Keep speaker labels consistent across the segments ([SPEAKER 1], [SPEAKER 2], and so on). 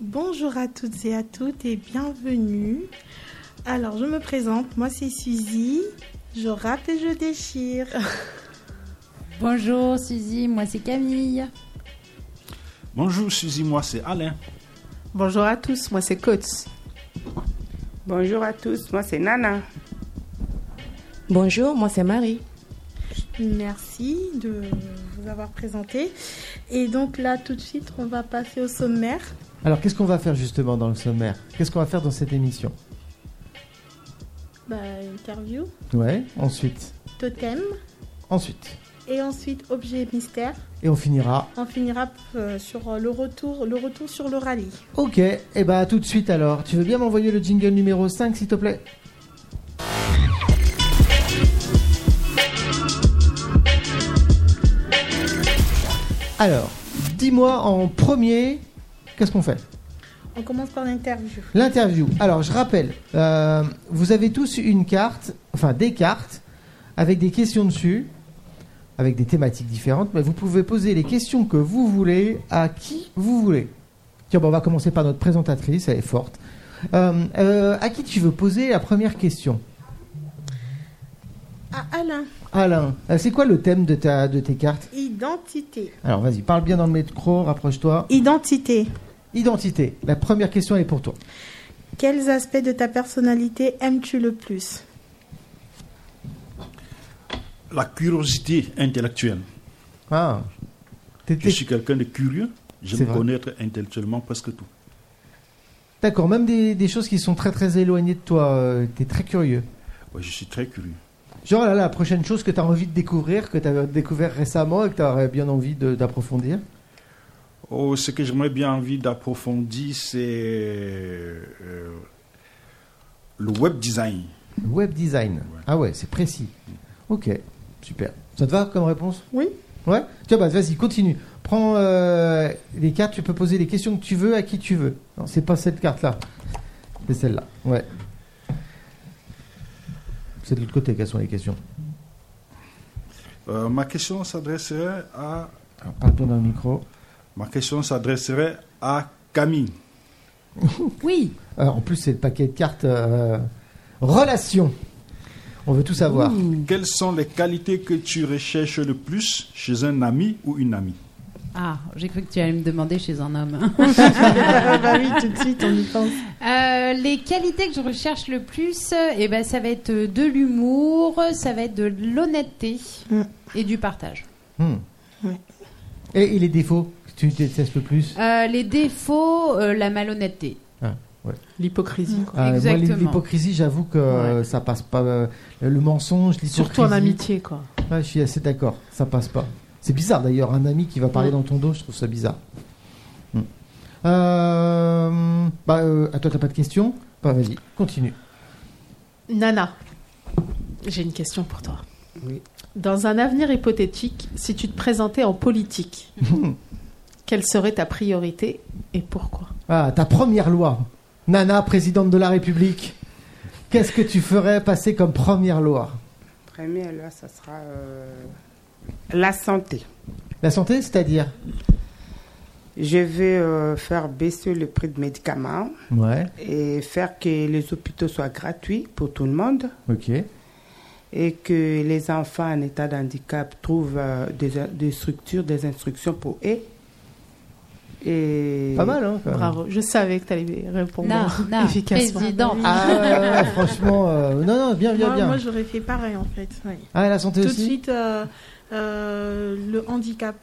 [SPEAKER 1] Bonjour à toutes et à toutes et bienvenue. Alors, je me présente, moi c'est Suzy. Je rate et je déchire.
[SPEAKER 2] Bonjour Suzy, moi c'est Camille.
[SPEAKER 3] Bonjour Suzy, moi c'est Alain.
[SPEAKER 4] Bonjour à tous, moi c'est Coates.
[SPEAKER 5] Bonjour à tous, moi c'est Nana.
[SPEAKER 6] Bonjour, moi c'est Marie.
[SPEAKER 1] Merci de vous avoir présenté. Et donc là, tout de suite, on va passer au sommaire.
[SPEAKER 7] Alors, qu'est-ce qu'on va faire justement dans le sommaire Qu'est-ce qu'on va faire dans cette émission
[SPEAKER 1] Bah, interview,
[SPEAKER 7] Ouais, ensuite.
[SPEAKER 1] totem
[SPEAKER 7] Ensuite.
[SPEAKER 1] et ensuite objet mystère.
[SPEAKER 7] Et on finira.
[SPEAKER 1] On finira euh, sur euh, le retour, le retour sur le rallye.
[SPEAKER 7] Ok, et bah à tout de suite alors. Tu veux bien m'envoyer le jingle numéro 5 s'il te plaît Alors, dis-moi en premier, qu'est-ce qu'on fait
[SPEAKER 1] On commence par l'interview.
[SPEAKER 7] L'interview. Alors, je rappelle, euh, vous avez tous une carte, enfin des cartes, avec des questions dessus, avec des thématiques différentes, mais vous pouvez poser les questions que vous voulez à qui vous voulez. Tiens, bon, on va commencer par notre présentatrice, elle est forte. Euh, euh, à qui tu veux poser la première question
[SPEAKER 1] À Alain,
[SPEAKER 7] Alain, euh, c'est quoi le thème de, ta, de tes cartes
[SPEAKER 1] identité.
[SPEAKER 7] Alors, vas-y, parle bien dans le micro, rapproche-toi.
[SPEAKER 1] Identité.
[SPEAKER 7] Identité. La première question, elle est pour toi.
[SPEAKER 1] Quels aspects de ta personnalité aimes-tu le plus
[SPEAKER 3] La curiosité intellectuelle.
[SPEAKER 7] Ah,
[SPEAKER 3] Je
[SPEAKER 7] t'étais
[SPEAKER 3] suis quelqu'un de curieux.
[SPEAKER 7] C'est
[SPEAKER 3] J'aime
[SPEAKER 7] vrai.
[SPEAKER 3] connaître intellectuellement presque tout.
[SPEAKER 7] D'accord, même des, des choses qui sont très très éloignées de toi, euh, t'es très curieux.
[SPEAKER 3] Ouais, je suis très curieux.
[SPEAKER 7] Genre là, la prochaine chose que t'as envie de découvrir, que t'as découvert récemment et que t'aurais bien envie de- d'approfondir.
[SPEAKER 3] Oh, ce que j'aimerais bien envie d'approfondir, c'est euh, le web design.
[SPEAKER 7] Le Web design. Ah ouais, c'est précis. Ok, super. Ça te va comme réponse
[SPEAKER 1] Oui.
[SPEAKER 7] Ouais Tiens, bah vas-y, continue. Prends euh, les cartes, tu peux poser les questions que tu veux à qui tu veux. Non, c'est pas cette carte-là. C'est celle-là. Ouais. C'est de l'autre côté quelles sont les questions.
[SPEAKER 3] Euh, ma question s'adresserait à
[SPEAKER 7] Alors, parle bien dans le micro.
[SPEAKER 3] ma question s'adresserait à Camille.
[SPEAKER 2] Oui,
[SPEAKER 7] Euh, en plus, c'est le paquet de cartes euh, relations. On veut tout savoir.
[SPEAKER 3] Quelles sont les qualités que tu recherches le plus chez un ami ou une amie
[SPEAKER 2] ah, j'ai cru que tu allais me demander chez un homme.
[SPEAKER 1] bah oui, tout de suite, on y pense.
[SPEAKER 2] Euh, les qualités que je recherche le plus, euh, eh ben, ça va être euh, de l'humour, ça va être de l'honnêteté
[SPEAKER 1] Mm.
[SPEAKER 2] et du partage.
[SPEAKER 7] Hmm.
[SPEAKER 1] Ouais.
[SPEAKER 7] Et, et les défauts que tu détestes le plus
[SPEAKER 2] Euh, les défauts, euh, la malhonnêteté.
[SPEAKER 4] L'hypocrisie. quoi.
[SPEAKER 7] Euh, Moi,
[SPEAKER 2] exactement.
[SPEAKER 7] l'hypocrisie, j'avoue que euh, ça passe pas. euh, le mensonge, l'hypocrisie.
[SPEAKER 4] Surtout en amitié, quoi.
[SPEAKER 7] Ouais, je suis assez d'accord, ça passe pas. C'est bizarre d'ailleurs, un ami qui va parler dans ton dos, je trouve ça bizarre. Hmm. Euh, bah, euh, à toi, t'as pas de questions Bah, Vas-y, continue.
[SPEAKER 4] Nana, j'ai une question pour toi.
[SPEAKER 7] Oui.
[SPEAKER 4] Dans un avenir hypothétique, si tu te présentais en politique, quelle serait ta priorité et pourquoi
[SPEAKER 7] Ah, ta première loi. Nana, présidente de la République. Qu'est-ce que tu ferais passer comme première loi
[SPEAKER 5] Première là, ça sera euh, la santé.
[SPEAKER 7] La santé, c'est-à-dire
[SPEAKER 5] Je vais euh, faire baisser le prix de médicaments
[SPEAKER 7] Ouais,
[SPEAKER 5] et faire que les hôpitaux soient gratuits pour tout le monde
[SPEAKER 7] ok.
[SPEAKER 5] et que les enfants en état de handicap trouvent euh, des, des structures, des instructions pour eux. Et
[SPEAKER 7] Pas mal, hein quand même.
[SPEAKER 4] Bravo, je savais que tu allais répondre
[SPEAKER 2] Na, na,
[SPEAKER 4] efficacement.
[SPEAKER 2] président.
[SPEAKER 7] Ah, ouais, ouais, ouais, franchement, euh, non, non, bien, bien,
[SPEAKER 1] Moi,
[SPEAKER 7] bien.
[SPEAKER 1] moi, j'aurais fait pareil en fait. ouais.
[SPEAKER 7] Ah, la santé
[SPEAKER 1] Tout de
[SPEAKER 7] aussi
[SPEAKER 1] suite, euh, euh, le handicap.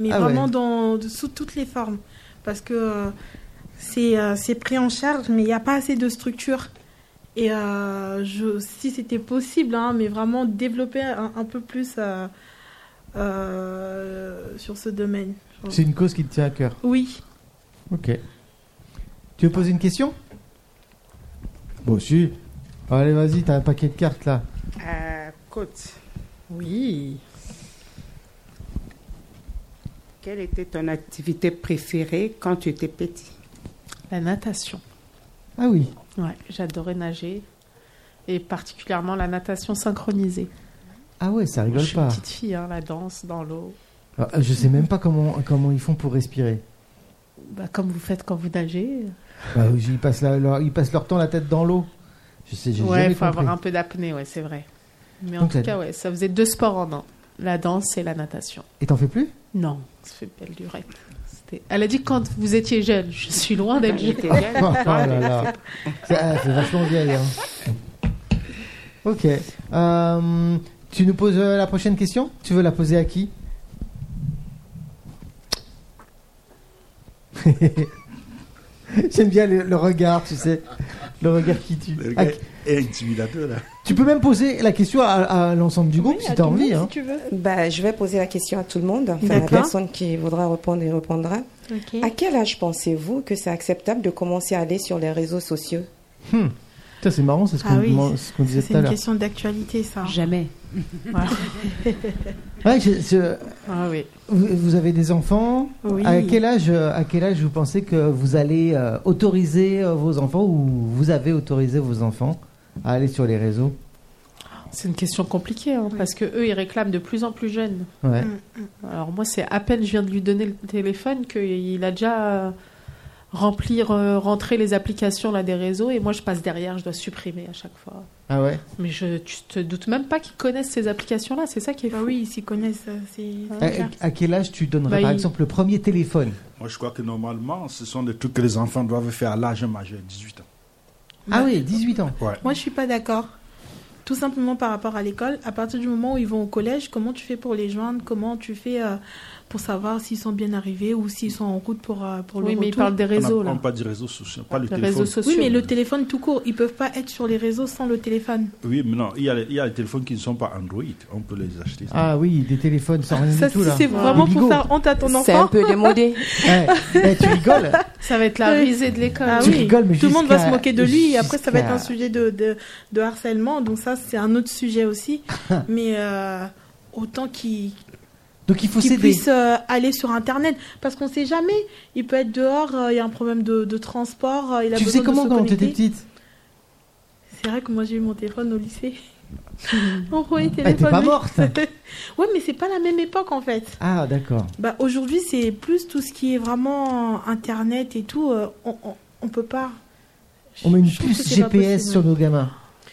[SPEAKER 1] Mais
[SPEAKER 7] Ah
[SPEAKER 1] vraiment
[SPEAKER 7] ouais.
[SPEAKER 1] dans, de- sous toutes les formes. Parce que euh, c'est euh, c'est pris en charge, mais il n'y a pas assez de structure. Et euh, je, si c'était possible, hein, mais vraiment développer un, un peu plus euh, euh, sur ce domaine.
[SPEAKER 7] C'est une cause qui te tient à cœur.
[SPEAKER 1] Oui.
[SPEAKER 7] Ok. Tu veux poser une question Bon, si. Allez, vas-y, t'as un paquet de cartes là.
[SPEAKER 5] Euh, Côte,
[SPEAKER 4] Oui.
[SPEAKER 5] quelle était ton activité préférée quand tu étais petit
[SPEAKER 4] La natation.
[SPEAKER 7] Ah oui.
[SPEAKER 4] Ouais, j'adorais nager et particulièrement la natation synchronisée.
[SPEAKER 7] Ah ouais, ça
[SPEAKER 4] Je
[SPEAKER 7] rigole
[SPEAKER 4] suis
[SPEAKER 7] pas.
[SPEAKER 4] une petite fille, hein, la danse dans l'eau.
[SPEAKER 7] Ah, Je sais même pas comment, comment ils font pour respirer.
[SPEAKER 4] Bah, comme vous faites quand vous nagez.
[SPEAKER 7] Bah, ils, passent la- leur, ils passent leur temps la tête dans l'eau. Je sais, j'ai
[SPEAKER 4] Ouais,
[SPEAKER 7] jamais
[SPEAKER 4] il faut
[SPEAKER 7] compris.
[SPEAKER 4] avoir un peu d'apnée, ouais, c'est vrai. Mais en
[SPEAKER 7] Donc,
[SPEAKER 4] tout
[SPEAKER 7] la-
[SPEAKER 4] cas, ouais, ça faisait deux sports en un. La danse et la natation.
[SPEAKER 7] Et t'en fais plus
[SPEAKER 4] Non, ça fait belle durée. C'était- Elle a dit quand vous étiez jeune. Je suis loin d'être jeune.
[SPEAKER 5] J'étais
[SPEAKER 7] Oh
[SPEAKER 5] jeune.
[SPEAKER 7] là là. Ça, C'est vachement vieille. hein. Ok. Euh, tu nous poses euh, la prochaine question Tu veux la poser à qui J'aime bien le, le regard, tu sais. Le regard qui tue.
[SPEAKER 3] Le
[SPEAKER 7] À
[SPEAKER 3] gars est intimidateur. hein. là.
[SPEAKER 7] Tu peux même poser la question à, à l'ensemble du groupe
[SPEAKER 1] Oui, à
[SPEAKER 7] si
[SPEAKER 1] tout
[SPEAKER 7] t'as
[SPEAKER 1] le monde,
[SPEAKER 7] envie. hein.
[SPEAKER 1] Si tu veux.
[SPEAKER 6] Bah, je vais poser la question à tout le monde. Enfin, la
[SPEAKER 1] D'accord.
[SPEAKER 6] personne qui voudra répondre y répondra. À quel âge pensez-vous que c'est acceptable de commencer à aller sur les réseaux sociaux
[SPEAKER 7] Putain, c'est marrant, c'est ce qu'on
[SPEAKER 1] Ah oui,
[SPEAKER 7] moi, ce qu'on disait
[SPEAKER 1] C'est
[SPEAKER 7] tout à
[SPEAKER 1] une
[SPEAKER 7] l'heure.
[SPEAKER 1] question d'actualité, ça.
[SPEAKER 2] Jamais.
[SPEAKER 7] Ouais, je- je-
[SPEAKER 4] Ah oui.
[SPEAKER 7] vous, vous avez des enfants
[SPEAKER 1] Oui.
[SPEAKER 7] À quel âge, euh, à quel âge vous pensez que vous allez euh, autoriser euh, vos enfants ou vous avez autorisé vos enfants à aller sur les réseaux
[SPEAKER 4] C'est une question compliquée, hein, parce que eux, ils réclament de plus en plus jeunes.
[SPEAKER 7] Ouais.
[SPEAKER 1] Mm.
[SPEAKER 4] Alors moi, c'est à peine je viens de lui donner le téléphone qu'il a déjà euh, rempli, re- rentré les applications là, des réseaux. Et moi, je passe derrière, je dois supprimer à chaque fois.
[SPEAKER 7] Ah ouais.
[SPEAKER 4] Mais je, tu te doutes même pas qu'ils connaissent ces applications-là, c'est ça qui est fou.
[SPEAKER 1] Bah oui, ils s'y connaissent. euh, C'est c'est
[SPEAKER 7] À,
[SPEAKER 1] clair.
[SPEAKER 7] à quel âge tu donnerais
[SPEAKER 4] Bah,
[SPEAKER 7] par
[SPEAKER 4] il-
[SPEAKER 7] exemple le premier téléphone
[SPEAKER 3] Moi, je crois que normalement, ce sont des trucs que les enfants doivent faire à l'âge majeur, 18 ans.
[SPEAKER 7] Ah oui, 18 ans.
[SPEAKER 3] Ouais.
[SPEAKER 1] Moi, je suis pas d'accord. Tout simplement par rapport à l'école. À partir du moment où ils vont au collège, comment tu fais pour les joindre Comment tu fais euh, pour savoir s'ils sont bien arrivés ou s'ils sont en route pour, euh, pour le
[SPEAKER 4] oui, mais ils
[SPEAKER 1] retour
[SPEAKER 4] parlent
[SPEAKER 7] Ah
[SPEAKER 4] des réseaux,
[SPEAKER 3] on n'a
[SPEAKER 4] là.
[SPEAKER 3] pas de réseaux sociaux, pas le
[SPEAKER 4] Les
[SPEAKER 3] téléphone.
[SPEAKER 4] réseaux sociaux.
[SPEAKER 1] Oui, mais le téléphone tout court. Ils peuvent pas être sur les réseaux sans le téléphone.
[SPEAKER 3] Oui, mais non, il y, a les, il y a les téléphones qui ne sont pas Android. On peut les acheter.
[SPEAKER 7] Ah oui, des téléphones sans rien
[SPEAKER 1] Ça,
[SPEAKER 7] du tout là.
[SPEAKER 1] c'est vraiment
[SPEAKER 7] Des
[SPEAKER 1] pour
[SPEAKER 7] bigots.
[SPEAKER 1] faire honte à ton
[SPEAKER 6] C'est un
[SPEAKER 1] enfant.
[SPEAKER 6] peu démodé.
[SPEAKER 7] Ouais. Eh, tu rigoles
[SPEAKER 4] Ça va être la
[SPEAKER 1] Oui.
[SPEAKER 4] risée de l'école.
[SPEAKER 1] Ah
[SPEAKER 7] Tu
[SPEAKER 1] oui,
[SPEAKER 7] rigoles, mais
[SPEAKER 1] tout le monde va se
[SPEAKER 7] jusqu'à-
[SPEAKER 1] moquer de lui et après ça va être un
[SPEAKER 7] jusqu'à-
[SPEAKER 1] sujet de, de, de harcèlement. Donc ça, c'est un autre sujet aussi. mais euh, autant qu'il
[SPEAKER 7] Donc il faut
[SPEAKER 1] qu'il
[SPEAKER 7] s'aider.
[SPEAKER 1] puisse euh, aller sur Internet. Parce qu'on sait jamais. Il peut être dehors, euh, il y a un problème de, de transport. euh, il a besoin
[SPEAKER 7] Tu faisais
[SPEAKER 1] de
[SPEAKER 7] comment
[SPEAKER 1] se
[SPEAKER 7] quand t'étais
[SPEAKER 1] connecter.
[SPEAKER 7] petite Ah,
[SPEAKER 1] C'est vrai que moi, j'ai eu mon téléphone au lycée. On prenait
[SPEAKER 7] Ah, T'es
[SPEAKER 1] téléphone.
[SPEAKER 7] pas
[SPEAKER 1] oui.
[SPEAKER 7] morte
[SPEAKER 1] ouais, mais c'est pas la même époque en fait.
[SPEAKER 7] Ah d'accord.
[SPEAKER 1] Bah, aujourd'hui, c'est plus tout ce qui est vraiment Internet et tout. euh, on, on, on peut pas.
[SPEAKER 7] On met une
[SPEAKER 1] Je trouve que
[SPEAKER 7] puce
[SPEAKER 1] c'est pas
[SPEAKER 7] GPS
[SPEAKER 1] possible.
[SPEAKER 7] sur nos gamins.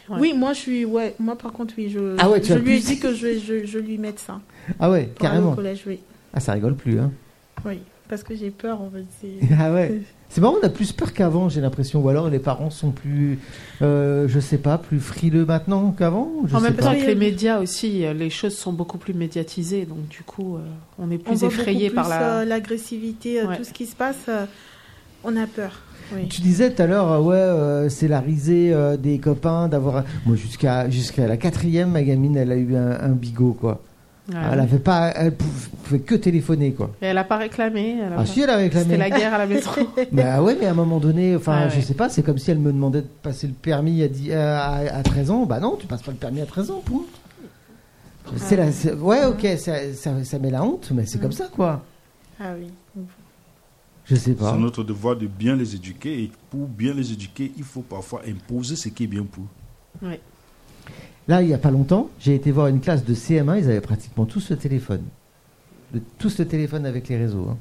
[SPEAKER 4] Ouais.
[SPEAKER 1] Oui, moi je suis. Ouais, moi par contre, oui. Je,
[SPEAKER 7] Ah ouais, tu
[SPEAKER 1] je
[SPEAKER 7] as
[SPEAKER 1] lui ai
[SPEAKER 7] plus.
[SPEAKER 1] dit que je, vais- je, je lui mette ça.
[SPEAKER 7] Ah
[SPEAKER 1] pour
[SPEAKER 7] ouais,
[SPEAKER 1] aller Au
[SPEAKER 7] carrément.
[SPEAKER 1] collège, oui.
[SPEAKER 7] Ah ça rigole plus hein.
[SPEAKER 1] Oui, parce que j'ai peur en fait. c'est-
[SPEAKER 7] Ah ouais. C'est marrant, on a plus peur qu'avant, j'ai l'impression. Ou alors les parents sont plus, euh, je sais pas, plus frileux maintenant qu'avant. Je
[SPEAKER 4] en
[SPEAKER 7] sais
[SPEAKER 4] même
[SPEAKER 7] pas.
[SPEAKER 4] temps,
[SPEAKER 1] pas.
[SPEAKER 4] avec les médias aussi, euh, les choses sont beaucoup plus médiatisées, donc du coup, euh, on est
[SPEAKER 1] On
[SPEAKER 4] plus
[SPEAKER 1] voit
[SPEAKER 4] effrayé
[SPEAKER 1] beaucoup
[SPEAKER 4] par
[SPEAKER 1] plus,
[SPEAKER 4] la.
[SPEAKER 1] euh, l'agressivité, euh,
[SPEAKER 4] Ouais.
[SPEAKER 1] tout ce qui se passe. euh, on a peur. Oui.
[SPEAKER 7] Tu disais tout à l'heure, euh, ouais, euh, c'est la risée euh, des copains d'avoir. un- Moi, jusqu'à jusqu'à la quatrième, ma gamine, elle a eu un, un bigot, quoi.
[SPEAKER 4] Ouais.
[SPEAKER 7] Elle avait pas, elle pou- pouvait que téléphoner, quoi.
[SPEAKER 4] Et elle n'a pas réclamé. elle a
[SPEAKER 7] Ah,
[SPEAKER 4] pas-
[SPEAKER 7] si, elle a réclamé.
[SPEAKER 4] C'était la guerre à la maison.
[SPEAKER 7] Bah ouais, mais à un moment donné, enfin,
[SPEAKER 4] Ah ouais.
[SPEAKER 7] je sais pas, c'est comme si elle me demandait de passer le permis à, dix- à, à- à 13 ans. Bah non, tu passes pas le permis à 13 ans, point.
[SPEAKER 4] Ah
[SPEAKER 7] C'est la, c'est- ouais, ok, ça, ça, ça met la honte, mais
[SPEAKER 4] Mm.
[SPEAKER 7] c'est comme ça, quoi.
[SPEAKER 1] Ah oui.
[SPEAKER 7] Je sais pas.
[SPEAKER 3] C'est notre devoir de bien les éduquer. Et pour bien les éduquer, il faut parfois imposer ce qui est bien pour eux.
[SPEAKER 7] Là, il y a pas longtemps, j'ai été voir une classe de CM1, ils avaient pratiquement tous le téléphone. Le- tous le téléphone avec les réseaux. hein.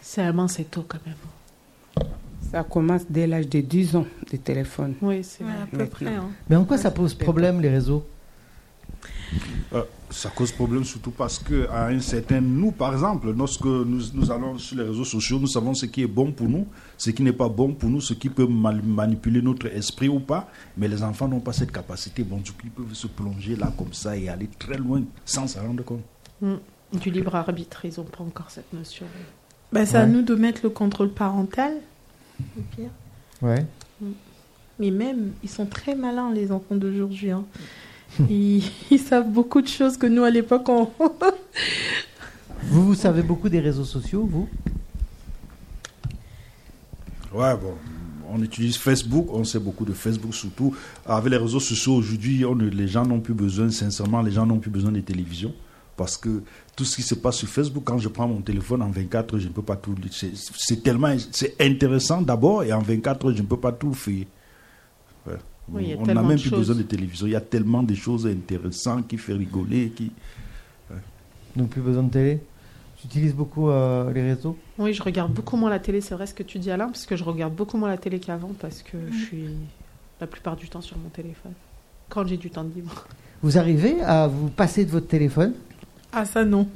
[SPEAKER 4] C'est à main, c'est tôt quand même.
[SPEAKER 5] Ça commence dès l'âge de 10 ans, des téléphones.
[SPEAKER 4] Oui, c'est
[SPEAKER 1] Ouais,
[SPEAKER 4] vrai.
[SPEAKER 1] à peu
[SPEAKER 5] Maintenant.
[SPEAKER 1] près. hein.
[SPEAKER 7] Mais
[SPEAKER 4] Ah,
[SPEAKER 7] en quoi ça pose
[SPEAKER 4] hein.
[SPEAKER 7] problème, les réseaux
[SPEAKER 3] Euh, ça cause problème surtout parce que à un certain nous, par exemple, lorsque nous, nous allons sur les réseaux sociaux, nous savons ce qui est bon pour nous, ce qui n'est pas bon pour nous, ce qui peut mal- manipuler notre esprit ou pas. Mais les enfants n'ont pas cette capacité. Bon, du coup, ils peuvent se plonger là comme ça et aller très loin sans s'en rendre compte.
[SPEAKER 4] Du libre arbitre, ils n'ont pas encore cette notion.
[SPEAKER 1] Bah, c'est à
[SPEAKER 7] Ouais.
[SPEAKER 1] nous de mettre le contrôle parental. au pire.
[SPEAKER 7] Ouais.
[SPEAKER 1] Mais même, ils sont très malins, les enfants d'aujourd'hui. hein. Ils, ils savent beaucoup de choses que nous, à l'époque, on...
[SPEAKER 7] Vous, vous savez beaucoup des réseaux sociaux, vous
[SPEAKER 3] Ouais, bon. On utilise Facebook, on sait beaucoup de Facebook, surtout avec les réseaux sociaux aujourd'hui. on ne- Les gens n'ont plus besoin, sincèrement, les gens n'ont plus besoin de télévision parce que tout ce qui se passe sur Facebook, quand je prends mon téléphone en 24, je ne peux pas tout. lire. C'est- C'est tellement, c'est intéressant d'abord et en 24, je ne peux pas tout fouiller. Ouais.
[SPEAKER 4] Oui, il y a
[SPEAKER 3] on n'a
[SPEAKER 4] tellement
[SPEAKER 3] même
[SPEAKER 4] de
[SPEAKER 3] plus
[SPEAKER 4] choses.
[SPEAKER 3] besoin de télévision. Il y a tellement de choses intéressantes qui fait rigoler, qui.
[SPEAKER 7] Donc plus besoin de télé Tu utilises beaucoup euh, les réseaux
[SPEAKER 4] Oui, je regarde beaucoup moins la télé, c'est vrai ce que tu dis Alain, parce que je regarde beaucoup moins la télé qu'avant, parce que je suis la plupart du temps sur mon téléphone, quand j'ai du temps de libre.
[SPEAKER 7] Vous arrivez à vous passer de votre téléphone
[SPEAKER 1] Ah, ça non.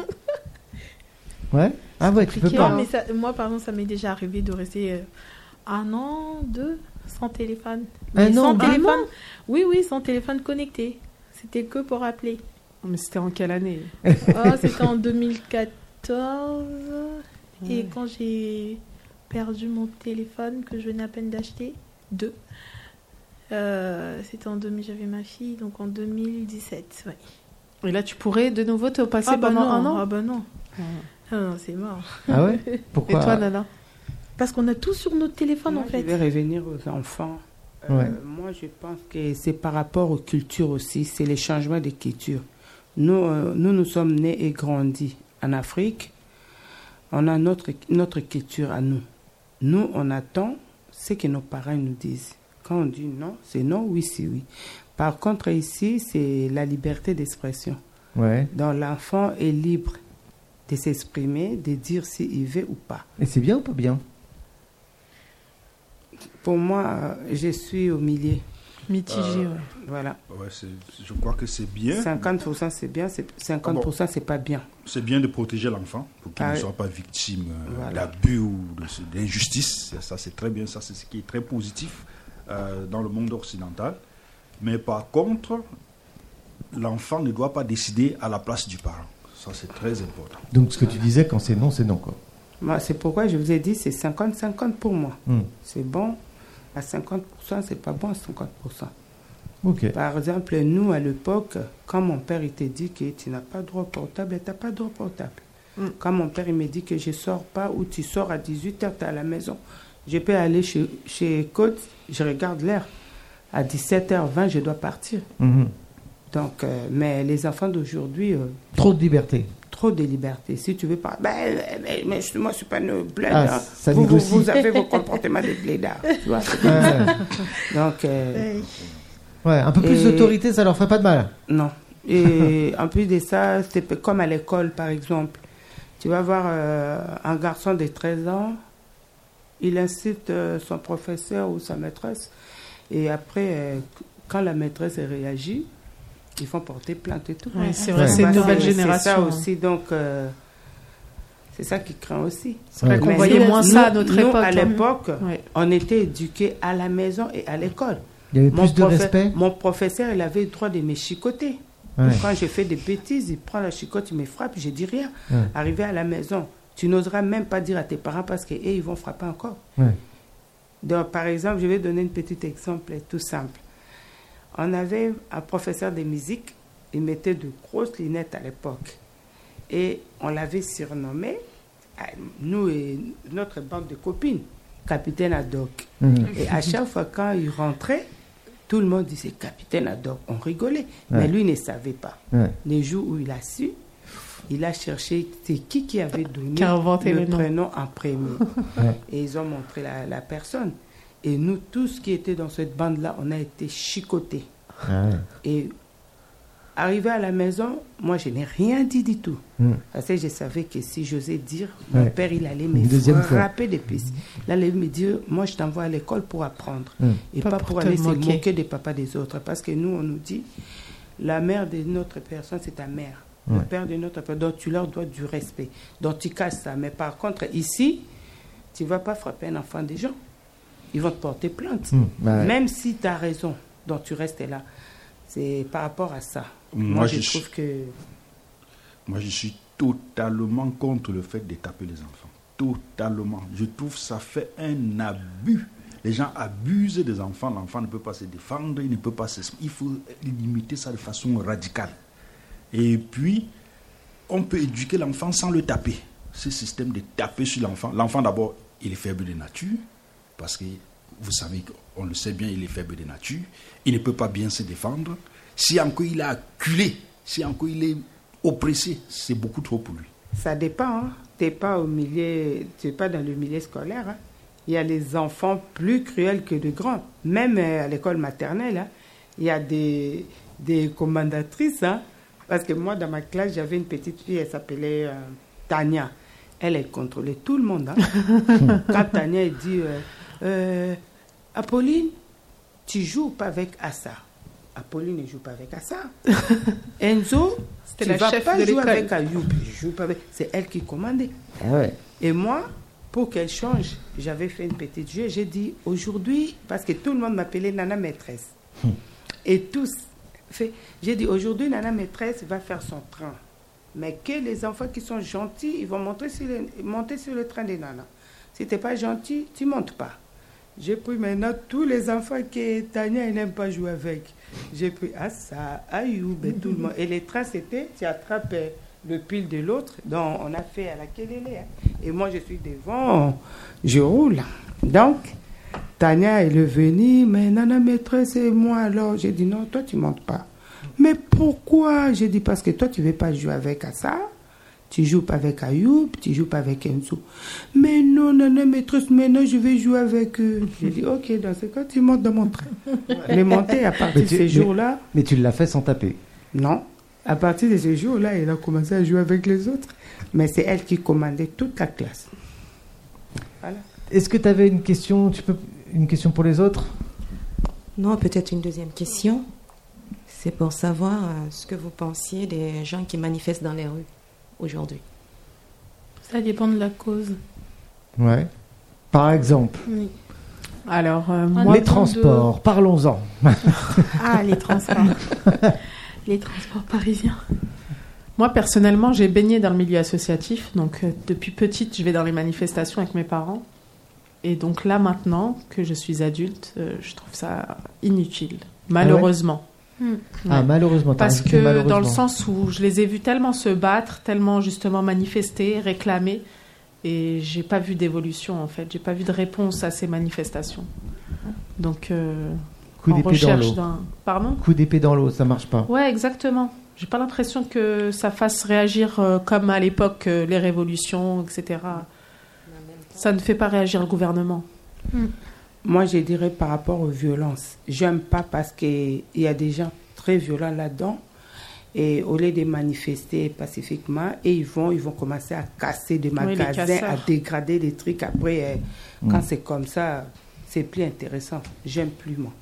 [SPEAKER 7] Ouais. Ah ouais, tu peux
[SPEAKER 4] compliqué,
[SPEAKER 7] pas.
[SPEAKER 4] hein.
[SPEAKER 1] Non, mais ça- moi, par exemple, ça m'est déjà arrivé de rester euh, un an, deux, sans téléphone.
[SPEAKER 7] Un
[SPEAKER 1] Mais
[SPEAKER 7] an,
[SPEAKER 1] sans
[SPEAKER 7] un
[SPEAKER 1] téléphone Oui, oui, sans téléphone connecté. C'était que pour appeler.
[SPEAKER 4] Mais c'était en quelle année
[SPEAKER 1] Oh, c'était en 2014. Et quand j'ai perdu mon téléphone que je venais à peine d'acheter, deux. euh, c'était en 2000, j'avais ma fille, donc en 2017. ouais.
[SPEAKER 4] Et là, tu pourrais de nouveau te passer
[SPEAKER 1] Ah bah
[SPEAKER 4] pendant
[SPEAKER 1] non,
[SPEAKER 4] un an
[SPEAKER 1] ah bah non.
[SPEAKER 4] Ah.
[SPEAKER 1] Ah non, c'est mort.
[SPEAKER 7] Ah ouais
[SPEAKER 4] Et
[SPEAKER 7] Pourquoi
[SPEAKER 4] toi, Nana
[SPEAKER 1] Parce qu'on a tout sur notre téléphone
[SPEAKER 5] Moi,
[SPEAKER 1] en fait.
[SPEAKER 5] Je vais revenir aux enfants. Euh,
[SPEAKER 7] Ouais.
[SPEAKER 5] Moi, je pense que c'est par rapport aux cultures aussi, c'est les changements de culture. Nous, euh, nous, nous sommes nés et grandis en Afrique. On a notre, notre culture à nous. Nous, on attend ce que nos parents nous disent. Quand on dit non, c'est non, oui, c'est oui. Par contre, ici, c'est la liberté d'expression.
[SPEAKER 7] Ouais.
[SPEAKER 5] Donc, l'enfant est libre de s'exprimer, de dire s'il veut ou pas.
[SPEAKER 7] Et c'est bien ou pas bien
[SPEAKER 5] Pour moi, euh, je suis au milieu.
[SPEAKER 4] Mitigé,
[SPEAKER 3] Euh,
[SPEAKER 4] ouais.
[SPEAKER 5] Voilà.
[SPEAKER 3] Ouais, c'est- je crois que c'est bien. Ah
[SPEAKER 5] 50% c'est bien, c'est- 50% c'est pas bien.
[SPEAKER 3] C'est bien de protéger l'enfant pour qu'il
[SPEAKER 5] Ah
[SPEAKER 3] ne
[SPEAKER 5] oui.
[SPEAKER 3] soit pas victime euh,
[SPEAKER 5] Voilà.
[SPEAKER 3] d'abus ou de- d'injustice. Ça, c'est très bien. Ça, c'est ce qui est très positif euh, dans le monde occidental. Mais par contre, l'enfant ne doit pas décider à la place du parent. Ça, c'est très important.
[SPEAKER 7] Donc ce que tu disais, quand c'est non, c'est non quoi.
[SPEAKER 5] Moi, c'est pourquoi je vous ai dit c'est 50-50 pour moi.
[SPEAKER 7] Hmm.
[SPEAKER 5] C'est bon à 50%, c'est pas bon à 50%.
[SPEAKER 7] Ok.
[SPEAKER 5] Par exemple, nous à l'époque, quand mon père il te dit que tu n'as pas de droit au portable, tu n'as pas de droit au portable.
[SPEAKER 4] Mm.
[SPEAKER 5] Quand mon père il me dit que je sors pas ou tu sors à 18h, tu es à la maison, je peux aller chez, chez Côte, je regarde l'air. À 17h20, je dois partir.
[SPEAKER 7] Mhm.
[SPEAKER 5] Donc, euh, mais les enfants d'aujourd'hui, euh,
[SPEAKER 7] Trop de liberté.
[SPEAKER 5] trop de liberté. Si tu veux pas, ben, mais, mais je- moi je suis pas une blinde.
[SPEAKER 7] Ah,
[SPEAKER 5] hein.
[SPEAKER 7] ça
[SPEAKER 5] vous, vous,
[SPEAKER 7] négocie.
[SPEAKER 5] vous avez vos comportements de blédard. Tu vois, c'est-
[SPEAKER 7] Ouais.
[SPEAKER 5] donc euh,
[SPEAKER 1] Ouais.
[SPEAKER 7] Ouais, un peu plus
[SPEAKER 5] Et-
[SPEAKER 7] d'autorité, ça leur ferait pas de mal.
[SPEAKER 5] non. Et en plus de ça, c'est p- comme à l'école par exemple. Tu vas voir euh, un garçon de 13 ans, il incite euh, son professeur ou sa maîtresse, et après, euh, quand la maîtresse réagit, ils font porter plainte et tout.
[SPEAKER 4] Ouais, c'est
[SPEAKER 7] Ouais.
[SPEAKER 4] vrai, c'est
[SPEAKER 5] Bah,
[SPEAKER 4] une nouvelle
[SPEAKER 5] C'est ça
[SPEAKER 4] génération. hein.
[SPEAKER 5] aussi, donc euh, c'est ça qui craint aussi.
[SPEAKER 4] C'est vrai
[SPEAKER 7] Ouais.
[SPEAKER 4] qu'on
[SPEAKER 5] Mais
[SPEAKER 4] voyait
[SPEAKER 5] nous,
[SPEAKER 4] moins ça à notre
[SPEAKER 5] nous,
[SPEAKER 4] époque.
[SPEAKER 5] À
[SPEAKER 4] hein.
[SPEAKER 5] l'époque,
[SPEAKER 4] Ouais.
[SPEAKER 5] on était éduqués à la maison et à l'école.
[SPEAKER 7] Il y avait
[SPEAKER 5] Mon
[SPEAKER 7] plus de
[SPEAKER 5] profe-
[SPEAKER 7] respect.
[SPEAKER 5] Mon professeur, il avait le droit de me chicoter.
[SPEAKER 7] Ouais.
[SPEAKER 5] Quand je fais des bêtises, il prend la chicote, il me frappe, je dis rien.
[SPEAKER 7] Ouais.
[SPEAKER 5] Arrivé à la maison, tu n'oseras même pas dire à tes parents parce que eh, ils vont frapper encore.
[SPEAKER 7] Ouais.
[SPEAKER 5] Donc, par exemple, je vais donner un petit exemple tout simple. On avait un professeur de musique, il mettait de grosses lunettes à l'époque. Et on l'avait surnommé, euh, nous et notre bande de copines, Capitaine Haddock.
[SPEAKER 7] Mhm.
[SPEAKER 5] Et à chaque fois, quand il rentrait, tout le monde disait Capitaine Haddock. On rigolait. Mais
[SPEAKER 7] Ouais.
[SPEAKER 5] lui ne savait pas.
[SPEAKER 7] Ouais.
[SPEAKER 5] Les jours où il a su, il a cherché c'est qui qui avait donné
[SPEAKER 4] Qui a inventé le nom.
[SPEAKER 5] prénom en premier.
[SPEAKER 7] Ouais.
[SPEAKER 5] Et ils ont montré la, la personne. Et nous, tous qui étaient dans cette bande-là, on a été chicotés.
[SPEAKER 7] Ah ouais.
[SPEAKER 5] Et arrivé à la maison, moi, je n'ai rien dit du tout.
[SPEAKER 7] Mm.
[SPEAKER 5] Parce que je savais que si j'osais dire, mon
[SPEAKER 7] Ouais.
[SPEAKER 5] père, il allait
[SPEAKER 7] Une deuxième
[SPEAKER 5] me
[SPEAKER 7] fois.
[SPEAKER 5] frapper des pistes. Là, il allait me dire, moi, je t'envoie à l'école pour apprendre.
[SPEAKER 7] Mm.
[SPEAKER 5] Et
[SPEAKER 4] Pas
[SPEAKER 5] pas,
[SPEAKER 4] pour
[SPEAKER 5] pour
[SPEAKER 4] te
[SPEAKER 5] aller se
[SPEAKER 4] moquer.
[SPEAKER 5] moquer des papas des autres. Parce que nous, on nous dit, la mère de notre personne, c'est ta mère.
[SPEAKER 7] Ouais.
[SPEAKER 5] Le père de notre personne. Donc, tu leur dois du respect. Donc, tu casses ça. Mais par contre, ici, tu ne vas pas frapper un enfant des gens. Ils vont te porter plainte.
[SPEAKER 7] Mm. Bah ouais.
[SPEAKER 5] Même si tu as raison, donc tu restes là. C'est par rapport à ça.
[SPEAKER 3] Moi,
[SPEAKER 5] Moi,
[SPEAKER 3] je
[SPEAKER 5] je,
[SPEAKER 3] suis-
[SPEAKER 5] trouve que.
[SPEAKER 3] Moi, je suis totalement contre le fait de taper les enfants. Totalement. Je trouve que ça fait un abus. Les gens abusent des enfants. L'enfant ne peut pas se défendre, il ne peut pas s'exprimer. Il faut limiter ça de façon radicale. Et puis, on peut éduquer l'enfant sans le taper. Ce système de taper sur l'enfant. L'enfant, d'abord, il est faible de nature, parce que vous savez qu'on le sait bien, il est faible de nature. Il ne peut pas bien se défendre. Si encore il est acculé, si encore il est oppressé, c'est beaucoup trop pour lui.
[SPEAKER 5] Ça dépend. hein. T'es pas au milieu, t'es pas dans le milieu scolaire. hein. Il y a les enfants plus cruels que les grands. Même euh, à l'école maternelle, hein, il y a des, des commandatrices. hein. Parce que moi, dans ma classe, j'avais une petite fille, elle s'appelait euh, Tania, elle est contrôlée, tout le monde. hein. Quand Tania elle dit euh, Euh, Apolline, tu joues pas avec Assa. Apolline ne joue pas avec Assa. Enzo,
[SPEAKER 4] C'était
[SPEAKER 5] tu
[SPEAKER 4] la
[SPEAKER 5] vas
[SPEAKER 4] chef
[SPEAKER 5] pas
[SPEAKER 4] de
[SPEAKER 5] jouer
[SPEAKER 4] l'école.
[SPEAKER 5] avec Ayoub. Je joue pas avec. C'est elle qui commandait.
[SPEAKER 8] Ah ouais.
[SPEAKER 5] Et moi, pour qu'elle change, j'avais fait une petite jeu. J'ai dit aujourd'hui, parce que tout le monde m'appelait Nana maîtresse. Et tous. fait- J'ai dit aujourd'hui, Nana maîtresse va faire son train. Mais que les enfants qui sont gentils, ils vont monter sur le, monter sur le train des nanas. Si tu n'es pas gentil, tu ne montes pas. J'ai pris maintenant tous les enfants que Tania elle n'aime pas jouer avec. J'ai pris ah, Assa, Ayoub et tout le monde. Et les trains, c'était, tu attrapes euh, le pile de l'autre. Donc, on a fait à la Kelele. hein. Et moi, je suis devant, je roule. Donc, Tania, elle est venue, mais Nana maîtresse et moi, alors, j'ai dit non, toi, tu montes pas. Mais pourquoi J'ai dit parce que toi, tu ne veux pas jouer avec Assa. Tu joues pas avec Ayoub, tu joues pas avec Enzo. Mais non, nana maîtresse, maintenant je vais jouer avec eux. J'ai dit, ok, dans ce cas, tu montes dans mon train. Elle est montée à partir
[SPEAKER 8] Mais
[SPEAKER 5] de
[SPEAKER 8] tu-
[SPEAKER 5] ce
[SPEAKER 8] mais-
[SPEAKER 5] jour-là.
[SPEAKER 8] Mais tu l'as fait sans taper.
[SPEAKER 5] Non. À partir de ce jour-là, elle a commencé à jouer avec les autres. Mais c'est elle qui commandait toute la classe. Voilà.
[SPEAKER 7] Est-ce que tu avais une question Tu peux une question pour les autres
[SPEAKER 6] Non, peut-être une deuxième question. C'est pour savoir euh, ce que vous pensiez des gens qui manifestent dans les rues aujourd'hui.
[SPEAKER 1] Ça dépend de la cause.
[SPEAKER 7] Ouais. Par exemple,
[SPEAKER 1] Oui.
[SPEAKER 4] Alors, euh,
[SPEAKER 1] Un
[SPEAKER 4] moi,
[SPEAKER 7] les
[SPEAKER 1] de-
[SPEAKER 7] transports, parlons-en.
[SPEAKER 1] Ah, les transports. les transports parisiens.
[SPEAKER 4] Moi, personnellement, j'ai baigné dans le milieu associatif. Donc, euh, depuis petite, je vais dans les manifestations avec mes parents. Et donc, là, maintenant que je suis adulte, euh, je trouve ça inutile. Malheureusement.
[SPEAKER 1] Hmm.
[SPEAKER 7] Ah,
[SPEAKER 4] Ouais.
[SPEAKER 7] malheureusement, t'as
[SPEAKER 4] Parce
[SPEAKER 7] rajouté
[SPEAKER 4] que dans le
[SPEAKER 7] malheureusement.
[SPEAKER 4] sens où je les ai vus tellement se battre, tellement justement manifester, réclamer, et j'ai pas vu d'évolution en fait, j'ai pas vu de réponse à ces manifestations. Donc euh,
[SPEAKER 7] coup
[SPEAKER 4] en
[SPEAKER 7] d'épée dans
[SPEAKER 4] recherche
[SPEAKER 7] l'eau.
[SPEAKER 4] d'un pardon.
[SPEAKER 7] Coup d'épée dans l'eau, ça marche pas.
[SPEAKER 4] Ouais, exactement. J'ai pas l'impression que ça fasse réagir euh, comme à l'époque euh, les révolutions, etc. Ça ne fait pas réagir le gouvernement.
[SPEAKER 5] Moi, je dirais par rapport aux violences. J'aime pas parce qu'il y a des gens très violents là-dedans. Et au lieu de manifester pacifiquement, et ils vont, ils vont commencer à casser des
[SPEAKER 4] les
[SPEAKER 5] magasins, à
[SPEAKER 4] casseurs.
[SPEAKER 5] dégrader des trucs. Après, euh,
[SPEAKER 8] Mm.
[SPEAKER 5] quand c'est comme ça, c'est plus intéressant. J'aime plus, moi.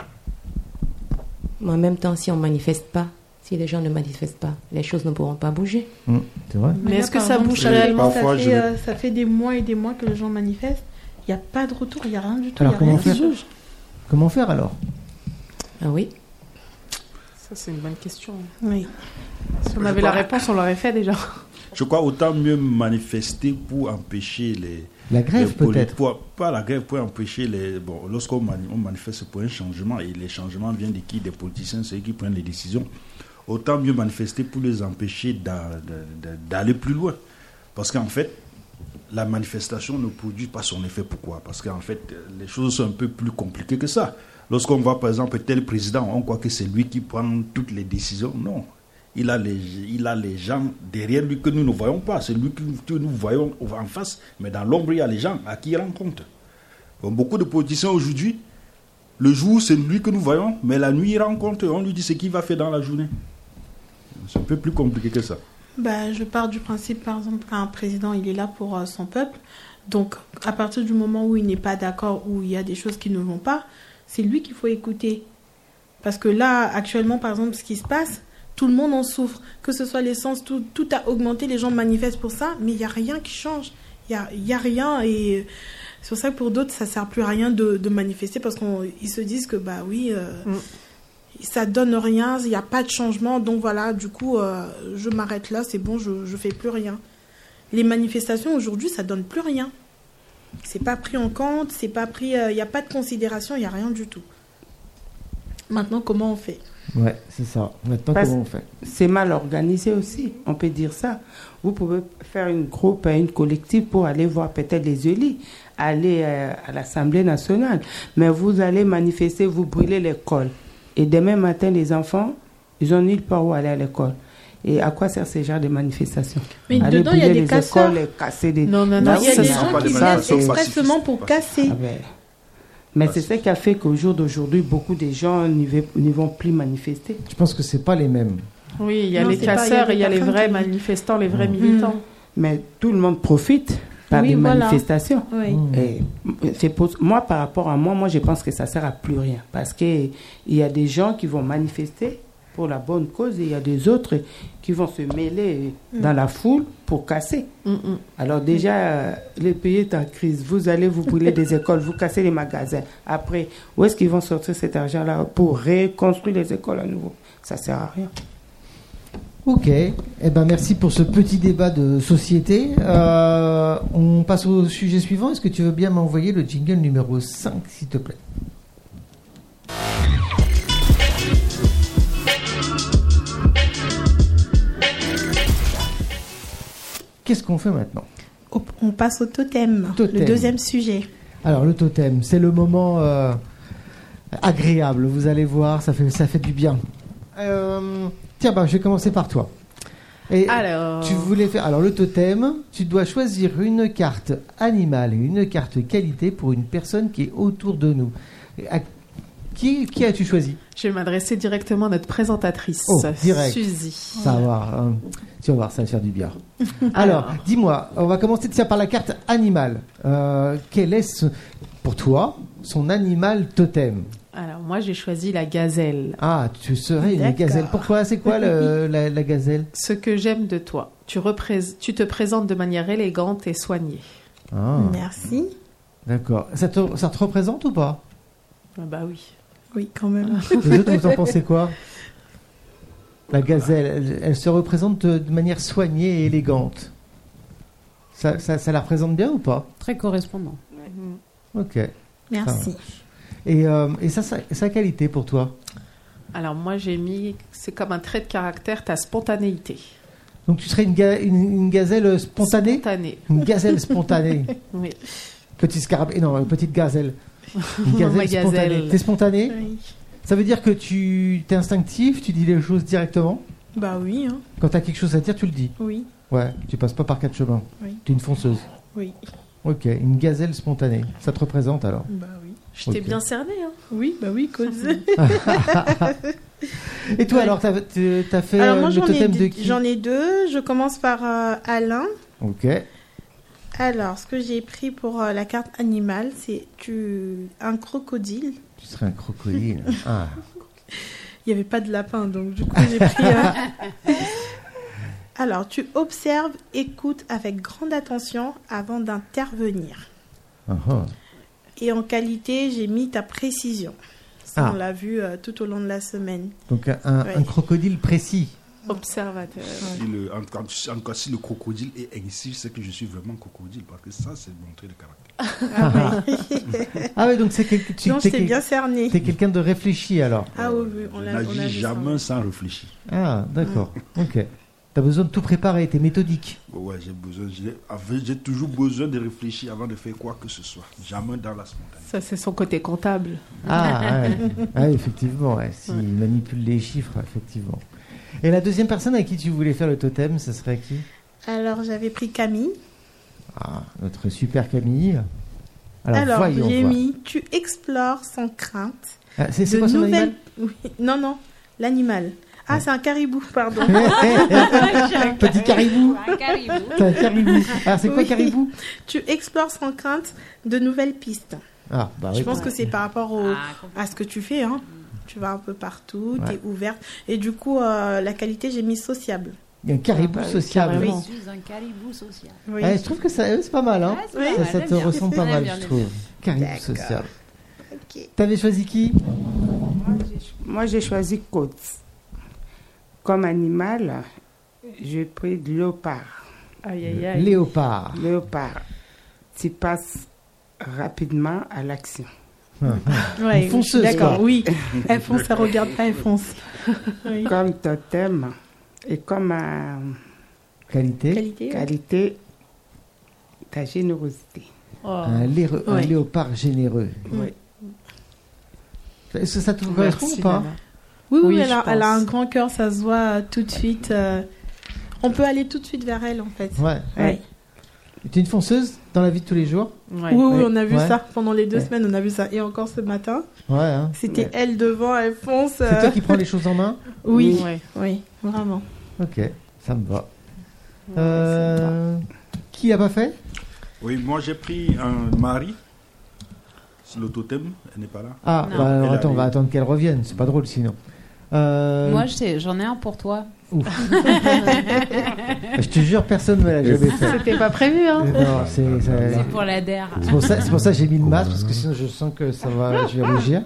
[SPEAKER 6] Mais en même temps, si on ne manifeste pas, si les gens ne manifestent pas, les choses ne pourront pas bouger.
[SPEAKER 8] Hmm,
[SPEAKER 7] Mm. C'est vrai.
[SPEAKER 4] Mais
[SPEAKER 1] Là,
[SPEAKER 4] est-ce que
[SPEAKER 1] par
[SPEAKER 4] ça
[SPEAKER 1] exemple,
[SPEAKER 4] bouge
[SPEAKER 1] ça-
[SPEAKER 4] réellement
[SPEAKER 3] Parfois,
[SPEAKER 1] ça,
[SPEAKER 3] je-
[SPEAKER 1] fait, euh, ça fait des mois et des mois que les gens manifestent. Il n'y a pas de retour, il n'y a rien du tout.
[SPEAKER 7] Alors,
[SPEAKER 1] y a
[SPEAKER 7] comment
[SPEAKER 1] rien qui
[SPEAKER 7] faire
[SPEAKER 1] bouge.
[SPEAKER 7] Comment faire alors
[SPEAKER 6] Ah oui
[SPEAKER 4] Ça, c'est une bonne question.
[SPEAKER 1] Oui.
[SPEAKER 4] Si on avait la réponse, on l'aurait fait déjà.
[SPEAKER 3] Je crois autant mieux manifester pour empêcher les.
[SPEAKER 7] La grève
[SPEAKER 3] les poli-
[SPEAKER 7] peut-être.
[SPEAKER 3] pour- Pas la grève, pour empêcher les. Bon, lorsqu'on mani- on manifeste pour un changement, et les changements viennent de qui Des politiciens, ceux qui prennent les décisions. Autant mieux manifester pour les empêcher d'a- d'a- d'a- d'aller plus loin. Parce qu'en fait, la manifestation ne produit pas son effet. Pourquoi Parce qu'en fait, euh, les choses sont un peu plus compliquées que ça. Lorsqu'on voit par exemple tel président, on croit que c'est lui qui prend toutes les décisions. Non. Il a, les, il a les gens derrière lui que nous ne voyons pas. C'est lui que nous- que nous voyons en face, mais dans l'ombre, il y a les gens à qui il rend compte. Bon, beaucoup de politiciens aujourd'hui, le jour, c'est lui que nous voyons, mais la nuit, il rend compte. On lui dit ce qu'il va faire dans la journée. C'est un peu plus compliqué que ça.
[SPEAKER 1] Bah, je pars du principe, par exemple, qu'un président, il est là pour euh, son peuple. Donc, à partir du moment où il n'est pas d'accord, où il y a des choses qui ne vont pas, c'est lui qu'il faut écouter. Parce que là, actuellement, par exemple, ce qui se passe, tout le monde en souffre. Que ce soit l'essence, tout, tout a augmenté, les gens manifestent pour ça, mais il n'y a rien qui change. Il n'y a, il y a rien. Et c'est pour ça que pour d'autres, ça ne sert plus à rien de, de manifester parce qu'ils se disent que, bah oui, euh,
[SPEAKER 4] Mm.
[SPEAKER 1] ça donne rien, il n'y a pas de changement. Donc voilà, du coup, euh, je m'arrête là, c'est bon, je ne fais plus rien. Les manifestations aujourd'hui, ça donne plus rien. C'est pas pris en compte, c'est pas pris, il n'y a pas de considération, il n'y a rien du tout. Maintenant, comment on fait
[SPEAKER 7] Ouais, c'est ça. Maintenant,
[SPEAKER 5] Parce-
[SPEAKER 7] comment on fait
[SPEAKER 5] C'est mal organisé aussi, on peut dire ça. Vous pouvez faire une groupe, une collective pour aller voir peut-être les élites, aller euh, à l'Assemblée nationale. Mais vous allez manifester, vous brûlez l'école. Et demain matin, les enfants, ils ont nulle part où aller à l'école. Et à quoi sert ce genre de manifestation
[SPEAKER 1] Mais
[SPEAKER 5] Aller
[SPEAKER 1] dedans, il y a
[SPEAKER 5] brûler
[SPEAKER 1] des
[SPEAKER 5] les
[SPEAKER 1] casseurs.
[SPEAKER 5] écoles, et casser des...
[SPEAKER 4] Non, non,
[SPEAKER 1] Non,
[SPEAKER 4] non,
[SPEAKER 1] il y a
[SPEAKER 4] Bah ça
[SPEAKER 1] des
[SPEAKER 4] ne
[SPEAKER 3] sera
[SPEAKER 1] gens
[SPEAKER 3] pas
[SPEAKER 1] qui
[SPEAKER 3] des
[SPEAKER 1] viennent
[SPEAKER 3] manifestations
[SPEAKER 1] expressément
[SPEAKER 3] pacifistes,
[SPEAKER 1] pour
[SPEAKER 3] parce-
[SPEAKER 1] casser.
[SPEAKER 5] Ah ben. Mais c'est ce qui a fait qu'au jour d'aujourd'hui, beaucoup de gens n'y va- n'y vont plus manifester.
[SPEAKER 7] Je pense que c'est pas les mêmes.
[SPEAKER 4] Oui, il y a
[SPEAKER 1] Non,
[SPEAKER 4] les
[SPEAKER 1] c'est pas- il y a
[SPEAKER 4] casseurs
[SPEAKER 1] des
[SPEAKER 4] et il y a les
[SPEAKER 1] personnes
[SPEAKER 4] vrais
[SPEAKER 1] qui- Mm.
[SPEAKER 4] manifestants, les vrais militants.
[SPEAKER 5] Mais tout le monde profite par
[SPEAKER 2] Oui,
[SPEAKER 5] des
[SPEAKER 2] voilà.
[SPEAKER 5] manifestations.
[SPEAKER 2] Oui.
[SPEAKER 7] Oh.
[SPEAKER 5] Et
[SPEAKER 4] Mm.
[SPEAKER 5] Eh, c'est pour- moi, par rapport à moi, moi, je pense que ça sert à plus rien. Parce qu'il y a des gens qui vont manifester pour la bonne cause et il y a des autres qui vont se mêler dans la foule pour casser.
[SPEAKER 4] Mm,
[SPEAKER 5] Alors déjà, euh, le pays est en crise. Vous allez vous brûler des écoles, vous casser les magasins. Après, où est-ce qu'ils vont sortir cet argent-là pour reconstruire les écoles à nouveau Ça sert à rien.
[SPEAKER 7] Ok, eh ben merci pour ce petit débat de société. Euh, on passe au sujet suivant. Est-ce que tu veux bien m'envoyer le jingle numéro 5, s'il te plaît Qu'est-ce qu'on fait maintenant
[SPEAKER 1] Au- On passe au totem,
[SPEAKER 7] Totem.
[SPEAKER 1] le deuxième sujet.
[SPEAKER 7] Alors le totem, c'est le moment euh, agréable, vous allez voir, ça fait, ça fait du bien. Euh, tiens, bah, je vais commencer par toi. Et
[SPEAKER 4] mm. Alors,
[SPEAKER 7] tu voulais faire... Alors le totem, tu dois choisir une carte animale et une carte qualité pour une personne qui est autour de nous. Et à- Qui, qui as-tu choisi
[SPEAKER 4] je vais m'adresser directement à notre présentatrice,
[SPEAKER 7] Oh, direct.
[SPEAKER 4] Suzy.
[SPEAKER 7] Ça va voir, hein. tu vas voir, ça va te faire du bien. Alors, dis-moi, on va commencer tiens, par la carte animale. Euh, quel est ce- pour toi son animal totem
[SPEAKER 4] Alors, moi, j'ai choisi la gazelle.
[SPEAKER 7] Ah, tu serais une
[SPEAKER 1] D'accord.
[SPEAKER 7] gazelle. Pourquoi C'est quoi le- la, la gazelle
[SPEAKER 4] Ce que j'aime de toi, tu, représ- tu te présentes de manière élégante et soignée.
[SPEAKER 7] Ah,
[SPEAKER 1] Merci.
[SPEAKER 7] D'accord. Ça te, ça te représente ou pas
[SPEAKER 4] Ah bah oui.
[SPEAKER 1] Oui, quand même.
[SPEAKER 7] Les autres, vous en pensez quoi La gazelle, elle, elle se représente de manière soignée et élégante. Ça, ça, ça la représente bien ou pas
[SPEAKER 2] Très correspondant.
[SPEAKER 7] Ok.
[SPEAKER 1] Merci.
[SPEAKER 7] Ah. Et, euh, et ça, ça, sa qualité pour toi
[SPEAKER 4] Alors, moi, j'ai mis, c'est comme un trait de caractère, ta spontanéité.
[SPEAKER 7] Donc tu serais une, ga- une- une gazelle spontanée
[SPEAKER 4] Spontanée.
[SPEAKER 7] Une gazelle spontanée.
[SPEAKER 4] Oui.
[SPEAKER 7] Petit scarabée. Non, une petite gazelle. Une
[SPEAKER 4] Ma
[SPEAKER 7] gazelle
[SPEAKER 4] gazelle.
[SPEAKER 7] spontanée. T'es spontanée
[SPEAKER 1] Oui.
[SPEAKER 7] Ça veut dire que tu es instinctif, tu dis les choses directement.
[SPEAKER 1] Bah oui, hein.
[SPEAKER 7] Quand tu as quelque chose à dire, tu le dis.
[SPEAKER 1] oui,
[SPEAKER 7] Ouais, tu passes pas par quatre chemins.
[SPEAKER 1] Oui.
[SPEAKER 7] Tu es une fonceuse.
[SPEAKER 1] oui,
[SPEAKER 7] Ok, une gazelle spontanée. Ça te représente alors.
[SPEAKER 1] bah oui.
[SPEAKER 4] Je t'ai
[SPEAKER 7] Ok.
[SPEAKER 4] bien cernée. Hein.
[SPEAKER 1] Oui, bah oui, cause.
[SPEAKER 7] Et toi
[SPEAKER 1] Ouais.
[SPEAKER 7] alors, t'as t'es- t'as fait
[SPEAKER 1] Alors
[SPEAKER 7] euh,
[SPEAKER 1] moi
[SPEAKER 7] le
[SPEAKER 1] j'en ai,
[SPEAKER 7] totem de
[SPEAKER 1] deux-
[SPEAKER 7] qui
[SPEAKER 1] j'en ai deux. Je commence par euh, Alain.
[SPEAKER 7] Ok.
[SPEAKER 1] Alors, ce que j'ai pris pour euh, la carte animale, c'est tu... un crocodile.
[SPEAKER 7] Tu serais un crocodile. Ah.
[SPEAKER 1] Il n'y avait pas de lapin, donc du coup j'ai pris. euh, Alors, tu observes, écoutes avec grande attention avant d'intervenir.
[SPEAKER 7] Ah, ah.
[SPEAKER 1] Et en qualité, j'ai mis ta précision. Ça,
[SPEAKER 7] Ah.
[SPEAKER 1] on l'a vu euh, tout au long de la semaine.
[SPEAKER 7] Donc un, un-
[SPEAKER 1] Ouais.
[SPEAKER 7] un crocodile précis.
[SPEAKER 4] Observateur.
[SPEAKER 3] Si le, en, en- en- si le crocodile est ainsi, c'est que je suis vraiment crocodile, parce que ça, c'est montrer le caractère.
[SPEAKER 1] Ah, oui.
[SPEAKER 7] Ah oui, donc c'est quelque- tu
[SPEAKER 1] non,
[SPEAKER 7] t'es
[SPEAKER 1] je t'ai
[SPEAKER 7] quel-
[SPEAKER 1] bien cerné.
[SPEAKER 7] t'es quelqu'un de réfléchi alors.
[SPEAKER 1] Ah oui, oui, on
[SPEAKER 3] je
[SPEAKER 1] l'a on l'a
[SPEAKER 3] n'agis
[SPEAKER 1] vu ça.
[SPEAKER 3] jamais sans réfléchir.
[SPEAKER 7] Ah d'accord.
[SPEAKER 1] Mm.
[SPEAKER 7] Ok. T'as besoin de tout préparer, t'es méthodique.
[SPEAKER 3] Ouais, j'ai besoin, j'ai avec- j'ai toujours besoin de réfléchir avant de faire quoi que ce soit. Jamais dans la spontanéité.
[SPEAKER 4] Ça, c'est son côté comptable.
[SPEAKER 7] Ah, ouais. Ouais, effectivement, ouais, s'il manipule les chiffres, effectivement. Et la deuxième personne à qui tu voulais faire le totem, ce serait qui
[SPEAKER 1] Alors, j'avais pris Camille.
[SPEAKER 7] Ah, notre super Camille. Alors,
[SPEAKER 1] Alors,
[SPEAKER 7] voyons
[SPEAKER 1] j'ai
[SPEAKER 7] voir.
[SPEAKER 1] mis tu explores sans crainte.
[SPEAKER 7] Ah, c'est c'est
[SPEAKER 1] de
[SPEAKER 7] quoi son
[SPEAKER 1] nouvelles- Oui, Non, non, l'animal. Ah, c'est un caribou, pardon.
[SPEAKER 7] animal Petit caribou.
[SPEAKER 2] Un caribou.
[SPEAKER 7] T'as un caribou. Alors, c'est quoi
[SPEAKER 1] Oui.
[SPEAKER 7] caribou
[SPEAKER 1] tu explores sans crainte de nouvelles pistes.
[SPEAKER 7] Ah, bah oui.
[SPEAKER 1] Je pense
[SPEAKER 7] bah.
[SPEAKER 1] que c'est par rapport au-
[SPEAKER 2] Ah, complètement.
[SPEAKER 1] à ce que tu fais. Hein. Tu vas un peu partout,
[SPEAKER 7] Ouais.
[SPEAKER 1] tu es ouverte. Et du coup, euh, la qualité, j'ai mis sociable.
[SPEAKER 7] Il y a un caribou
[SPEAKER 4] Ah, bah oui,
[SPEAKER 7] sociable.
[SPEAKER 4] carrément.
[SPEAKER 2] Je suis un caribou social.
[SPEAKER 1] Oui.
[SPEAKER 7] Ouais, je trouve que ça, euh, c'est pas mal, hein.
[SPEAKER 2] Ah, c'est
[SPEAKER 1] Oui.
[SPEAKER 2] pas
[SPEAKER 7] ça,
[SPEAKER 2] mal,
[SPEAKER 7] ça
[SPEAKER 2] j'aime
[SPEAKER 7] te
[SPEAKER 2] bien.
[SPEAKER 7] ressemble pas
[SPEAKER 2] J'aime
[SPEAKER 7] mal,
[SPEAKER 2] bien,
[SPEAKER 7] je
[SPEAKER 2] j'aime
[SPEAKER 7] trouve. Caribou
[SPEAKER 1] D'accord.
[SPEAKER 7] sociable.
[SPEAKER 1] Ok.
[SPEAKER 7] T'avais choisi qui
[SPEAKER 5] Moi, j'ai choisi côte. Comme animal, j'ai pris de léopard.
[SPEAKER 4] Aïe, aïe, aïe.
[SPEAKER 7] Léopard.
[SPEAKER 5] Léopard, tu passes rapidement à l'action.
[SPEAKER 1] Ouais,
[SPEAKER 7] Une fonceuse,
[SPEAKER 1] je suis D'accord,
[SPEAKER 7] quoi.
[SPEAKER 1] oui. Elle fonce, elle regarde pas, elle fonce. Oui.
[SPEAKER 5] Comme totem et comme euh,
[SPEAKER 7] Qualité.
[SPEAKER 1] Qualité.
[SPEAKER 5] qualité, ta générosité.
[SPEAKER 4] Oh.
[SPEAKER 7] Un, lé- un
[SPEAKER 1] Ouais.
[SPEAKER 7] léopard généreux.
[SPEAKER 1] Ouais.
[SPEAKER 7] Est-ce que ça te correspond ou
[SPEAKER 4] Merci,
[SPEAKER 7] pas
[SPEAKER 4] Nana.
[SPEAKER 1] Oui, oui,
[SPEAKER 4] Oui,
[SPEAKER 1] elle,
[SPEAKER 4] je
[SPEAKER 1] a, elle a
[SPEAKER 4] pense.
[SPEAKER 1] un grand cœur, ça se voit euh, tout de suite. euh, on peut aller tout de suite vers elle, en fait.
[SPEAKER 7] Ouais.
[SPEAKER 1] Ouais.
[SPEAKER 7] T'es une fonceuse dans la vie de tous les jours
[SPEAKER 4] Ouais.
[SPEAKER 1] Oui, oui,
[SPEAKER 7] Ouais.
[SPEAKER 1] on a vu
[SPEAKER 7] Ouais.
[SPEAKER 1] ça pendant les deux
[SPEAKER 7] Ouais.
[SPEAKER 1] semaines, on a vu ça. Et encore ce matin,
[SPEAKER 7] Ouais. hein.
[SPEAKER 1] c'était
[SPEAKER 7] Ouais.
[SPEAKER 1] elle devant, elle fonce.
[SPEAKER 7] C'est
[SPEAKER 1] euh,
[SPEAKER 7] toi qui prends les choses en main
[SPEAKER 1] Oui,
[SPEAKER 4] Ouais.
[SPEAKER 1] oui, vraiment.
[SPEAKER 7] Ok, ça me va. Euh, qui a pas fait
[SPEAKER 3] Oui, moi j'ai pris un mari. C'est le totem, elle n'est pas là.
[SPEAKER 7] Ah,
[SPEAKER 2] Non.
[SPEAKER 7] bah, alors
[SPEAKER 3] Elle
[SPEAKER 7] attends, on
[SPEAKER 3] arrive.
[SPEAKER 7] va attendre qu'elle revienne. C'est pas drôle sinon. Euh,
[SPEAKER 2] Moi, je sais, j'en ai un pour toi.
[SPEAKER 7] je te jure, personne ne me l'a jamais fait.
[SPEAKER 4] C'était pas prévu, hein
[SPEAKER 7] Non, c'est ça-
[SPEAKER 2] C'est pour la DER.
[SPEAKER 7] c'est pour ça, c'est pour ça que j'ai mis le masque parce que sinon je sens que ça va, je vais rougir.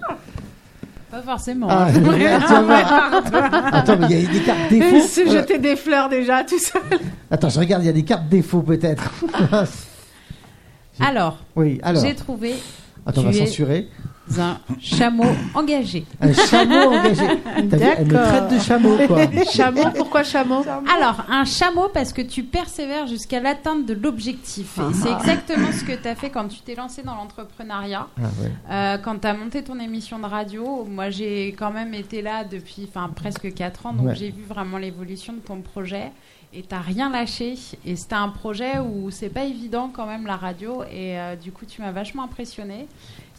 [SPEAKER 2] Pas forcément.
[SPEAKER 7] Ah, merde, ça va. Attends, mais il y a des cartes défauts.
[SPEAKER 4] Il se jeter des fleurs déjà, tout ça.
[SPEAKER 7] Attends, je regarde, il y a des cartes défauts peut-être.
[SPEAKER 2] Alors,
[SPEAKER 7] oui, alors.
[SPEAKER 2] j'ai trouvé
[SPEAKER 7] Attends, on va
[SPEAKER 2] tu es-
[SPEAKER 7] censurer.
[SPEAKER 2] un chameau engagé.
[SPEAKER 7] Un chameau engagé. T'as vu, elle me
[SPEAKER 4] D'accord.
[SPEAKER 7] traite de chameau, quoi.
[SPEAKER 4] Chameau, pourquoi chameau
[SPEAKER 2] Alors, un chameau parce que tu persévères jusqu'à l'atteinte de l'objectif. Et C'est exactement ce que tu as fait quand tu t'es lancé dans l'entrepreneuriat.
[SPEAKER 7] Ah, ouais.
[SPEAKER 2] Euh, quand tu as monté ton émission de radio, moi j'ai quand même été là depuis enfin, presque 4 ans, donc
[SPEAKER 7] Ouais.
[SPEAKER 2] j'ai vu vraiment l'évolution de ton projet et t'as rien lâché. Et c'était un projet où c'est pas évident quand même la radio et euh, du coup tu m'as vachement impressionné.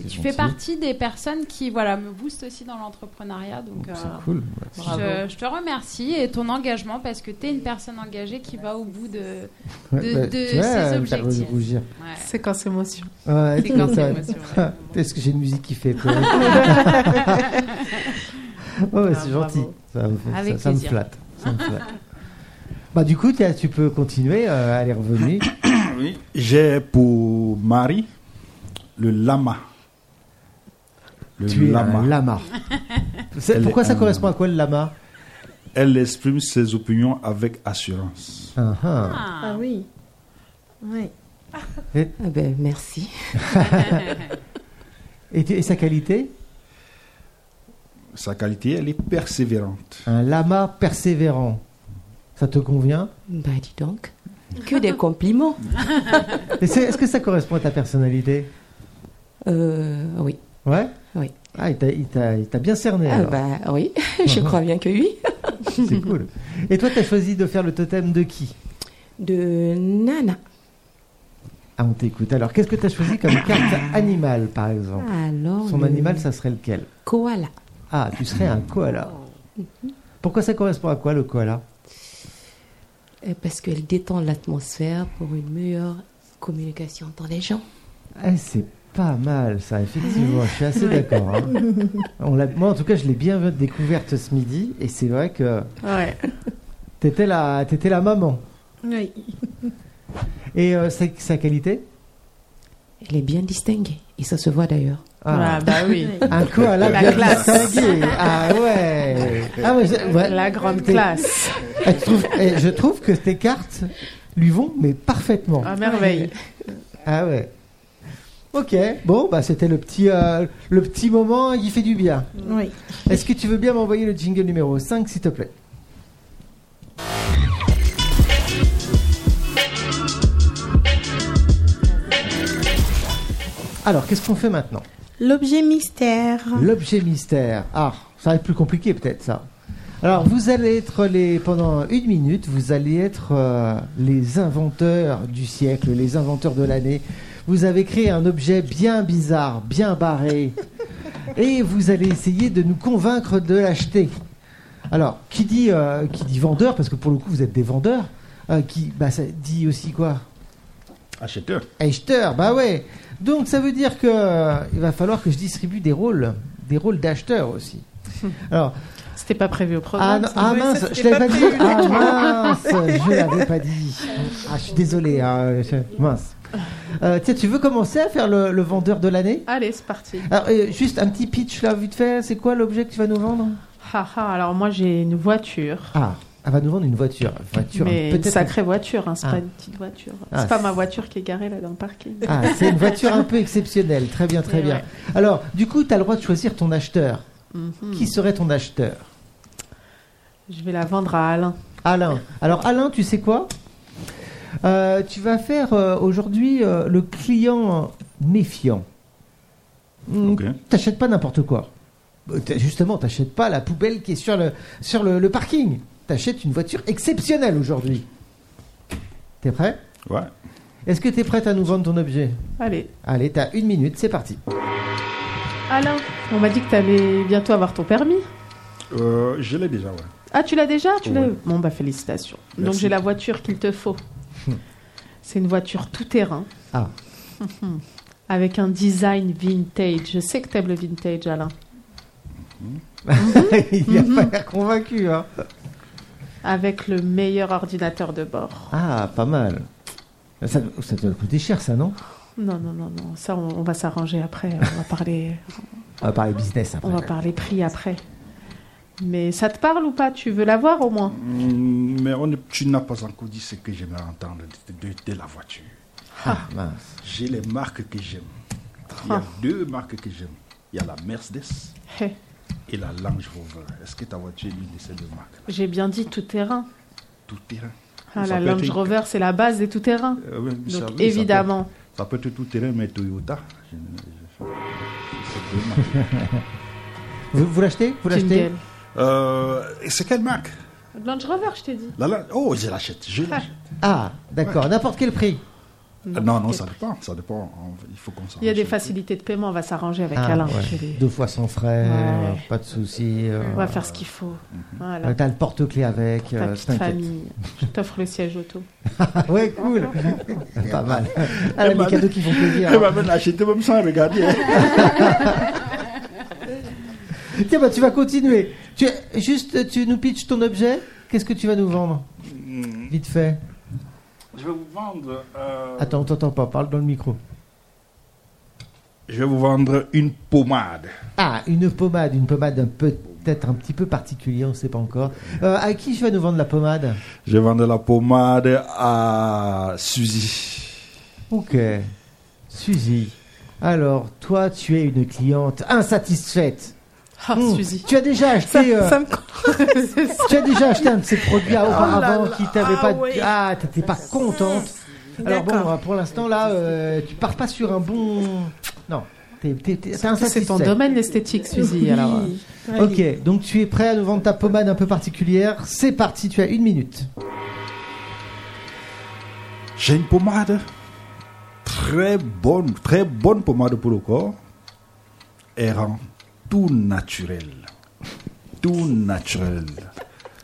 [SPEAKER 2] Et
[SPEAKER 7] C'est
[SPEAKER 2] tu
[SPEAKER 7] gentil.
[SPEAKER 2] fais partie des personnes qui voilà, me boostent aussi dans l'entrepreneuriat, donc euh,
[SPEAKER 7] C'est cool.
[SPEAKER 2] je-
[SPEAKER 4] Bravo.
[SPEAKER 2] je, te remercie et ton engagement parce que tu es une personne engagée qui va au bout de...
[SPEAKER 7] Ouais,
[SPEAKER 2] de-
[SPEAKER 7] bah,
[SPEAKER 2] de
[SPEAKER 7] tu vois,
[SPEAKER 2] ses
[SPEAKER 7] elle me fait
[SPEAKER 2] objectifs.
[SPEAKER 7] rougir.
[SPEAKER 2] Ouais.
[SPEAKER 4] Séquence émotion.
[SPEAKER 7] Ouais,
[SPEAKER 2] C'est quand
[SPEAKER 7] tu
[SPEAKER 2] même
[SPEAKER 7] m'étonnes.
[SPEAKER 2] émotion,
[SPEAKER 7] Est-ce que j'ai une musique qui fait peur Oh, Ouais, c'est
[SPEAKER 4] Ah,
[SPEAKER 7] gentil.
[SPEAKER 4] bravo.
[SPEAKER 7] Ça, me- ça-
[SPEAKER 2] Avec
[SPEAKER 7] ça me
[SPEAKER 2] plaisir.
[SPEAKER 7] flatte. Ça me flatte. bah, du coup, t'as- tu peux continuer. euh, elle est revenue.
[SPEAKER 3] Oui. J'ai pour mari le lama. Le
[SPEAKER 7] tu es
[SPEAKER 3] lama.
[SPEAKER 7] un lama. C'est-
[SPEAKER 3] Elle
[SPEAKER 7] Pourquoi
[SPEAKER 3] est
[SPEAKER 7] ça
[SPEAKER 3] un
[SPEAKER 7] correspond à quoi le lama
[SPEAKER 3] Elle exprime ses opinions avec assurance.
[SPEAKER 7] Ah, ah.
[SPEAKER 2] Ah.
[SPEAKER 1] Ah oui. Ouais.
[SPEAKER 6] Ah ben, merci.
[SPEAKER 7] Et, tu- et sa qualité
[SPEAKER 3] Sa qualité, elle est persévérante.
[SPEAKER 7] Un lama persévérant. Ça te convient
[SPEAKER 6] Bah, dis donc. Que des compliments.
[SPEAKER 7] Et c'est- Est-ce que ça correspond à ta personnalité
[SPEAKER 6] Euh, oui.
[SPEAKER 7] Ouais
[SPEAKER 6] Oui.
[SPEAKER 7] Ah, il t'a- il t'a il t'a bien cerné.
[SPEAKER 6] Ah
[SPEAKER 7] alors.
[SPEAKER 6] bah, oui. Je crois bien que oui.
[SPEAKER 7] C'est cool. Et toi, t'as choisi de faire le totem de qui
[SPEAKER 6] De Nana.
[SPEAKER 7] Ah, on t'écoute. Alors, qu'est-ce que t'as choisi comme carte animale, par exemple
[SPEAKER 6] Alors.
[SPEAKER 7] Son
[SPEAKER 6] le
[SPEAKER 7] animal, ça serait lequel
[SPEAKER 6] Koala.
[SPEAKER 7] Ah, tu serais un koala. Pourquoi ça correspond à quoi le koala
[SPEAKER 6] Euh, Parce qu'elle détend l'atmosphère pour une meilleure communication entre les gens.
[SPEAKER 7] Eh, C'est pas mal, ça, effectivement. Je suis assez d'accord. hein. On l'a- Moi, en tout cas, je l'ai bien découverte ce midi. Et c'est vrai que
[SPEAKER 4] Ouais.
[SPEAKER 7] t'étais la... t'étais la maman.
[SPEAKER 1] Oui.
[SPEAKER 7] Et euh, sa... sa qualité
[SPEAKER 6] Elle est bien distinguée. Et ça se voit d'ailleurs.
[SPEAKER 7] Ah.
[SPEAKER 4] Ah, bah oui.
[SPEAKER 1] Ouais.
[SPEAKER 7] Un koala
[SPEAKER 4] La
[SPEAKER 7] bien
[SPEAKER 4] classe.
[SPEAKER 7] distingué. Ah ouais. Ah, mais je- ouais.
[SPEAKER 4] La grande
[SPEAKER 7] T'es-
[SPEAKER 4] classe.
[SPEAKER 7] Eh, je trouve- eh, je trouve que tes cartes lui vont, mais parfaitement.
[SPEAKER 4] À merveille.
[SPEAKER 7] Ah ouais. Ok, bon, bah c'était le petit, euh, le petit moment qui fait du bien.
[SPEAKER 1] Oui.
[SPEAKER 7] Est-ce que tu veux bien m'envoyer le jingle numéro 5, s'il te plaît Alors, qu'est-ce qu'on fait maintenant
[SPEAKER 1] L'objet mystère.
[SPEAKER 7] L'objet mystère. Ah, ça va être plus compliqué peut-être ça. Alors, vous allez être les. Pendant une minute, vous allez être euh, les inventeurs du siècle, les inventeurs de l'année. Vous avez créé un objet bien bizarre, bien barré. Et vous allez essayer de nous convaincre de l'acheter. Alors, qui dit, euh, qui dit vendeur, parce que pour le coup, vous êtes des vendeurs, euh, qui bah, ça dit aussi quoi
[SPEAKER 3] Acheteur.
[SPEAKER 7] Acheteur, bah ouais. Donc ça veut dire que euh, il va falloir que je distribue des rôles, des rôles d'acheteur aussi. Alors,
[SPEAKER 4] C'était pas prévu au
[SPEAKER 7] ah,
[SPEAKER 4] programme.
[SPEAKER 7] non,
[SPEAKER 4] ça.
[SPEAKER 7] ah
[SPEAKER 1] oui, ça,
[SPEAKER 7] mince,
[SPEAKER 1] c'était
[SPEAKER 7] je
[SPEAKER 1] pas
[SPEAKER 7] l'avais pas dit.
[SPEAKER 1] prévu.
[SPEAKER 7] Ah mince, je l'avais pas dit. Ah, je suis désolé. hein, je- mince. Euh, tiens, tu veux commencer à faire le, le vendeur de l'année
[SPEAKER 4] Allez, c'est parti.
[SPEAKER 7] Alors, euh, juste un petit pitch là, vite fait. C'est quoi l'objet que tu vas nous vendre
[SPEAKER 4] Haha, alors moi j'ai une voiture.
[SPEAKER 7] Ah, elle va nous vendre une voiture. Une voiture
[SPEAKER 4] mais une
[SPEAKER 7] peut-être.
[SPEAKER 4] sacrée voiture, hein, c'est
[SPEAKER 7] Ah.
[SPEAKER 4] pas une petite voiture.
[SPEAKER 7] Ah,
[SPEAKER 4] c'est pas
[SPEAKER 7] c'est-
[SPEAKER 4] ma voiture qui est garée là dans le parking.
[SPEAKER 7] Ah, c'est une voiture un peu exceptionnelle. Très bien, très
[SPEAKER 4] Mais
[SPEAKER 7] bien.
[SPEAKER 4] ouais.
[SPEAKER 7] Alors, du coup, tu as le droit de choisir ton acheteur.
[SPEAKER 4] Mhm.
[SPEAKER 7] Qui serait ton acheteur
[SPEAKER 4] Je vais la vendre à Alain.
[SPEAKER 7] Alain. Alors Alain, tu sais quoi Euh, Tu vas faire euh, aujourd'hui euh, le client méfiant. Hmm,
[SPEAKER 3] Ok.
[SPEAKER 7] T'achètes pas n'importe quoi. Euh, t'as- Justement, t'achètes pas la poubelle qui est sur le, sur le, le parking. T'achètes une voiture exceptionnelle aujourd'hui. T'es prêt
[SPEAKER 3] Ouais.
[SPEAKER 7] Est-ce que t'es prête à nous vendre ton objet
[SPEAKER 4] Allez,
[SPEAKER 7] Allez, t'as une minute, c'est parti.
[SPEAKER 4] Mmh. Alain, on m'a dit que t'allais bientôt avoir ton permis.
[SPEAKER 3] Euh, je l'ai déjà, ouais.
[SPEAKER 4] Ah, tu l'as déjà tu l'as-
[SPEAKER 3] Ouais.
[SPEAKER 4] Bon, bah félicitations. Donc
[SPEAKER 3] Merci.
[SPEAKER 4] j'ai la voiture qu'il te faut. C'est une voiture tout-terrain.
[SPEAKER 7] Ah.
[SPEAKER 4] Mhm. Avec un design vintage. Je sais que t'aimes le vintage, Alain.
[SPEAKER 7] Il a pas
[SPEAKER 4] Mhm.
[SPEAKER 7] l'air convaincu. Hein.
[SPEAKER 4] Avec le meilleur ordinateur de bord.
[SPEAKER 7] Ah, pas mal. Ça, ça doit coûter cher, ça, non
[SPEAKER 4] Non, non, non, non. Ça, on, on va s'arranger après. On va parler,
[SPEAKER 7] On va parler business après.
[SPEAKER 4] on va parler prix après. Mais ça te parle ou pas Tu veux l'avoir au moins
[SPEAKER 3] Mm, Mais on, est- tu n'as pas encore dit ce que j'aimerais entendre de, de- de la voiture.
[SPEAKER 7] Ah, mince.
[SPEAKER 3] J'ai les marques que j'aime. Il y
[SPEAKER 4] Ah.
[SPEAKER 3] a deux marques que j'aime. Il y a la Mercedes
[SPEAKER 4] Hé,
[SPEAKER 3] et la Lange Rover. Est-ce que ta voiture est l'une de ces deux marques
[SPEAKER 4] J'ai bien dit tout terrain.
[SPEAKER 3] Tout terrain.
[SPEAKER 4] Ah,
[SPEAKER 3] Ça
[SPEAKER 4] la
[SPEAKER 3] peut être
[SPEAKER 4] Range
[SPEAKER 3] une-
[SPEAKER 4] Rover, c'est la base des tout terrains.
[SPEAKER 3] Euh, oui, ça- oui, ça
[SPEAKER 4] Donc
[SPEAKER 3] peut être-
[SPEAKER 4] évidemment.
[SPEAKER 3] Ça peut être tout terrain, mais Toyota. je ne- je- c'est deux marques.
[SPEAKER 7] Vous, vous l'achetez Vous l'achetez
[SPEAKER 4] Jingle.
[SPEAKER 3] Euh, et c'est quelle marque
[SPEAKER 4] Range Rover, je t'ai dit.
[SPEAKER 3] La Lange- Oh, je l'achète. Je l'achète.
[SPEAKER 7] Ah, d'accord. N'importe quel prix.
[SPEAKER 3] Euh, non, non, ça dépend. Ça dépend. On- Il faut qu'on
[SPEAKER 4] Il y a des
[SPEAKER 3] s'arrange.
[SPEAKER 4] facilités de paiement, on va s'arranger avec
[SPEAKER 7] Ah,
[SPEAKER 4] Alain.
[SPEAKER 7] ouais.
[SPEAKER 4] Je vais-
[SPEAKER 7] Deux fois sans frais,
[SPEAKER 4] Ouais.
[SPEAKER 7] pas de soucis. euh,
[SPEAKER 4] On va faire ce qu'il faut. Voilà.
[SPEAKER 7] euh, T'as le porte-clés avec.
[SPEAKER 4] Ta
[SPEAKER 7] euh,
[SPEAKER 4] petite
[SPEAKER 7] T'inquiète.
[SPEAKER 4] famille. Je t'offre le siège auto.
[SPEAKER 7] Ah, ouais, cool. pas mal.
[SPEAKER 4] Eh
[SPEAKER 7] Ah,
[SPEAKER 4] ben,
[SPEAKER 7] là, les cadeaux qui font plaisir. hein.
[SPEAKER 3] Elle va même l'acheter même sans regarder.
[SPEAKER 4] ben.
[SPEAKER 7] Tiens, bah, tu vas continuer. Tu, juste, tu nous pitches ton objet. Qu'est-ce que tu vas nous vendre Vite fait.
[SPEAKER 3] Hmm. Je vais vous vendre. euh,
[SPEAKER 7] Attends, on t'entend pas. Parle dans le micro.
[SPEAKER 3] Je vais vous vendre une pommade.
[SPEAKER 7] Ah, une pommade. Une pommade un peu- peut-être un petit peu particulière, on ne sait pas encore. Euh, à qui tu vas nous vendre la pommade
[SPEAKER 3] Je vais vendre la pommade à Suzy.
[SPEAKER 7] Ok. Suzy. Alors, toi, tu es une cliente insatisfaite.
[SPEAKER 4] Ah,
[SPEAKER 2] Oh.
[SPEAKER 7] Hmm.
[SPEAKER 4] Suzy.
[SPEAKER 7] Tu as déjà acheté. euh,
[SPEAKER 4] me comprend.
[SPEAKER 7] Tu as déjà acheté un de ces produits-là auparavant
[SPEAKER 1] Ah, là là,
[SPEAKER 7] qui t'avait
[SPEAKER 1] ah
[SPEAKER 7] pas.
[SPEAKER 1] ouais.
[SPEAKER 7] Ah, t'étais pas contente. Alors bon,
[SPEAKER 1] D'accord.
[SPEAKER 7] pour l'instant là, euh, tu pars pas sur un bon. Non, t'es t'es- t'es- t'es
[SPEAKER 4] C'est ton
[SPEAKER 7] insatisfait.
[SPEAKER 4] domaine esthétique, Suzy. Alors, euh,
[SPEAKER 1] Oui. Allez.
[SPEAKER 7] Ok, donc tu es prêt à nous vendre ta pommade un peu particulière. C'est parti, tu as une minute.
[SPEAKER 3] J'ai une pommade très bonne, très bonne pommade pour le corps. Elle rend tout naturel. Tout naturel.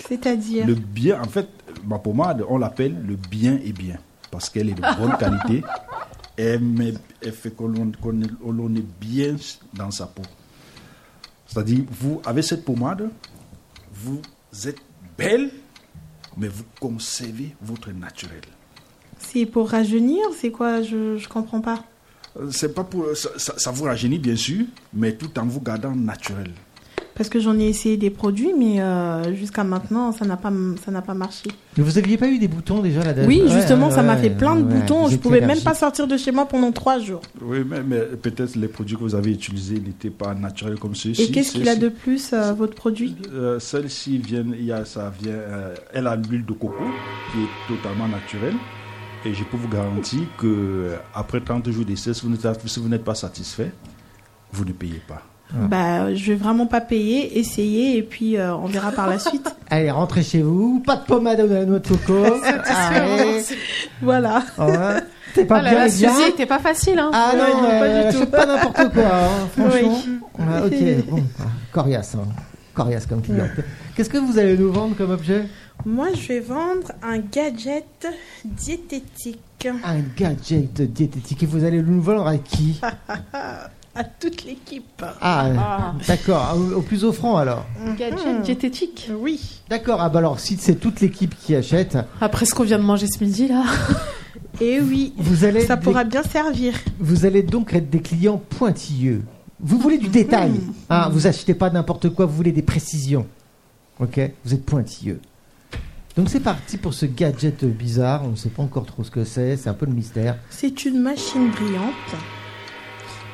[SPEAKER 1] C'est-à-dire
[SPEAKER 3] Le bien, en fait, ma pommade, on l'appelle le bien et bien. Parce qu'elle est de bonne qualité. Elle, met- elle fait que l'on qu'on est- que l'on est bien dans sa peau. C'est-à-dire, vous, avec cette pommade, vous êtes belle, mais vous conservez votre naturel.
[SPEAKER 1] C'est pour rajeunir C'est quoi Je je comprends pas.
[SPEAKER 3] Euh, C'est pas pour, ça, ça- ça vous rajeunit, bien sûr, mais tout en vous gardant naturel.
[SPEAKER 1] Parce que j'en ai essayé des produits, mais euh, jusqu'à maintenant, ça n'a pas, ça n'a pas marché.
[SPEAKER 7] Mais vous aviez pas eu des boutons déjà la dernière
[SPEAKER 1] oui,
[SPEAKER 7] Ouais,
[SPEAKER 1] justement,
[SPEAKER 7] ouais,
[SPEAKER 1] ça m'a
[SPEAKER 7] ouais,
[SPEAKER 1] fait plein de
[SPEAKER 7] ouais,
[SPEAKER 1] boutons.
[SPEAKER 7] vous
[SPEAKER 1] Je
[SPEAKER 7] étiez
[SPEAKER 1] pouvais même
[SPEAKER 7] allergique.
[SPEAKER 1] pas sortir de chez moi pendant trois jours.
[SPEAKER 3] Oui, mais, mais peut-être les produits que vous avez utilisés n'étaient pas naturels comme ceux-ci.
[SPEAKER 1] Et qu'est-ce qu'il a
[SPEAKER 3] Ceux-ci-
[SPEAKER 1] de plus, euh, votre produit
[SPEAKER 3] Euh, Celle-ci vient, il y a, ça vient, euh, elle a l'huile de coco qui est totalement naturelle. Et je peux vous garantir que euh, après 30 jours d'essai, si vous n'êtes- si vous n'êtes pas satisfait, vous ne payez pas.
[SPEAKER 7] Ah.
[SPEAKER 1] Bah, je vais vraiment pas payer, essayer, et puis euh, on verra par la suite.
[SPEAKER 7] Allez, rentrez chez vous. Pas de pommade à la noix de coco. Arrête.
[SPEAKER 1] Voilà.
[SPEAKER 7] Hein. Ah, T'es pas
[SPEAKER 4] ah là
[SPEAKER 7] bien
[SPEAKER 4] là,
[SPEAKER 7] les gars.
[SPEAKER 4] Suzy, t'es pas facile. Hein.
[SPEAKER 7] Ah
[SPEAKER 1] Ouais,
[SPEAKER 7] non,
[SPEAKER 1] non, pas du tout.
[SPEAKER 7] euh, je fais pas n'importe quoi, hein, franchement.
[SPEAKER 1] Oui.
[SPEAKER 7] Ah, ok, bon, ah, coriace, hein. coriace comme cliente. Qu'est-ce que vous allez nous vendre comme objet
[SPEAKER 1] Moi, je vais vendre un gadget diététique
[SPEAKER 7] Un gadget diététique. Et vous allez nous le vendre à qui
[SPEAKER 1] à toute l'équipe.
[SPEAKER 7] Ah, d'accord, au, au plus offrant alors.
[SPEAKER 4] Gadget diététique.
[SPEAKER 1] Oui.
[SPEAKER 7] D'accord, ah bah alors si c'est toute l'équipe qui achète,
[SPEAKER 4] Après ce qu'on vient de manger ce midi, là.
[SPEAKER 1] Et oui.
[SPEAKER 7] vous allez,
[SPEAKER 1] Ça
[SPEAKER 7] des-
[SPEAKER 1] pourra bien servir.
[SPEAKER 7] vous allez donc être des clients pointilleux. Vous voulez du détail,
[SPEAKER 4] Mm.
[SPEAKER 7] hein, vous achetez pas n'importe quoi, vous voulez des précisions. Ok, vous êtes pointilleux. Donc c'est parti pour ce gadget bizarre, on ne sait pas encore trop ce que c'est, c'est un peu le mystère.
[SPEAKER 1] C'est une machine brillante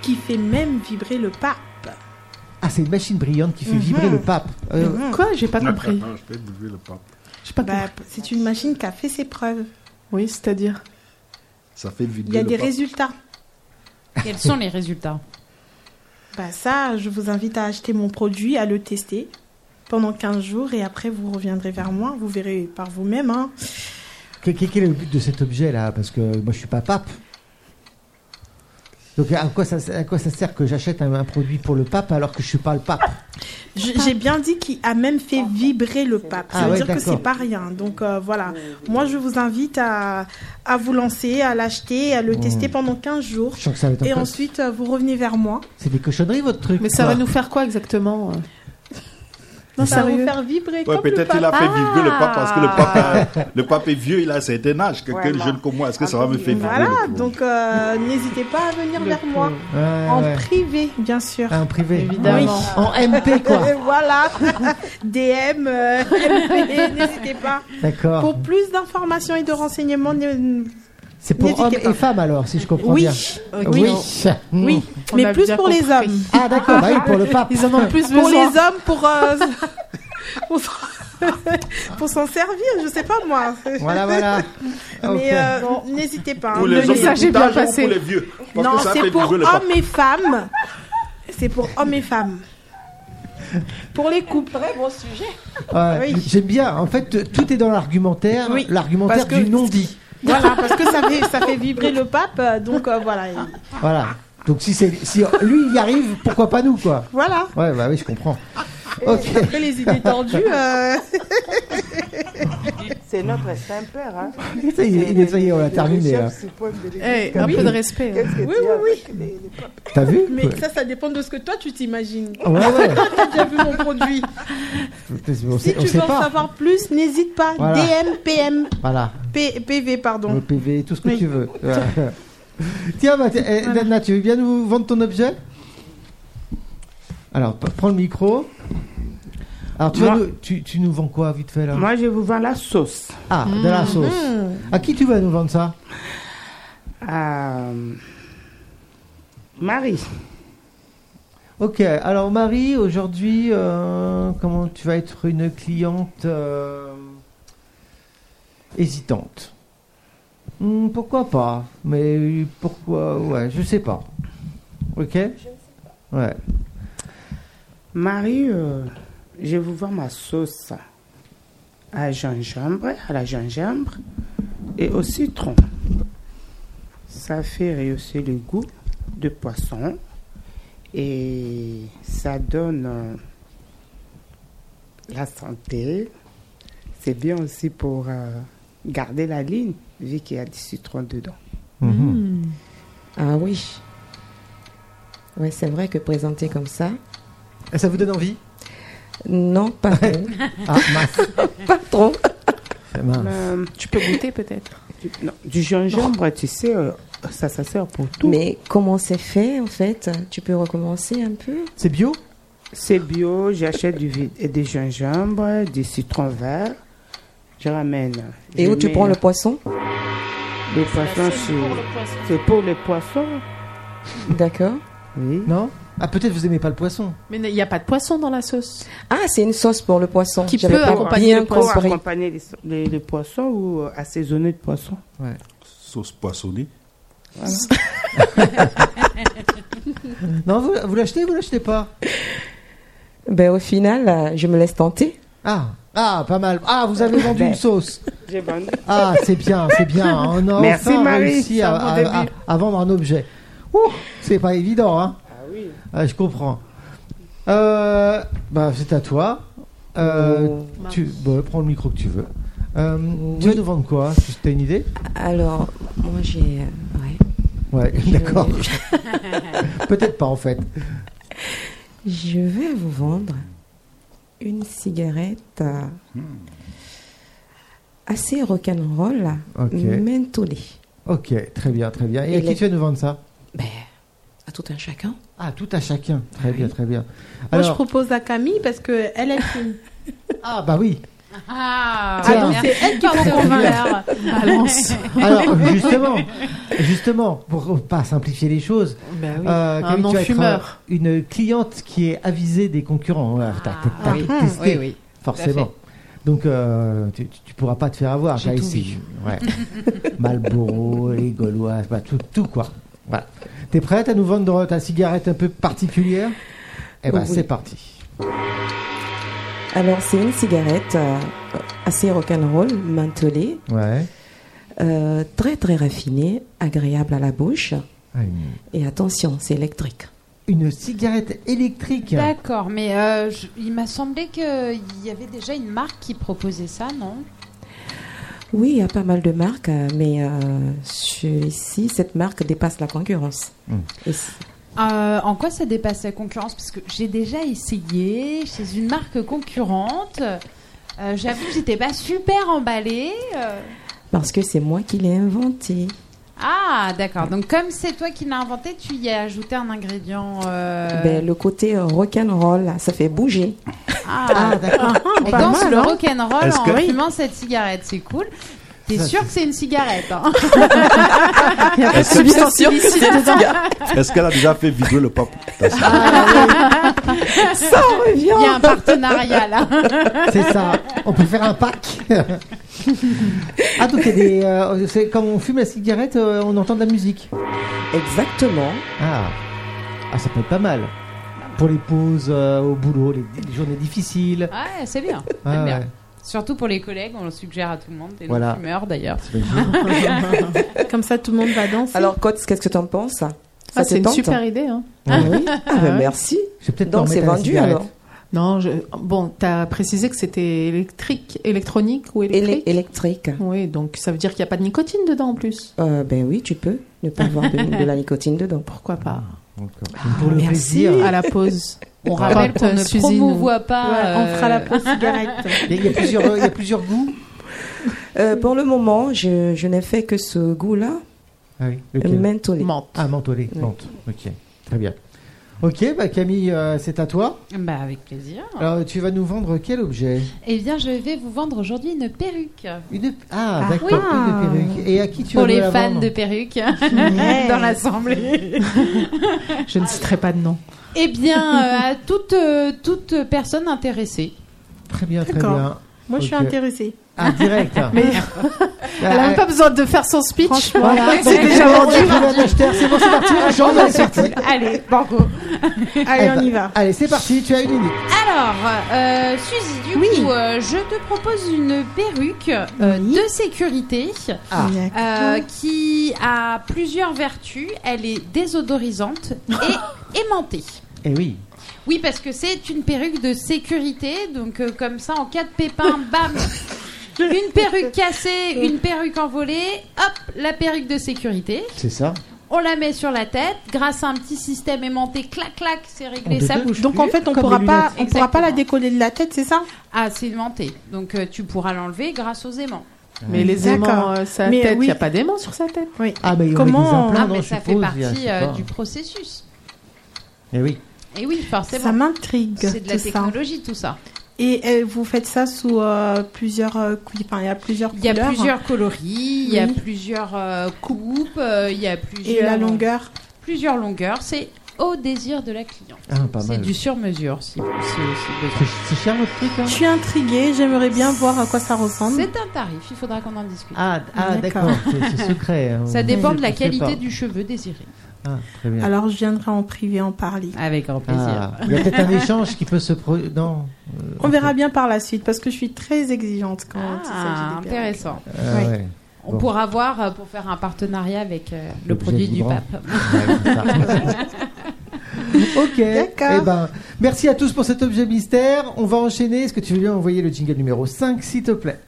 [SPEAKER 1] qui fait même vibrer le pape.
[SPEAKER 7] Ah, c'est une machine brillante qui fait
[SPEAKER 4] Mm-hmm.
[SPEAKER 1] Mhm.
[SPEAKER 7] vibrer le pape. Euh,
[SPEAKER 1] Mhm.
[SPEAKER 4] Quoi J'ai pas compris.
[SPEAKER 3] Attends, je peux bouger le pape.
[SPEAKER 4] J'ai pas
[SPEAKER 1] Bah,
[SPEAKER 4] compris.
[SPEAKER 1] c'est une machine qui a fait ses preuves.
[SPEAKER 4] Oui, c'est-à-dire.
[SPEAKER 3] Ça fait vibrer
[SPEAKER 1] Il y a
[SPEAKER 3] le
[SPEAKER 1] des
[SPEAKER 3] pape.
[SPEAKER 1] résultats.
[SPEAKER 2] Quels sont les résultats
[SPEAKER 1] Bah ça, je vous invite à acheter mon produit, à le tester pendant 15 jours et après vous reviendrez vers moi, vous verrez par vous-même. hein.
[SPEAKER 7] que- que- quel est le but de cet objet là Parce que moi je suis pas pape. Donc à quoi ça, à quoi ça sert que j'achète un, un produit pour le pape alors que je suis pas le pape
[SPEAKER 1] J- J'ai bien dit qu'il a même fait vibrer le pape.
[SPEAKER 7] Ah
[SPEAKER 1] Ça veut
[SPEAKER 7] ouais,
[SPEAKER 1] dire que
[SPEAKER 7] d'accord.
[SPEAKER 1] c'est pas rien. Donc euh, voilà. Moi, je vous invite à, à vous lancer, à l'acheter, à le tester pendant 15 jours.
[SPEAKER 7] Je sens que Oh. ça va être
[SPEAKER 1] Et
[SPEAKER 7] encore-
[SPEAKER 1] ensuite, euh, vous revenez vers moi.
[SPEAKER 7] C'est des cochonneries, votre truc.
[SPEAKER 4] Mais ça va
[SPEAKER 7] quoi.
[SPEAKER 4] nous faire quoi exactement euh Non,
[SPEAKER 1] Ça va vous
[SPEAKER 4] sérieux
[SPEAKER 1] faire vibrer.
[SPEAKER 3] Ouais,
[SPEAKER 1] comme le
[SPEAKER 3] peut-être
[SPEAKER 1] pape.
[SPEAKER 3] il a fait vivre le pape parce que le
[SPEAKER 2] Ah.
[SPEAKER 3] pape, euh, le pape est vieux, il a un certain âge. Quelqu'un de
[SPEAKER 2] Voilà.
[SPEAKER 3] jeune comme moi, est-ce que ça va me faire vibrer
[SPEAKER 1] Ah, Voilà,
[SPEAKER 3] le pape
[SPEAKER 1] donc euh, n'hésitez pas à venir vers moi.
[SPEAKER 7] Ouais,
[SPEAKER 1] En
[SPEAKER 7] Ah ouais.
[SPEAKER 1] privé, bien sûr.
[SPEAKER 7] Ah, en privé.
[SPEAKER 4] Évidemment.
[SPEAKER 7] Oui. En MP, quoi.
[SPEAKER 1] Et voilà, DM, euh, MP, n'hésitez pas.
[SPEAKER 7] D'accord.
[SPEAKER 1] Pour plus d'informations et de renseignements, ne-
[SPEAKER 7] C'est pour hommes
[SPEAKER 1] n'hésitez
[SPEAKER 7] et
[SPEAKER 1] pas.
[SPEAKER 7] femmes, alors, si je comprends
[SPEAKER 1] oui,
[SPEAKER 7] bien.
[SPEAKER 1] oui,
[SPEAKER 7] Mm.
[SPEAKER 1] oui,
[SPEAKER 4] On
[SPEAKER 1] mais
[SPEAKER 4] a
[SPEAKER 1] plus
[SPEAKER 4] bien
[SPEAKER 1] pour les
[SPEAKER 4] compris.
[SPEAKER 1] hommes.
[SPEAKER 7] Ah, d'accord. Bah oui, pour le pape.
[SPEAKER 4] Ils en ont plus
[SPEAKER 1] Pour les
[SPEAKER 4] besoin.
[SPEAKER 1] hommes, pour euh, pour s'en- pour s'en servir, je sais pas moi.
[SPEAKER 7] Voilà, voilà. Ok.
[SPEAKER 1] Mais euh, n'hésitez pas. hein.
[SPEAKER 3] Pour les
[SPEAKER 4] Le
[SPEAKER 3] hommes
[SPEAKER 4] message
[SPEAKER 3] de
[SPEAKER 4] est
[SPEAKER 3] tout
[SPEAKER 4] bien
[SPEAKER 3] âge ou
[SPEAKER 4] passé.
[SPEAKER 3] pour les vieux Parce
[SPEAKER 1] Non,
[SPEAKER 3] que ça fait
[SPEAKER 1] c'est pour
[SPEAKER 3] vibrer le pape.
[SPEAKER 1] hommes et femmes. C'est pour hommes et femmes. Pour les couples.
[SPEAKER 7] Ouais,
[SPEAKER 1] Oui.
[SPEAKER 7] J'aime bien. En fait, euh, tout est dans l'argumentaire,
[SPEAKER 1] Oui,
[SPEAKER 7] l'argumentaire
[SPEAKER 1] parce que-
[SPEAKER 7] du non-dit.
[SPEAKER 1] Voilà, parce que ça fait, ça fait vibrer le pape, euh, donc euh, voilà. Et-
[SPEAKER 7] Voilà. Donc si c'est si lui il y arrive, pourquoi pas nous quoi
[SPEAKER 1] Voilà.
[SPEAKER 7] Ouais, bah oui, je comprends. Ok.
[SPEAKER 1] Après les idées tordues, euh,
[SPEAKER 8] C'est notre Saint-Père. Hein.
[SPEAKER 7] Ça y est, il est- ça y est, on l'a terminé. hein.
[SPEAKER 4] Eh, un peu de respect. hein.
[SPEAKER 8] Qu'est-ce que
[SPEAKER 1] Oui,
[SPEAKER 8] tu as
[SPEAKER 1] oui,
[SPEAKER 8] avec les- les papes
[SPEAKER 7] T'as vu
[SPEAKER 1] mais ça, ça dépend de ce que toi tu t'imagines.
[SPEAKER 7] Ouais, ouais.
[SPEAKER 1] T'as déjà vu mon produit.
[SPEAKER 7] On
[SPEAKER 1] Si
[SPEAKER 7] sait, on
[SPEAKER 1] tu
[SPEAKER 7] sait
[SPEAKER 1] veux en
[SPEAKER 7] pas.
[SPEAKER 1] savoir plus, n'hésite pas.
[SPEAKER 7] Voilà. Euh,
[SPEAKER 1] DM, PM,
[SPEAKER 7] Voilà.
[SPEAKER 1] P- PV,
[SPEAKER 7] Le
[SPEAKER 1] pardon.
[SPEAKER 7] PV, tout ce que
[SPEAKER 1] Oui.
[SPEAKER 7] tu veux. Ouais. Tiens, bah, tiens, eh, Dana, tu veux bien nous vendre ton objet Alors, p- prends le micro. Alors, tu, vas
[SPEAKER 5] Moi-
[SPEAKER 7] nous, tu, tu nous vends quoi, vite fait, là
[SPEAKER 5] Moi, Mhm. je vous vends la sauce.
[SPEAKER 7] Ah, de la sauce.
[SPEAKER 1] Hmm.
[SPEAKER 7] À qui tu vas nous vendre ça
[SPEAKER 5] à euh, Marie,
[SPEAKER 7] Ok, alors Marie, aujourd'hui, euh, comment tu vas être une cliente euh, hésitante Hmm, Pourquoi pas Mais pourquoi Ouais, je sais pas. Ok Je ne sais pas. Ouais.
[SPEAKER 5] Marie, euh, je vous vends ma sauce à gingembre, à la gingembre et au citron. Ça fait rehausser le goût de poisson et ça donne euh, la santé. C'est bien aussi pour euh, garder la ligne vu qu'il y a du citron dedans. Mhm.
[SPEAKER 6] Ah oui. Ouais, c'est vrai que présenté comme ça,
[SPEAKER 7] Et ça vous donne envie
[SPEAKER 6] non, pas trop.
[SPEAKER 7] Ah, mince.
[SPEAKER 6] pas trop.
[SPEAKER 7] C'est mince.
[SPEAKER 5] Euh,
[SPEAKER 4] Tu peux goûter peut-être.
[SPEAKER 5] du, non, du gingembre, tu sais, euh, ça, ça sert pour tout.
[SPEAKER 6] Mais comment c'est fait en fait Tu peux recommencer un peu
[SPEAKER 7] C'est bio
[SPEAKER 5] C'est bio, j'achète du, vi- et des gingembre, du citron vert, je ramène.
[SPEAKER 6] Et
[SPEAKER 5] Je
[SPEAKER 6] où tu
[SPEAKER 5] mets
[SPEAKER 6] prends le poisson
[SPEAKER 5] le poisson sur- C'est pour les poissons
[SPEAKER 6] D'accord.
[SPEAKER 5] Oui.
[SPEAKER 7] Non Ah, peut-être vous aimez pas le poisson.
[SPEAKER 4] Mais il n'y a pas de poisson dans la sauce.
[SPEAKER 6] Ah, c'est une sauce pour le poisson.
[SPEAKER 4] Qui
[SPEAKER 6] J'avais
[SPEAKER 4] peut
[SPEAKER 6] pas
[SPEAKER 4] accompagner
[SPEAKER 6] bien
[SPEAKER 4] le poisson.
[SPEAKER 5] Pour
[SPEAKER 6] compris.
[SPEAKER 5] accompagner les, so- les- les poissons ou euh, assaisonner de poissons.
[SPEAKER 3] Sauce poissonnée.
[SPEAKER 7] Non, vous, vous l'achetez ou vous l'achetez pas
[SPEAKER 6] Ben, au final, euh, je me laisse tenter.
[SPEAKER 7] Ah, ah, pas mal. Ah, vous avez vendu
[SPEAKER 5] Ben.
[SPEAKER 7] une sauce.
[SPEAKER 5] J'ai vendu.
[SPEAKER 7] Ah, c'est bien, c'est bien. On a
[SPEAKER 5] Merci,
[SPEAKER 7] enfin
[SPEAKER 5] Marie,
[SPEAKER 7] réussi
[SPEAKER 5] c'est
[SPEAKER 7] à,
[SPEAKER 5] un bon
[SPEAKER 7] à-
[SPEAKER 5] début.
[SPEAKER 7] à- à vendre un objet. Ouh, c'est pas évident, hein
[SPEAKER 5] Ah oui.
[SPEAKER 7] Ah, Je comprends. Euh, bah, c'est à toi. Euh, tu, bah, prends le micro que tu veux. Euh, Tu vas nous vendre quoi Tu as une idée
[SPEAKER 6] Alors, moi j'ai. euh, ouais.
[SPEAKER 7] Ouais,
[SPEAKER 6] Je-
[SPEAKER 7] d'accord. Peut-être pas en fait.
[SPEAKER 6] Je vais vous vendre une cigarette euh,
[SPEAKER 7] Hmm.
[SPEAKER 6] assez rock'n'roll,
[SPEAKER 7] Ok.
[SPEAKER 6] mentholée.
[SPEAKER 7] Ok, très bien, très bien. Et à
[SPEAKER 6] Et
[SPEAKER 7] qui
[SPEAKER 6] les-
[SPEAKER 7] tu vas nous vendre ça
[SPEAKER 6] Ben, à tout un chacun.
[SPEAKER 7] Ah, tout à chacun. Très bien, très bien.
[SPEAKER 1] Moi, je
[SPEAKER 7] Alors,
[SPEAKER 1] propose à Camille parce que elle, elle fume.
[SPEAKER 7] ah bah oui.
[SPEAKER 2] Ah,
[SPEAKER 7] Tiens.
[SPEAKER 2] donc c'est elle qui te convainc.
[SPEAKER 4] Balance.
[SPEAKER 7] Alors justement, justement, pour pas simplifier les choses,
[SPEAKER 4] Ben oui.
[SPEAKER 7] euh,
[SPEAKER 4] un
[SPEAKER 7] Camille, tu vas être,
[SPEAKER 4] non-fumeur. Ah.
[SPEAKER 7] euh, une cliente qui est avisée des concurrents.
[SPEAKER 2] Ah,
[SPEAKER 7] Alors, T'as t'as- t'as
[SPEAKER 4] oui.
[SPEAKER 7] tout
[SPEAKER 4] Oui,
[SPEAKER 7] testé,
[SPEAKER 4] oui.
[SPEAKER 7] forcément. Donc euh, tu, tu- tu pourras pas te faire avoir.
[SPEAKER 4] J'ai
[SPEAKER 7] t'as
[SPEAKER 4] tout
[SPEAKER 7] essayé. Ouais. Marlboro, les Gauloises, bah, tout, tout quoi. Voilà. T'es prête à nous vendre ta cigarette un peu particulière
[SPEAKER 4] Oh
[SPEAKER 7] Eh ben
[SPEAKER 6] Oui.
[SPEAKER 7] c'est parti.
[SPEAKER 6] Alors, c'est une cigarette euh, assez rock'n'roll, mentholée,
[SPEAKER 7] Ouais.
[SPEAKER 6] euh, très très raffinée, agréable à la bouche.
[SPEAKER 7] Ah, une-
[SPEAKER 6] Et attention, c'est électrique.
[SPEAKER 7] une cigarette électrique.
[SPEAKER 2] D'accord, mais euh, je- il m'a semblé qu'il y avait déjà une marque qui proposait ça, non
[SPEAKER 6] Oui, il y a pas mal de marques, euh, mais euh, celui-ci, cette marque dépasse la concurrence.
[SPEAKER 7] Mm.
[SPEAKER 6] Et c-
[SPEAKER 2] Euh, En quoi ça dépasse la concurrence Parce que j'ai déjà essayé chez une marque concurrente. Euh, J'avoue que j'étais pas super emballée. euh.
[SPEAKER 6] parce que c'est moi qui l'ai inventé.
[SPEAKER 2] Ah, d'accord. Donc comme c'est toi qui l'as inventé, tu y as ajouté un ingrédient. euh,
[SPEAKER 6] Ben, le côté euh, rock'n'roll, là, ça fait bouger.
[SPEAKER 2] Ah,
[SPEAKER 7] d'accord.
[SPEAKER 2] et
[SPEAKER 7] Pas
[SPEAKER 2] danse
[SPEAKER 7] mal,
[SPEAKER 2] le
[SPEAKER 7] hein.
[SPEAKER 2] rock'n'roll
[SPEAKER 3] Est-ce
[SPEAKER 2] en
[SPEAKER 3] que-
[SPEAKER 2] fumant cette cigarette, c'est cool. T'es
[SPEAKER 7] Ça,
[SPEAKER 2] sûr que c'est une cigarette hein
[SPEAKER 3] Est-ce que-
[SPEAKER 4] Substance illicite dedans.
[SPEAKER 3] est-ce qu'elle a déjà fait vibrer le pape Ta cigarette
[SPEAKER 6] Ça revient
[SPEAKER 2] Il y a un partenariat là.
[SPEAKER 7] C'est ça. On peut faire un pack. ah, donc il y a des. euh, c'est quand on fume la cigarette, euh, on entend de la musique.
[SPEAKER 6] Exactement.
[SPEAKER 7] Ah. Ah, ça peut être pas mal. Pour les pauses euh, au boulot, les, les journées difficiles.
[SPEAKER 2] Ouais, c'est bien.
[SPEAKER 6] Ah,
[SPEAKER 7] Ouais,
[SPEAKER 2] J'aime bien.
[SPEAKER 7] ouais.
[SPEAKER 2] Surtout pour les collègues, on le suggère à tout le monde. Et
[SPEAKER 7] Voilà.
[SPEAKER 2] les fumeurs d'ailleurs.
[SPEAKER 7] C'est pas idiot.
[SPEAKER 1] Comme ça, tout le monde va danser.
[SPEAKER 6] Alors, Cote, qu'est-ce que tu en penses Ça
[SPEAKER 4] Ah,
[SPEAKER 6] te
[SPEAKER 4] c'est une
[SPEAKER 6] tente
[SPEAKER 4] super idée. hein.
[SPEAKER 6] Ah oui Ah, ben,
[SPEAKER 4] ouais.
[SPEAKER 6] Merci.
[SPEAKER 7] Je vais peut-être
[SPEAKER 6] Donc,
[SPEAKER 7] me
[SPEAKER 6] c'est
[SPEAKER 7] remettre à la
[SPEAKER 6] vendu
[SPEAKER 7] cigarette.
[SPEAKER 6] alors
[SPEAKER 4] Non, je... bon, t'as précisé que c'était électrique, électronique ou
[SPEAKER 6] Éle-
[SPEAKER 4] électrique.
[SPEAKER 6] Électrique.
[SPEAKER 4] Oui, donc ça veut dire qu'il n'y a pas de nicotine dedans en plus.
[SPEAKER 6] Euh, ben oui, tu peux ne pas avoir de, de la nicotine dedans.
[SPEAKER 4] Pourquoi pas
[SPEAKER 7] Pour le
[SPEAKER 6] Ah, merci.
[SPEAKER 7] plaisir. Ah,
[SPEAKER 4] À la pause, on
[SPEAKER 2] Je rappelle
[SPEAKER 4] rapporte
[SPEAKER 2] qu'on ne
[SPEAKER 4] Suzy Ah, bah, nous-
[SPEAKER 2] promouvoit pas.
[SPEAKER 1] Ouais, on
[SPEAKER 2] euh,
[SPEAKER 1] fera la pause cigarette.
[SPEAKER 7] Il y a- il y, a plusieurs, euh, il y a plusieurs goûts.
[SPEAKER 6] Euh, pour le moment, je, je n'ai fait que ce goût-là,
[SPEAKER 7] Ah oui.
[SPEAKER 6] le
[SPEAKER 7] Lequel
[SPEAKER 6] mentholé.
[SPEAKER 4] Menthe.
[SPEAKER 7] Ah, mentholé.
[SPEAKER 6] Oui.
[SPEAKER 7] Menthe. Ok. Très bien. Ok, bah Camille, euh, c'est à toi.
[SPEAKER 2] Bah, avec plaisir.
[SPEAKER 7] Alors, tu vas nous vendre quel objet
[SPEAKER 2] Eh bien, je vais vous vendre aujourd'hui une perruque.
[SPEAKER 7] Une ah,
[SPEAKER 1] Ah,
[SPEAKER 7] d'accord,
[SPEAKER 1] oui.
[SPEAKER 7] une perruque. Et à qui tu
[SPEAKER 2] pour
[SPEAKER 7] vas nous
[SPEAKER 2] les
[SPEAKER 7] la
[SPEAKER 2] fans
[SPEAKER 7] vendre
[SPEAKER 2] de perruques dans l'assemblée.
[SPEAKER 4] Je ne citerai pas de nom.
[SPEAKER 2] eh bien, euh, à toute, euh, toute personne intéressée.
[SPEAKER 7] Très bien, très
[SPEAKER 1] D'accord.
[SPEAKER 7] bien.
[SPEAKER 1] Moi, je suis
[SPEAKER 7] Ok.
[SPEAKER 1] intéressée.
[SPEAKER 7] Ah, direct. hein.
[SPEAKER 4] Mais
[SPEAKER 7] Ah,
[SPEAKER 4] elle n'a même
[SPEAKER 7] ah,
[SPEAKER 4] pas besoin de faire son speech.
[SPEAKER 1] Franchement, là,
[SPEAKER 7] donc, on a trouvé un acheteur, c'est bon, c'est parti. Jean, on est sorti.
[SPEAKER 2] Allez, banco.
[SPEAKER 1] allez,
[SPEAKER 7] Eh
[SPEAKER 1] on y
[SPEAKER 7] ben,
[SPEAKER 1] va.
[SPEAKER 7] Allez, c'est parti, tu as une minute.
[SPEAKER 2] Alors, euh, Suzy, du
[SPEAKER 1] Oui.
[SPEAKER 2] coup, euh, je te propose une perruque euh, de sécurité
[SPEAKER 7] Ah.
[SPEAKER 2] euh, qui a plusieurs vertus. Elle est désodorisante et aimantée.
[SPEAKER 7] Eh oui.
[SPEAKER 2] Oui, parce que c'est une perruque de sécurité, donc euh, comme ça, en cas de pépin, bam Une perruque cassée, une perruque envolée, hop, la perruque de sécurité.
[SPEAKER 7] C'est ça.
[SPEAKER 2] On la met sur la tête, grâce à un petit système aimanté, clac clac, c'est réglé,
[SPEAKER 7] On
[SPEAKER 2] ça
[SPEAKER 7] détecte.
[SPEAKER 2] bouge.
[SPEAKER 1] Donc, en fait, on
[SPEAKER 7] Comme
[SPEAKER 1] pourra
[SPEAKER 7] les
[SPEAKER 1] pas,
[SPEAKER 7] lunettes.
[SPEAKER 1] on pourra pas la
[SPEAKER 2] Exactement.
[SPEAKER 1] décoller de la tête, c'est ça
[SPEAKER 2] Ah, c'est aimanté, donc euh, tu pourras l'enlever grâce aux aimants.
[SPEAKER 4] Mais les aimants,
[SPEAKER 1] D'accord.
[SPEAKER 4] euh, sa
[SPEAKER 1] Mais
[SPEAKER 4] tête, il
[SPEAKER 1] oui.
[SPEAKER 4] n'y a pas d'aimant sur sa tête.
[SPEAKER 1] Oui.
[SPEAKER 7] Ah, mais il y aurait
[SPEAKER 1] Comment
[SPEAKER 7] des implants,
[SPEAKER 1] Ah,
[SPEAKER 2] Ah,
[SPEAKER 7] non,
[SPEAKER 2] mais
[SPEAKER 7] je
[SPEAKER 2] ça fait
[SPEAKER 7] suppose, via- je
[SPEAKER 2] partie
[SPEAKER 7] sais
[SPEAKER 2] euh,
[SPEAKER 7] pas.
[SPEAKER 2] du processus.
[SPEAKER 7] Eh oui.
[SPEAKER 2] Et oui,
[SPEAKER 1] Ça
[SPEAKER 2] forcément.
[SPEAKER 1] m'intrigue.
[SPEAKER 2] C'est de la
[SPEAKER 1] tout ça.
[SPEAKER 2] technologie, tout ça.
[SPEAKER 1] Et euh, vous faites ça sous euh, plusieurs euh, cou- enfin, il y a plusieurs
[SPEAKER 2] Il y a
[SPEAKER 1] couleurs.
[SPEAKER 2] plusieurs coloris, il y a
[SPEAKER 1] Oui.
[SPEAKER 2] plusieurs euh, coupes, euh, il y a plusieurs.
[SPEAKER 1] Et la longueur.
[SPEAKER 2] plusieurs longueurs. C'est au désir de la cliente.
[SPEAKER 7] Ah, pas
[SPEAKER 2] C'est
[SPEAKER 7] mal.
[SPEAKER 2] du sur-mesure, si, si- si
[SPEAKER 7] C'est
[SPEAKER 2] besoin.
[SPEAKER 7] c'est cher votre truc, hein
[SPEAKER 1] Je suis intriguée, j'aimerais bien voir à quoi ça ressemble.
[SPEAKER 2] C'est un tarif, il faudra qu'on en discute.
[SPEAKER 7] Ah, ah
[SPEAKER 1] D'accord.
[SPEAKER 7] d'accord, c'est c'est secret. hein.
[SPEAKER 2] Ça dépend de la
[SPEAKER 7] Je sais pas.
[SPEAKER 2] qualité du cheveu désiré.
[SPEAKER 7] Ah, très bien.
[SPEAKER 1] Alors je viendrai en privé en parler.
[SPEAKER 2] Avec grand plaisir.
[SPEAKER 7] Ah, il y a peut-être un échange qui peut se. Pro... Non. euh,
[SPEAKER 1] On verra bien par la suite parce que je suis très exigeante quand
[SPEAKER 2] Ah,
[SPEAKER 1] il s'agit des perruques.
[SPEAKER 2] intéressant.
[SPEAKER 7] Ah,
[SPEAKER 1] Ouais.
[SPEAKER 7] ouais.
[SPEAKER 2] On
[SPEAKER 7] Bon.
[SPEAKER 2] pourra voir euh, pour faire un partenariat avec euh, le
[SPEAKER 7] L'objet
[SPEAKER 2] produit du
[SPEAKER 7] vibrant.
[SPEAKER 2] pape.
[SPEAKER 7] Ouais, c'est ça. ok.
[SPEAKER 1] D'accord.
[SPEAKER 7] Eh ben, merci à tous pour cet objet mystère. On va enchaîner. Est-ce que tu veux bien envoyer le jingle numéro 5, s'il te plaît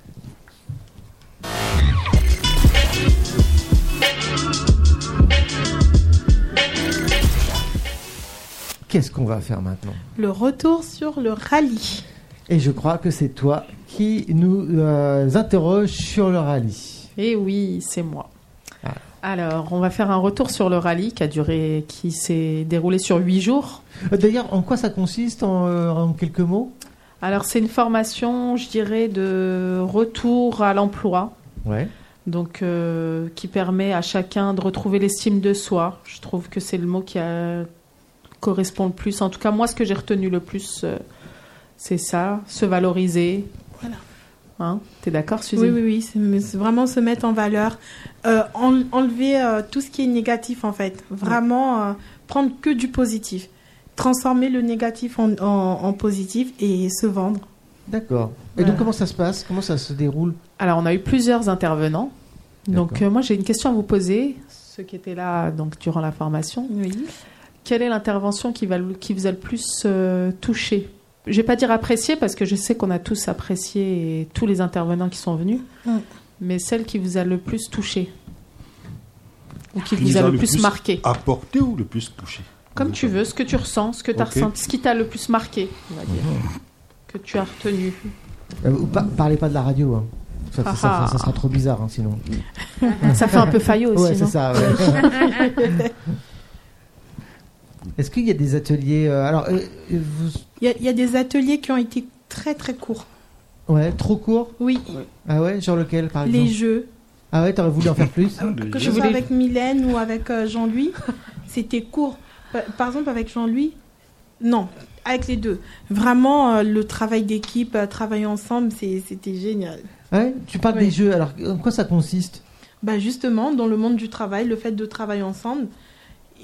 [SPEAKER 7] Qu'est-ce qu'on va faire maintenant
[SPEAKER 1] Le retour sur le rallye.
[SPEAKER 7] Et je crois que c'est toi qui nous euh, interroge sur le rallye.
[SPEAKER 4] Et Eh oui, c'est moi.
[SPEAKER 7] Ah.
[SPEAKER 4] Alors, on va faire un retour sur le rallye qui a duré, qui s'est déroulé sur huit jours.
[SPEAKER 7] Euh, D'ailleurs, en quoi ça consiste en, euh, en quelques mots
[SPEAKER 4] Alors, c'est une formation, je dirais, de retour à l'emploi.
[SPEAKER 7] Ouais.
[SPEAKER 4] donc euh, qui permet à chacun de retrouver l'estime de soi. Je trouve que c'est le mot qui euh, correspond le plus. En tout cas, moi, ce que j'ai retenu le plus, euh, c'est ça, se valoriser.
[SPEAKER 1] Voilà.
[SPEAKER 4] Hein T'es d'accord, Suzy
[SPEAKER 1] Oui, oui, oui, c'est mais c'est vraiment se mettre en valeur, Euh, en- enlever euh, tout ce qui est négatif en fait, vraiment euh, prendre que du positif, transformer le négatif en, en- en positif et se vendre.
[SPEAKER 7] D'accord. Et
[SPEAKER 4] Voilà.
[SPEAKER 7] donc, comment ça se passe Comment ça se déroule
[SPEAKER 4] Alors, on a eu plusieurs intervenants. Donc,
[SPEAKER 7] D'accord.
[SPEAKER 4] euh, moi, j'ai une question à vous poser, ceux qui étaient là donc durant la formation.
[SPEAKER 1] Oui.
[SPEAKER 4] quelle est l'intervention qui, va le- qui vous a le plus euh, touché Je vais pas dire apprécié parce que je sais qu'on a tous apprécié et tous les intervenants qui sont venus,
[SPEAKER 1] Mm.
[SPEAKER 4] mais celle qui vous a le plus touché ou qui
[SPEAKER 3] Qui
[SPEAKER 4] vous
[SPEAKER 3] nous
[SPEAKER 4] a le plus marqué.
[SPEAKER 3] Apporté ou le plus touché
[SPEAKER 4] Comme tu veux, ce que tu ressens, ce que tu as
[SPEAKER 3] Ok.
[SPEAKER 4] ressenti, ce qui t'a le plus marqué, on va dire, que tu as retenu.
[SPEAKER 7] Euh, ou pas- parlez pas de la radio. hein. Ça, ça- ça- ça- ça sera trop bizarre hein, sinon.
[SPEAKER 4] Ça fait un peu faillot Ah. aussi,
[SPEAKER 7] ouais, c'est
[SPEAKER 4] non
[SPEAKER 7] ça. ouais. Est-ce qu'il y a des ateliers euh, Alors, euh, euh, vous-
[SPEAKER 1] Il y a- il y a des ateliers qui ont été très très courts.
[SPEAKER 7] ouais, trop court.
[SPEAKER 1] Oui,
[SPEAKER 7] Ah ouais, genre lequel par exemple
[SPEAKER 1] les jeux,
[SPEAKER 7] Ah ouais, t'aurais voulu en faire plus
[SPEAKER 1] que
[SPEAKER 3] Déjà.
[SPEAKER 1] ce soit
[SPEAKER 4] voulais-
[SPEAKER 1] avec Mylène ou avec euh, Jean-Louis, c'était court. Pa- Par exemple, avec Jean-Louis, non, avec les deux. Vraiment, euh, le travail d'équipe, euh, travailler ensemble, c'est- c'était génial.
[SPEAKER 7] Ouais, tu parles
[SPEAKER 1] Oui.
[SPEAKER 7] des jeux. Alors, en quoi ça consiste
[SPEAKER 1] Bah justement, dans le monde du travail, le fait de travailler ensemble,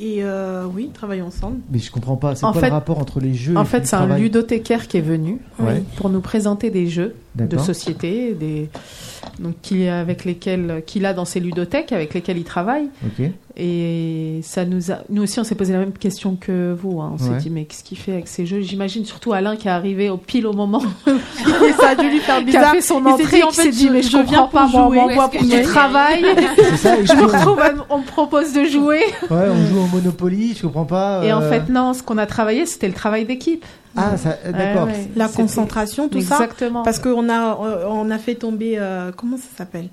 [SPEAKER 1] et euh, oui, travailler ensemble.
[SPEAKER 7] Mais je comprends pas. C'est
[SPEAKER 4] En
[SPEAKER 7] quoi
[SPEAKER 4] fait-
[SPEAKER 7] le rapport entre les jeux
[SPEAKER 4] En
[SPEAKER 7] et
[SPEAKER 4] fait,
[SPEAKER 7] le
[SPEAKER 4] c'est un
[SPEAKER 7] travail
[SPEAKER 4] ludothécaire qui est venu
[SPEAKER 7] Ouais.
[SPEAKER 4] pour nous présenter des jeux de
[SPEAKER 7] D'accord.
[SPEAKER 4] société, des... donc qu'il avec lesquels qu'il a dans ses ludothèques, avec lesquels il travaille.
[SPEAKER 7] Ok.
[SPEAKER 4] Et ça nous a, nous aussi, on s'est posé la même question que vous. hein. On
[SPEAKER 7] Ouais.
[SPEAKER 4] s'est dit, mais qu'est-ce qu'il fait avec ces jeux J'imagine surtout Alain qui est arrivé au pile au moment. et ça a dû lui faire bizarre. Qui a fait son
[SPEAKER 1] Il s'est
[SPEAKER 4] entrée,
[SPEAKER 1] dit, en
[SPEAKER 4] qui s'est
[SPEAKER 1] fait,
[SPEAKER 4] dit,
[SPEAKER 1] je-
[SPEAKER 4] mais
[SPEAKER 1] je
[SPEAKER 4] je
[SPEAKER 1] viens
[SPEAKER 4] viens
[SPEAKER 1] pour
[SPEAKER 4] pas, moi, on
[SPEAKER 1] jouer.
[SPEAKER 4] m'envoie
[SPEAKER 2] Où est-ce
[SPEAKER 4] pour
[SPEAKER 2] que
[SPEAKER 4] du
[SPEAKER 2] je vais
[SPEAKER 4] travail.
[SPEAKER 7] C'est ça. et
[SPEAKER 4] je me
[SPEAKER 7] puis,
[SPEAKER 4] retrouve, à- on me propose de jouer.
[SPEAKER 7] on- ouais, on joue au Monopoly. Je comprends pas.
[SPEAKER 4] Et en
[SPEAKER 7] euh,
[SPEAKER 4] fait, non, ce qu'on a travaillé, c'était le travail d'équipe.
[SPEAKER 7] ah, ça- d'accord.
[SPEAKER 4] ouais.
[SPEAKER 1] La
[SPEAKER 4] C'était-
[SPEAKER 1] concentration, tout ça.
[SPEAKER 4] Exactement.
[SPEAKER 1] Parce qu'on a, euh, on a fait tomber, euh, comment ça s'appelle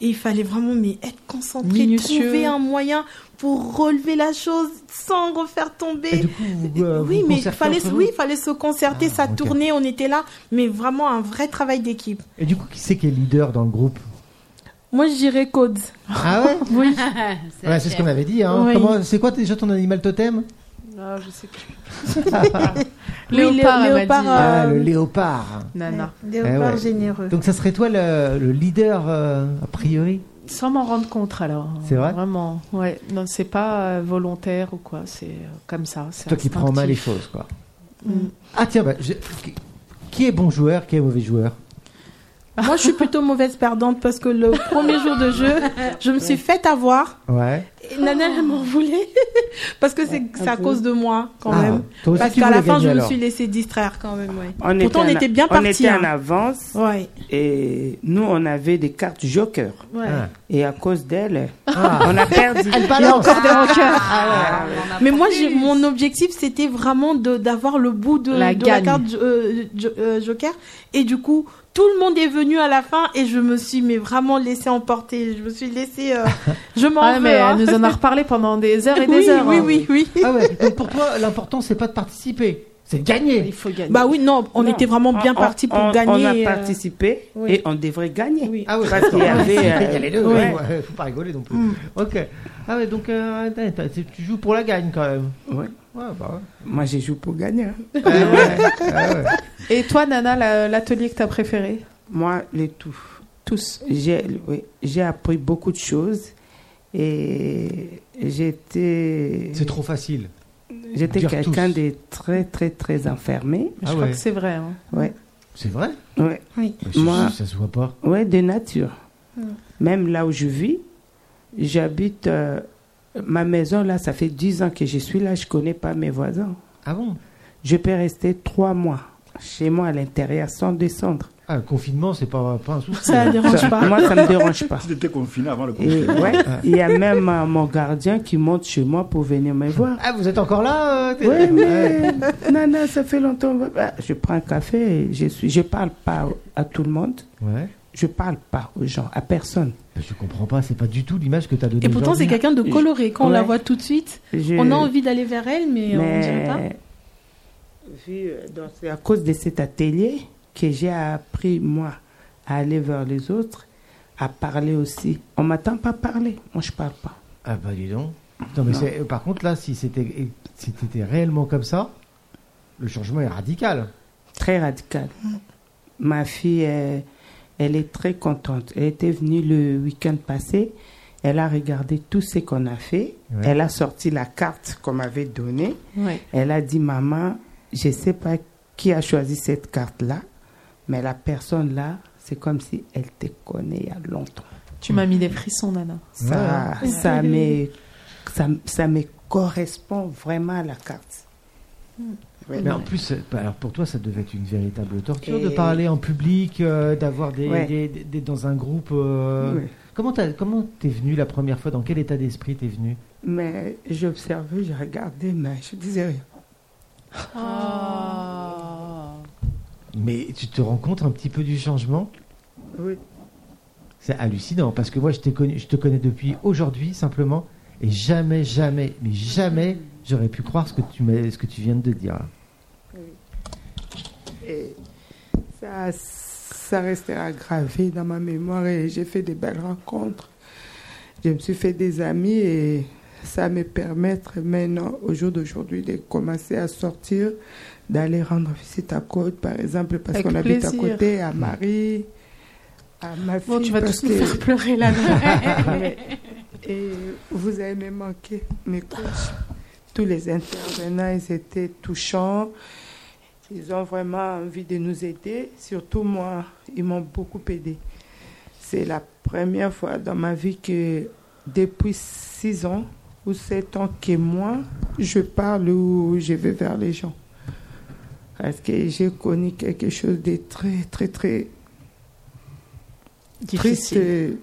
[SPEAKER 1] Et il fallait vraiment mais être concentré,
[SPEAKER 4] Minutieux.
[SPEAKER 1] trouver un moyen pour relever la chose sans refaire
[SPEAKER 7] Et
[SPEAKER 1] tomber.
[SPEAKER 7] du coup, vous, euh,
[SPEAKER 1] oui,
[SPEAKER 7] vous
[SPEAKER 1] mais
[SPEAKER 7] concertez
[SPEAKER 1] fallait,
[SPEAKER 7] entre vous
[SPEAKER 1] oui, fallait se concerter,
[SPEAKER 7] Ah,
[SPEAKER 1] ça
[SPEAKER 7] ok.
[SPEAKER 1] tournait, on était là, mais vraiment un vrai travail d'équipe.
[SPEAKER 7] Et du coup, qui c'est qui est leader dans le groupe
[SPEAKER 1] Moi, je dirais Codes.
[SPEAKER 7] Ah ouais
[SPEAKER 4] Oui.
[SPEAKER 7] Ouais, c'est ce qu'on avait dit. Hein.
[SPEAKER 1] Oui.
[SPEAKER 7] Comment- C'est quoi déjà ton animal totem
[SPEAKER 4] Ah, je sais plus.
[SPEAKER 1] Oui,
[SPEAKER 4] Léopard,
[SPEAKER 1] Lé-
[SPEAKER 4] elle m'a
[SPEAKER 1] Léopard,
[SPEAKER 4] dit.
[SPEAKER 1] euh,
[SPEAKER 7] Ah, le léopard.
[SPEAKER 4] Nana.
[SPEAKER 1] Léopard
[SPEAKER 7] Eh ouais.
[SPEAKER 1] généreux.
[SPEAKER 7] Donc ça serait toi le, le leader euh, a priori
[SPEAKER 4] Sans m'en rendre compte alors.
[SPEAKER 7] C'est vrai
[SPEAKER 4] Vraiment. Ouais. Non, c'est pas euh, volontaire ou quoi. C'est euh, comme ça. C'est
[SPEAKER 7] C'est toi qui prends en main les
[SPEAKER 4] instinctif.
[SPEAKER 7] choses quoi.
[SPEAKER 4] Mm.
[SPEAKER 7] Ah tiens, bah, je- qui- qui est bon joueur, qui est mauvais joueur
[SPEAKER 1] Moi, je suis plutôt mauvaise perdante parce que le premier jour de jeu, je me suis faite avoir.
[SPEAKER 7] Ouais.
[SPEAKER 1] Et Nana, elle m'en voulait. parce que c'est c'est à cause de moi, quand
[SPEAKER 7] Ah,
[SPEAKER 1] même.
[SPEAKER 7] Toi aussi,
[SPEAKER 1] Parce
[SPEAKER 7] tu
[SPEAKER 1] qu'à la
[SPEAKER 7] voulais
[SPEAKER 1] fin,
[SPEAKER 7] gagner,
[SPEAKER 1] je me
[SPEAKER 7] alors.
[SPEAKER 1] suis laissée distraire quand même, ouais.
[SPEAKER 5] On
[SPEAKER 1] Pourtant,
[SPEAKER 5] était
[SPEAKER 1] on
[SPEAKER 5] en-
[SPEAKER 1] était bien
[SPEAKER 5] On
[SPEAKER 1] partis.
[SPEAKER 5] était en
[SPEAKER 1] hein.
[SPEAKER 5] avance
[SPEAKER 1] Ouais,
[SPEAKER 5] et nous, on avait des cartes joker.
[SPEAKER 1] ouais.
[SPEAKER 7] Ah.
[SPEAKER 5] Et à cause d'elle,
[SPEAKER 7] Ah.
[SPEAKER 5] on a perdu. Ah,
[SPEAKER 7] Elle balance.
[SPEAKER 4] Encore des rancœurs.
[SPEAKER 1] Mais moi, j'ai- mon objectif, c'était vraiment de- d'avoir le bout de
[SPEAKER 4] La
[SPEAKER 1] de la
[SPEAKER 4] gagne.
[SPEAKER 1] carte euh, jo- euh, Joker. Et du coup, tout le monde est venu à la fin et je me suis mais vraiment laissée emporter. Je me suis laissée. euh, je m'en
[SPEAKER 4] Ah,
[SPEAKER 1] veux.
[SPEAKER 4] mais
[SPEAKER 1] hein.
[SPEAKER 4] elle nous en a reparlé pendant des heures et
[SPEAKER 1] oui,
[SPEAKER 4] des heures.
[SPEAKER 1] oui,
[SPEAKER 4] hein.
[SPEAKER 1] oui, oui,
[SPEAKER 7] Ah ouais. Donc pour toi, l'important c'est pas de participer, c'est de
[SPEAKER 4] Il
[SPEAKER 7] gagner.
[SPEAKER 4] faut gagner.
[SPEAKER 1] Bah oui, non, on
[SPEAKER 5] Non.
[SPEAKER 1] était vraiment bien
[SPEAKER 5] On-
[SPEAKER 1] partis pour
[SPEAKER 5] on-
[SPEAKER 1] gagner.
[SPEAKER 5] On a
[SPEAKER 1] euh,
[SPEAKER 5] participé
[SPEAKER 1] oui.
[SPEAKER 5] et on devrait gagner.
[SPEAKER 1] oui.
[SPEAKER 7] Ah ouais,
[SPEAKER 5] Parce qu'il y
[SPEAKER 7] d'accord.
[SPEAKER 5] avait,
[SPEAKER 7] Il
[SPEAKER 5] euh,
[SPEAKER 7] y a les deux.
[SPEAKER 5] ouais.
[SPEAKER 7] ouais, Faut pas rigoler non plus.
[SPEAKER 1] Mm.
[SPEAKER 7] Ok. Ah ouais, donc euh, t'as- t'as- tu joues pour la gagne quand même.
[SPEAKER 5] Ouais.
[SPEAKER 7] Ouais, bah ouais.
[SPEAKER 5] Moi, je joue pour gagner. hein.
[SPEAKER 1] Ah
[SPEAKER 4] Et toi, Nana, la- l'atelier que t'as préféré
[SPEAKER 5] Moi, le tout.
[SPEAKER 4] Tous.
[SPEAKER 5] J'ai oui, j'ai appris beaucoup de choses et j'étais
[SPEAKER 7] C'est trop facile.
[SPEAKER 5] j'étais
[SPEAKER 7] dire
[SPEAKER 5] quelqu'un
[SPEAKER 7] tous.
[SPEAKER 5] de très très très enfermé.
[SPEAKER 4] Je
[SPEAKER 7] Ah
[SPEAKER 4] crois
[SPEAKER 7] ouais.
[SPEAKER 4] que c'est vrai. hein.
[SPEAKER 5] Ouais.
[SPEAKER 7] C'est vrai
[SPEAKER 5] Ouais. Moi-
[SPEAKER 7] Moi, Bah, ça se voit pas.
[SPEAKER 5] Ouais, de nature.
[SPEAKER 1] Mm.
[SPEAKER 5] Même là où je vis, j'habite euh, ma maison là, ça fait 10 ans que je suis là, je connais pas mes voisins.
[SPEAKER 7] Ah bon
[SPEAKER 5] Je peux rester trois mois chez moi à l'intérieur sans descendre.
[SPEAKER 7] Ah, le confinement, c'est pas, pas un souci.
[SPEAKER 1] Ça ne dérange
[SPEAKER 5] Ça-
[SPEAKER 1] pas.
[SPEAKER 5] moi, ça me dérange pas.
[SPEAKER 3] Tu étais confiné avant le
[SPEAKER 5] Et euh,
[SPEAKER 3] confinement.
[SPEAKER 5] ouais, il y a même euh, mon gardien qui monte chez moi pour venir me voir.
[SPEAKER 7] Ah, vous êtes encore là euh, t'es-
[SPEAKER 5] Oui,
[SPEAKER 7] Ouais.
[SPEAKER 5] mais non, non, ça fait longtemps. Bah, Je prends un café et je suis. Je parle pas à tout le monde.
[SPEAKER 7] Ouais.
[SPEAKER 5] Je parle pas aux gens, à personne.
[SPEAKER 7] Mais je comprends pas, c'est pas du tout l'image que t'as donnée.
[SPEAKER 1] Et pourtant, c'est
[SPEAKER 7] aujourd'hui.
[SPEAKER 1] quelqu'un de coloré. Quand on
[SPEAKER 5] Ouais.
[SPEAKER 1] la voit tout de suite,
[SPEAKER 5] Je-
[SPEAKER 1] on a envie d'aller vers elle, mais, on ne dirait pas.
[SPEAKER 5] Mais vu, euh, donc, c'est à cause de cet atelier que j'ai appris moi à aller vers les autres, à parler aussi. On m'attend pas à parler. Moi, je parle pas.
[SPEAKER 7] Ah, bah dis donc. Non, mais
[SPEAKER 5] Non.
[SPEAKER 7] c'est- euh, par contre, là, si c'était si t'étais réellement comme ça, le changement est radical.
[SPEAKER 5] Très radical. Ma fille, elle, elle est très contente. Elle était venue le week-end passé. Elle a regardé tout ce qu'on a fait.
[SPEAKER 7] Ouais.
[SPEAKER 5] Elle a sorti la carte qu'on m'avait donnée.
[SPEAKER 4] Ouais.
[SPEAKER 5] Elle a dit, maman, je ne sais pas qui a choisi cette carte-là, mais la personne-là, c'est comme si elle te connaît il y a
[SPEAKER 7] Mm.
[SPEAKER 5] longtemps.
[SPEAKER 4] Tu m'as mis des frissons, Nana.
[SPEAKER 5] Ça, ça, m'est- ça, ça m'est correspond vraiment à la carte.
[SPEAKER 7] Mais en
[SPEAKER 5] Vraiment.
[SPEAKER 7] plus, c'est pas- alors pour toi, ça devait être une véritable torture
[SPEAKER 5] Et-
[SPEAKER 7] de parler en public, euh, d'avoir des,
[SPEAKER 5] Ouais.
[SPEAKER 7] des- des- des- dans un groupe. euh,
[SPEAKER 5] Oui.
[SPEAKER 7] Comment t'as- comment t'es venu la première fois Dans quel état d'esprit t'es venu
[SPEAKER 5] Mais j'observais, je regardais, mais je disais rien.
[SPEAKER 2] Oh.
[SPEAKER 7] Mais tu te rends compte un petit peu du changement
[SPEAKER 5] Oui.
[SPEAKER 7] C'est hallucinant parce que moi, je, t'ai connu, je te connais depuis aujourd'hui simplement et jamais, jamais, mais jamais, j'aurais pu croire ce que tu, m'as- ce que tu viens de dire.
[SPEAKER 5] Et ça, ça restera gravé dans ma mémoire et j'ai fait des belles rencontres. Je me suis fait des amis et ça me permettre maintenant, au jour d'aujourd'hui, de commencer à sortir, d'aller rendre visite à Côte, par exemple, parce
[SPEAKER 4] Avec
[SPEAKER 5] qu'on habite à
[SPEAKER 4] plaisir.
[SPEAKER 5] côté, à Marie, à ma fille.
[SPEAKER 4] Bon, tu vas
[SPEAKER 5] parce
[SPEAKER 4] tous nous
[SPEAKER 5] que-
[SPEAKER 4] faire pleurer là.
[SPEAKER 5] Mais- et vous avez me manqué, mes coachs. Tous les intervenants, ils étaient touchants. Ils ont vraiment envie de nous aider. Surtout moi, ils m'ont beaucoup aidé. C'est la première fois dans ma vie que depuis six ans ou sept ans que moi, je parle ou je vais vers les gens. Parce que j'ai connu quelque chose de très, très, très triste.
[SPEAKER 4] Difficile.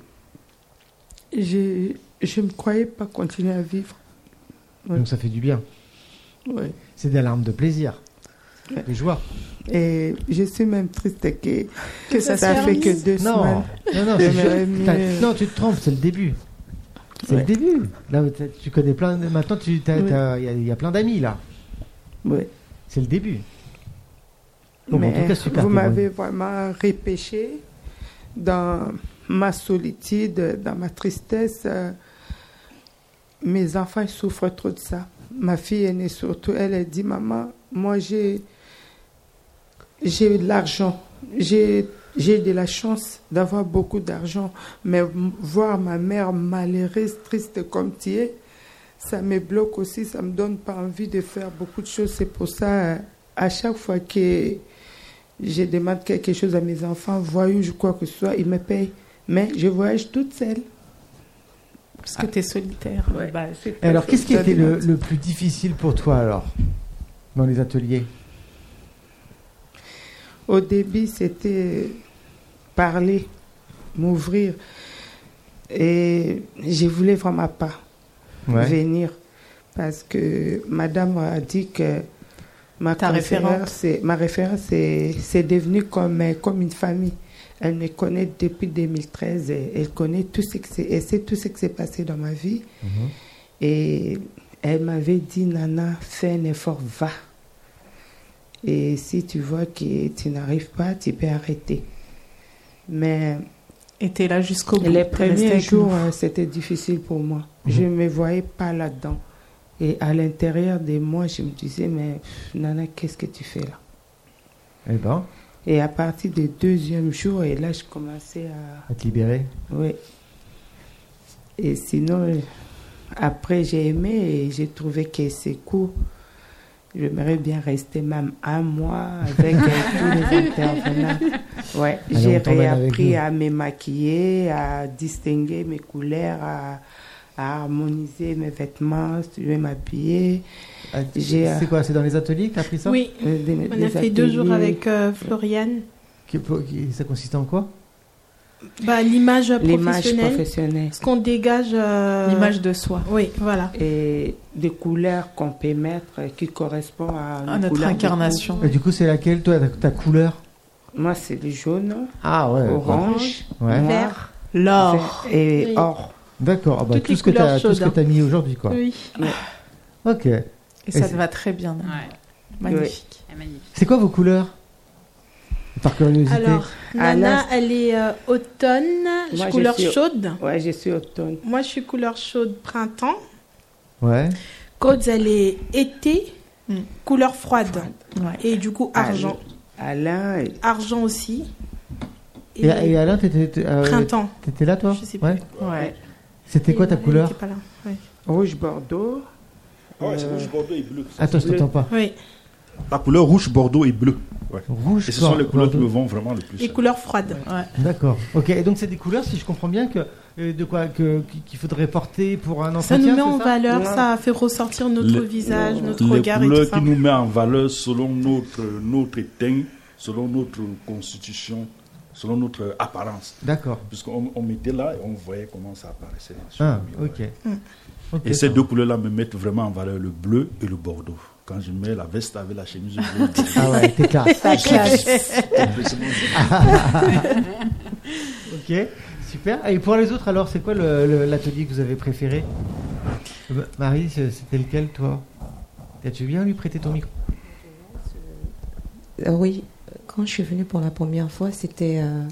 [SPEAKER 5] Je je ne croyais pas continuer à vivre. Ouais.
[SPEAKER 7] Donc ça fait du bien.
[SPEAKER 5] Ouais.
[SPEAKER 7] C'est des larmes de plaisir, de joie.
[SPEAKER 5] Et je suis même triste que
[SPEAKER 4] Que ça
[SPEAKER 5] ça,
[SPEAKER 4] se
[SPEAKER 5] fait que
[SPEAKER 4] termine.
[SPEAKER 5] deux
[SPEAKER 7] Non,
[SPEAKER 5] semaines.
[SPEAKER 7] non, non,
[SPEAKER 5] Je
[SPEAKER 7] c'est-
[SPEAKER 5] m'aurais mis,
[SPEAKER 7] t'as-
[SPEAKER 5] euh,
[SPEAKER 7] non, tu te trompes, c'est le début. C'est
[SPEAKER 5] Ouais.
[SPEAKER 7] le début. Là, où t'as- tu connais plein. de- Maintenant, tu t'as-
[SPEAKER 5] Oui.
[SPEAKER 7] t'as- il y, a- il y a plein d'amis là.
[SPEAKER 5] Ouais.
[SPEAKER 7] C'est le début. Bon,
[SPEAKER 5] Mais
[SPEAKER 7] en tout cas, super,
[SPEAKER 5] vous
[SPEAKER 7] Cameron.
[SPEAKER 5] m'avez vraiment repêché dans ma solitude, dans ma tristesse. Euh, Mes enfants ils souffrent trop de ça. Ma fille aînée surtout, elle elle dit maman, moi j'ai j'ai de l'argent, j'ai j'ai de la chance d'avoir beaucoup d'argent, mais m- voir ma mère malheureuse, triste comme tu es, ça me bloque aussi, ça me donne pas envie de faire beaucoup de choses. C'est pour ça, euh, à chaque fois que je demande quelque chose à mes enfants, voyou, je crois que ce soit, ils me payent. Mais je voyage toute seule.
[SPEAKER 4] Parce que t'es solitaire.
[SPEAKER 5] Ouais.
[SPEAKER 4] Bah,
[SPEAKER 7] Et alors, qu'est-ce qui
[SPEAKER 5] Ça
[SPEAKER 7] était le,
[SPEAKER 5] dénote.
[SPEAKER 7] le plus difficile pour toi alors dans les ateliers
[SPEAKER 5] Au début, c'était parler, m'ouvrir. Et je voulais vraiment pas venir. Parce que madame a dit que ma
[SPEAKER 4] Ta
[SPEAKER 5] conférence,
[SPEAKER 4] référente.
[SPEAKER 5] c'est- ma référence, c'est c'est devenu comme, euh, comme une famille. Elle me connaît depuis 2013. et elle connaît tout ce qui s'est- elle sait tout ce qui s'est passé dans ma vie.
[SPEAKER 7] Mhm.
[SPEAKER 5] Et elle m'avait dit, Nana, fais un effort, va. Et si tu vois que tu n'arrives pas, tu peux arrêter. Mais
[SPEAKER 4] Et t'es là jusqu'au bout.
[SPEAKER 5] les
[SPEAKER 4] t'es resté
[SPEAKER 5] premiers
[SPEAKER 4] avec
[SPEAKER 5] jours,
[SPEAKER 4] nous.
[SPEAKER 5] euh, c'était difficile pour moi. Je ne me voyais pas là-dedans. Et à l'intérieur de moi, je me disais, mais pff, Nana, qu'est-ce que tu fais là
[SPEAKER 7] Eh ben,
[SPEAKER 5] Et à partir du deuxième jour, et là, je commençais à...
[SPEAKER 7] à te libérer.
[SPEAKER 5] Oui. Et sinon, euh, après, j'ai aimé et j'ai trouvé que c'est court. J'aimerais bien rester même un mois avec euh, tous les intervenants. Ouais,
[SPEAKER 7] Allez,
[SPEAKER 5] j'ai
[SPEAKER 7] on t'emmène avec
[SPEAKER 5] réappris
[SPEAKER 7] nous.
[SPEAKER 5] à me maquiller, à distinguer mes couleurs, à, à harmoniser mes vêtements, je vais m'habiller.
[SPEAKER 7] Ah,
[SPEAKER 5] J'ai, euh,
[SPEAKER 7] C'est quoi C'est dans les ateliers que t'as appris ça
[SPEAKER 1] Oui,
[SPEAKER 5] euh, des-
[SPEAKER 1] on a
[SPEAKER 5] des
[SPEAKER 1] fait deux jours
[SPEAKER 5] ateliers.
[SPEAKER 1] avec euh, Floriane.
[SPEAKER 7] Qui- pour- qui- ça consistait en quoi
[SPEAKER 1] Bah, l'image
[SPEAKER 5] l'image
[SPEAKER 1] professionnelle,
[SPEAKER 5] professionnelle.
[SPEAKER 1] ce qu'on dégage. euh,
[SPEAKER 4] L'image de soi.
[SPEAKER 1] Oui, voilà.
[SPEAKER 5] Et des couleurs qu'on peut mettre euh, qui correspondent à, nos
[SPEAKER 4] À notre
[SPEAKER 5] couleurs de peau.
[SPEAKER 4] incarnation.
[SPEAKER 7] Et Du coup, c'est laquelle, toi, ta, ta couleur
[SPEAKER 5] Moi, c'est le jaune,
[SPEAKER 7] Ah ouais.
[SPEAKER 5] orange,
[SPEAKER 7] Ouais.
[SPEAKER 5] noir,
[SPEAKER 1] Vert.
[SPEAKER 4] L'or.
[SPEAKER 5] vert et
[SPEAKER 1] Oui.
[SPEAKER 5] or.
[SPEAKER 7] D'accord. Ah bah,
[SPEAKER 1] Toutes
[SPEAKER 7] tout
[SPEAKER 1] les
[SPEAKER 7] ce que
[SPEAKER 1] couleurs
[SPEAKER 7] t'as tout ce que
[SPEAKER 1] chaudes, hein.
[SPEAKER 7] t'as mis aujourd'hui, quoi.
[SPEAKER 1] Oui.
[SPEAKER 7] Ok.
[SPEAKER 4] Et
[SPEAKER 7] Et
[SPEAKER 4] ça te
[SPEAKER 7] c'est-
[SPEAKER 4] va très bien. Nana.
[SPEAKER 9] Ouais,
[SPEAKER 4] Magnifique.
[SPEAKER 9] elle est magnifique.
[SPEAKER 7] C'est quoi vos couleurs Par curiosité.
[SPEAKER 1] Alors, Nana,
[SPEAKER 5] Alain.
[SPEAKER 1] elle est euh, automne,
[SPEAKER 5] Moi, je
[SPEAKER 1] couleur
[SPEAKER 5] suis-
[SPEAKER 1] chaude.
[SPEAKER 5] Ouais, je suis automne.
[SPEAKER 1] Moi, je suis couleur chaude printemps.
[SPEAKER 7] Ouais.
[SPEAKER 1] Côte, elle est été,
[SPEAKER 4] Mm.
[SPEAKER 1] couleur froide.
[SPEAKER 4] Ouais.
[SPEAKER 1] Et du
[SPEAKER 5] Ah,
[SPEAKER 1] coup, argent.
[SPEAKER 5] Alain, et-
[SPEAKER 1] Argent aussi. Et,
[SPEAKER 7] Et, et Alain, t'étais t'étais, euh,
[SPEAKER 1] printemps.
[SPEAKER 7] t'étais là, toi
[SPEAKER 1] Je sais plus.
[SPEAKER 7] Ouais.
[SPEAKER 4] Ouais.
[SPEAKER 7] C'était quoi ta
[SPEAKER 1] Elle
[SPEAKER 7] couleur
[SPEAKER 1] était pas là, ouais.
[SPEAKER 5] rouge bordeaux.
[SPEAKER 3] Ah ouais, c'est
[SPEAKER 5] Euh,
[SPEAKER 3] rouge, bordeaux et bleu.
[SPEAKER 7] Attends, je
[SPEAKER 5] bleu.
[SPEAKER 7] t'entends pas.
[SPEAKER 1] Oui.
[SPEAKER 3] La couleur rouge, bordeaux et bleu. Ouais.
[SPEAKER 7] Rouge.
[SPEAKER 3] Et ce sont
[SPEAKER 7] fort,
[SPEAKER 3] les couleurs qui me
[SPEAKER 7] bordeaux.
[SPEAKER 3] vont vraiment le plus.
[SPEAKER 1] Les couleurs froides.
[SPEAKER 7] D'accord. Ok. Et donc c'est des couleurs, si je comprends bien, que euh, de quoi que- qu'il faudrait porter pour un
[SPEAKER 1] Ça
[SPEAKER 7] entretien.
[SPEAKER 1] nous met
[SPEAKER 7] c'est
[SPEAKER 1] en
[SPEAKER 7] ça
[SPEAKER 1] valeur,
[SPEAKER 5] Ouais.
[SPEAKER 1] ça fait ressortir notre
[SPEAKER 3] Les-
[SPEAKER 1] visage, notre
[SPEAKER 3] les
[SPEAKER 1] regard et tout
[SPEAKER 3] couleurs
[SPEAKER 1] ça.
[SPEAKER 3] qui nous met en valeur selon notre, notre teint, selon notre constitution, selon notre apparence.
[SPEAKER 7] D'accord.
[SPEAKER 3] Puisqu'on on mettait là et on voyait comment ça apparaissait. sur
[SPEAKER 7] Ah,
[SPEAKER 3] le miroir.
[SPEAKER 7] ok.
[SPEAKER 6] Mm.
[SPEAKER 7] Ok,
[SPEAKER 3] Et ces
[SPEAKER 7] ça
[SPEAKER 3] deux couleurs-là me mettent vraiment en valeur le bleu et le bordeaux. Quand je mets la veste avec la chemise bleue, et le bordeaux,
[SPEAKER 7] Ah ouais, t'es classe.
[SPEAKER 3] je suis complètement-
[SPEAKER 7] ok, super. Et pour les autres, alors, c'est quoi le- le- l'atelier que vous avez préféré Euh, Marie, c'est- c'était lequel, toi As-tu bien lui prêté ton micro
[SPEAKER 6] Euh, oui, quand je suis venue pour la première fois, c'était euh,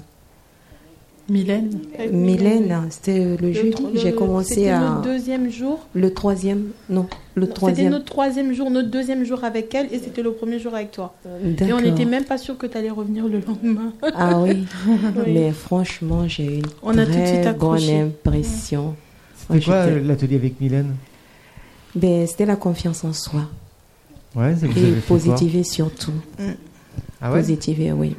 [SPEAKER 4] Mylène
[SPEAKER 6] Mylène, hein, c'était euh, le
[SPEAKER 1] Le
[SPEAKER 6] jeudi.
[SPEAKER 1] tro-
[SPEAKER 6] J'ai
[SPEAKER 1] le-
[SPEAKER 6] commencé
[SPEAKER 1] c'était
[SPEAKER 6] à
[SPEAKER 1] le deuxième jour.
[SPEAKER 6] le troisième, non, le
[SPEAKER 1] Non, C'était
[SPEAKER 6] troisième.
[SPEAKER 1] notre troisième jour, notre deuxième jour avec elle et c'était le premier jour avec toi. Et on
[SPEAKER 6] D'accord.
[SPEAKER 1] n'était même pas sûr que tu allais revenir le lendemain.
[SPEAKER 6] Ah oui,
[SPEAKER 1] Oui.
[SPEAKER 6] mais franchement, j'ai eu une
[SPEAKER 1] On a tout de
[SPEAKER 6] très
[SPEAKER 1] suite
[SPEAKER 6] bonne
[SPEAKER 1] accroché.
[SPEAKER 6] impression.
[SPEAKER 7] C'était
[SPEAKER 6] Ouais,
[SPEAKER 7] quoi
[SPEAKER 6] j'étais-
[SPEAKER 7] euh, l'atelier avec Mylène
[SPEAKER 6] Ben, c'était la confiance en soi
[SPEAKER 7] Ouais, c'est vous
[SPEAKER 6] et
[SPEAKER 7] avez fait quoi
[SPEAKER 6] positiver surtout.
[SPEAKER 7] Ah ouais
[SPEAKER 6] Positiver, oui.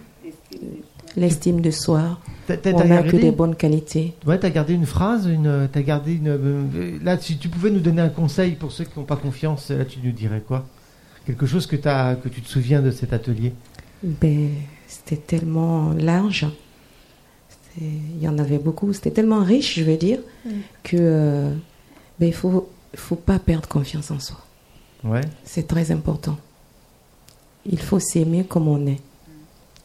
[SPEAKER 6] L'estime de soi.
[SPEAKER 7] T'as- t'as-
[SPEAKER 6] On
[SPEAKER 7] t'as
[SPEAKER 6] n'a que
[SPEAKER 7] gardé-
[SPEAKER 6] des bonnes qualités.
[SPEAKER 7] Ouais, t'as gardé une phrase, une, t'as gardé une. euh, Là, si tu pouvais nous donner un conseil pour ceux qui n'ont pas confiance, là, tu nous dirais quoi Quelque chose que t'as, que tu te souviens de cet atelier
[SPEAKER 6] Ben, c'était tellement large. C'est- Il y en avait beaucoup. C'était tellement riche, je veux dire, que euh, ben, il faut, faut pas perdre confiance en soi.
[SPEAKER 7] Ouais.
[SPEAKER 6] C'est très important. Il faut s'aimer comme on est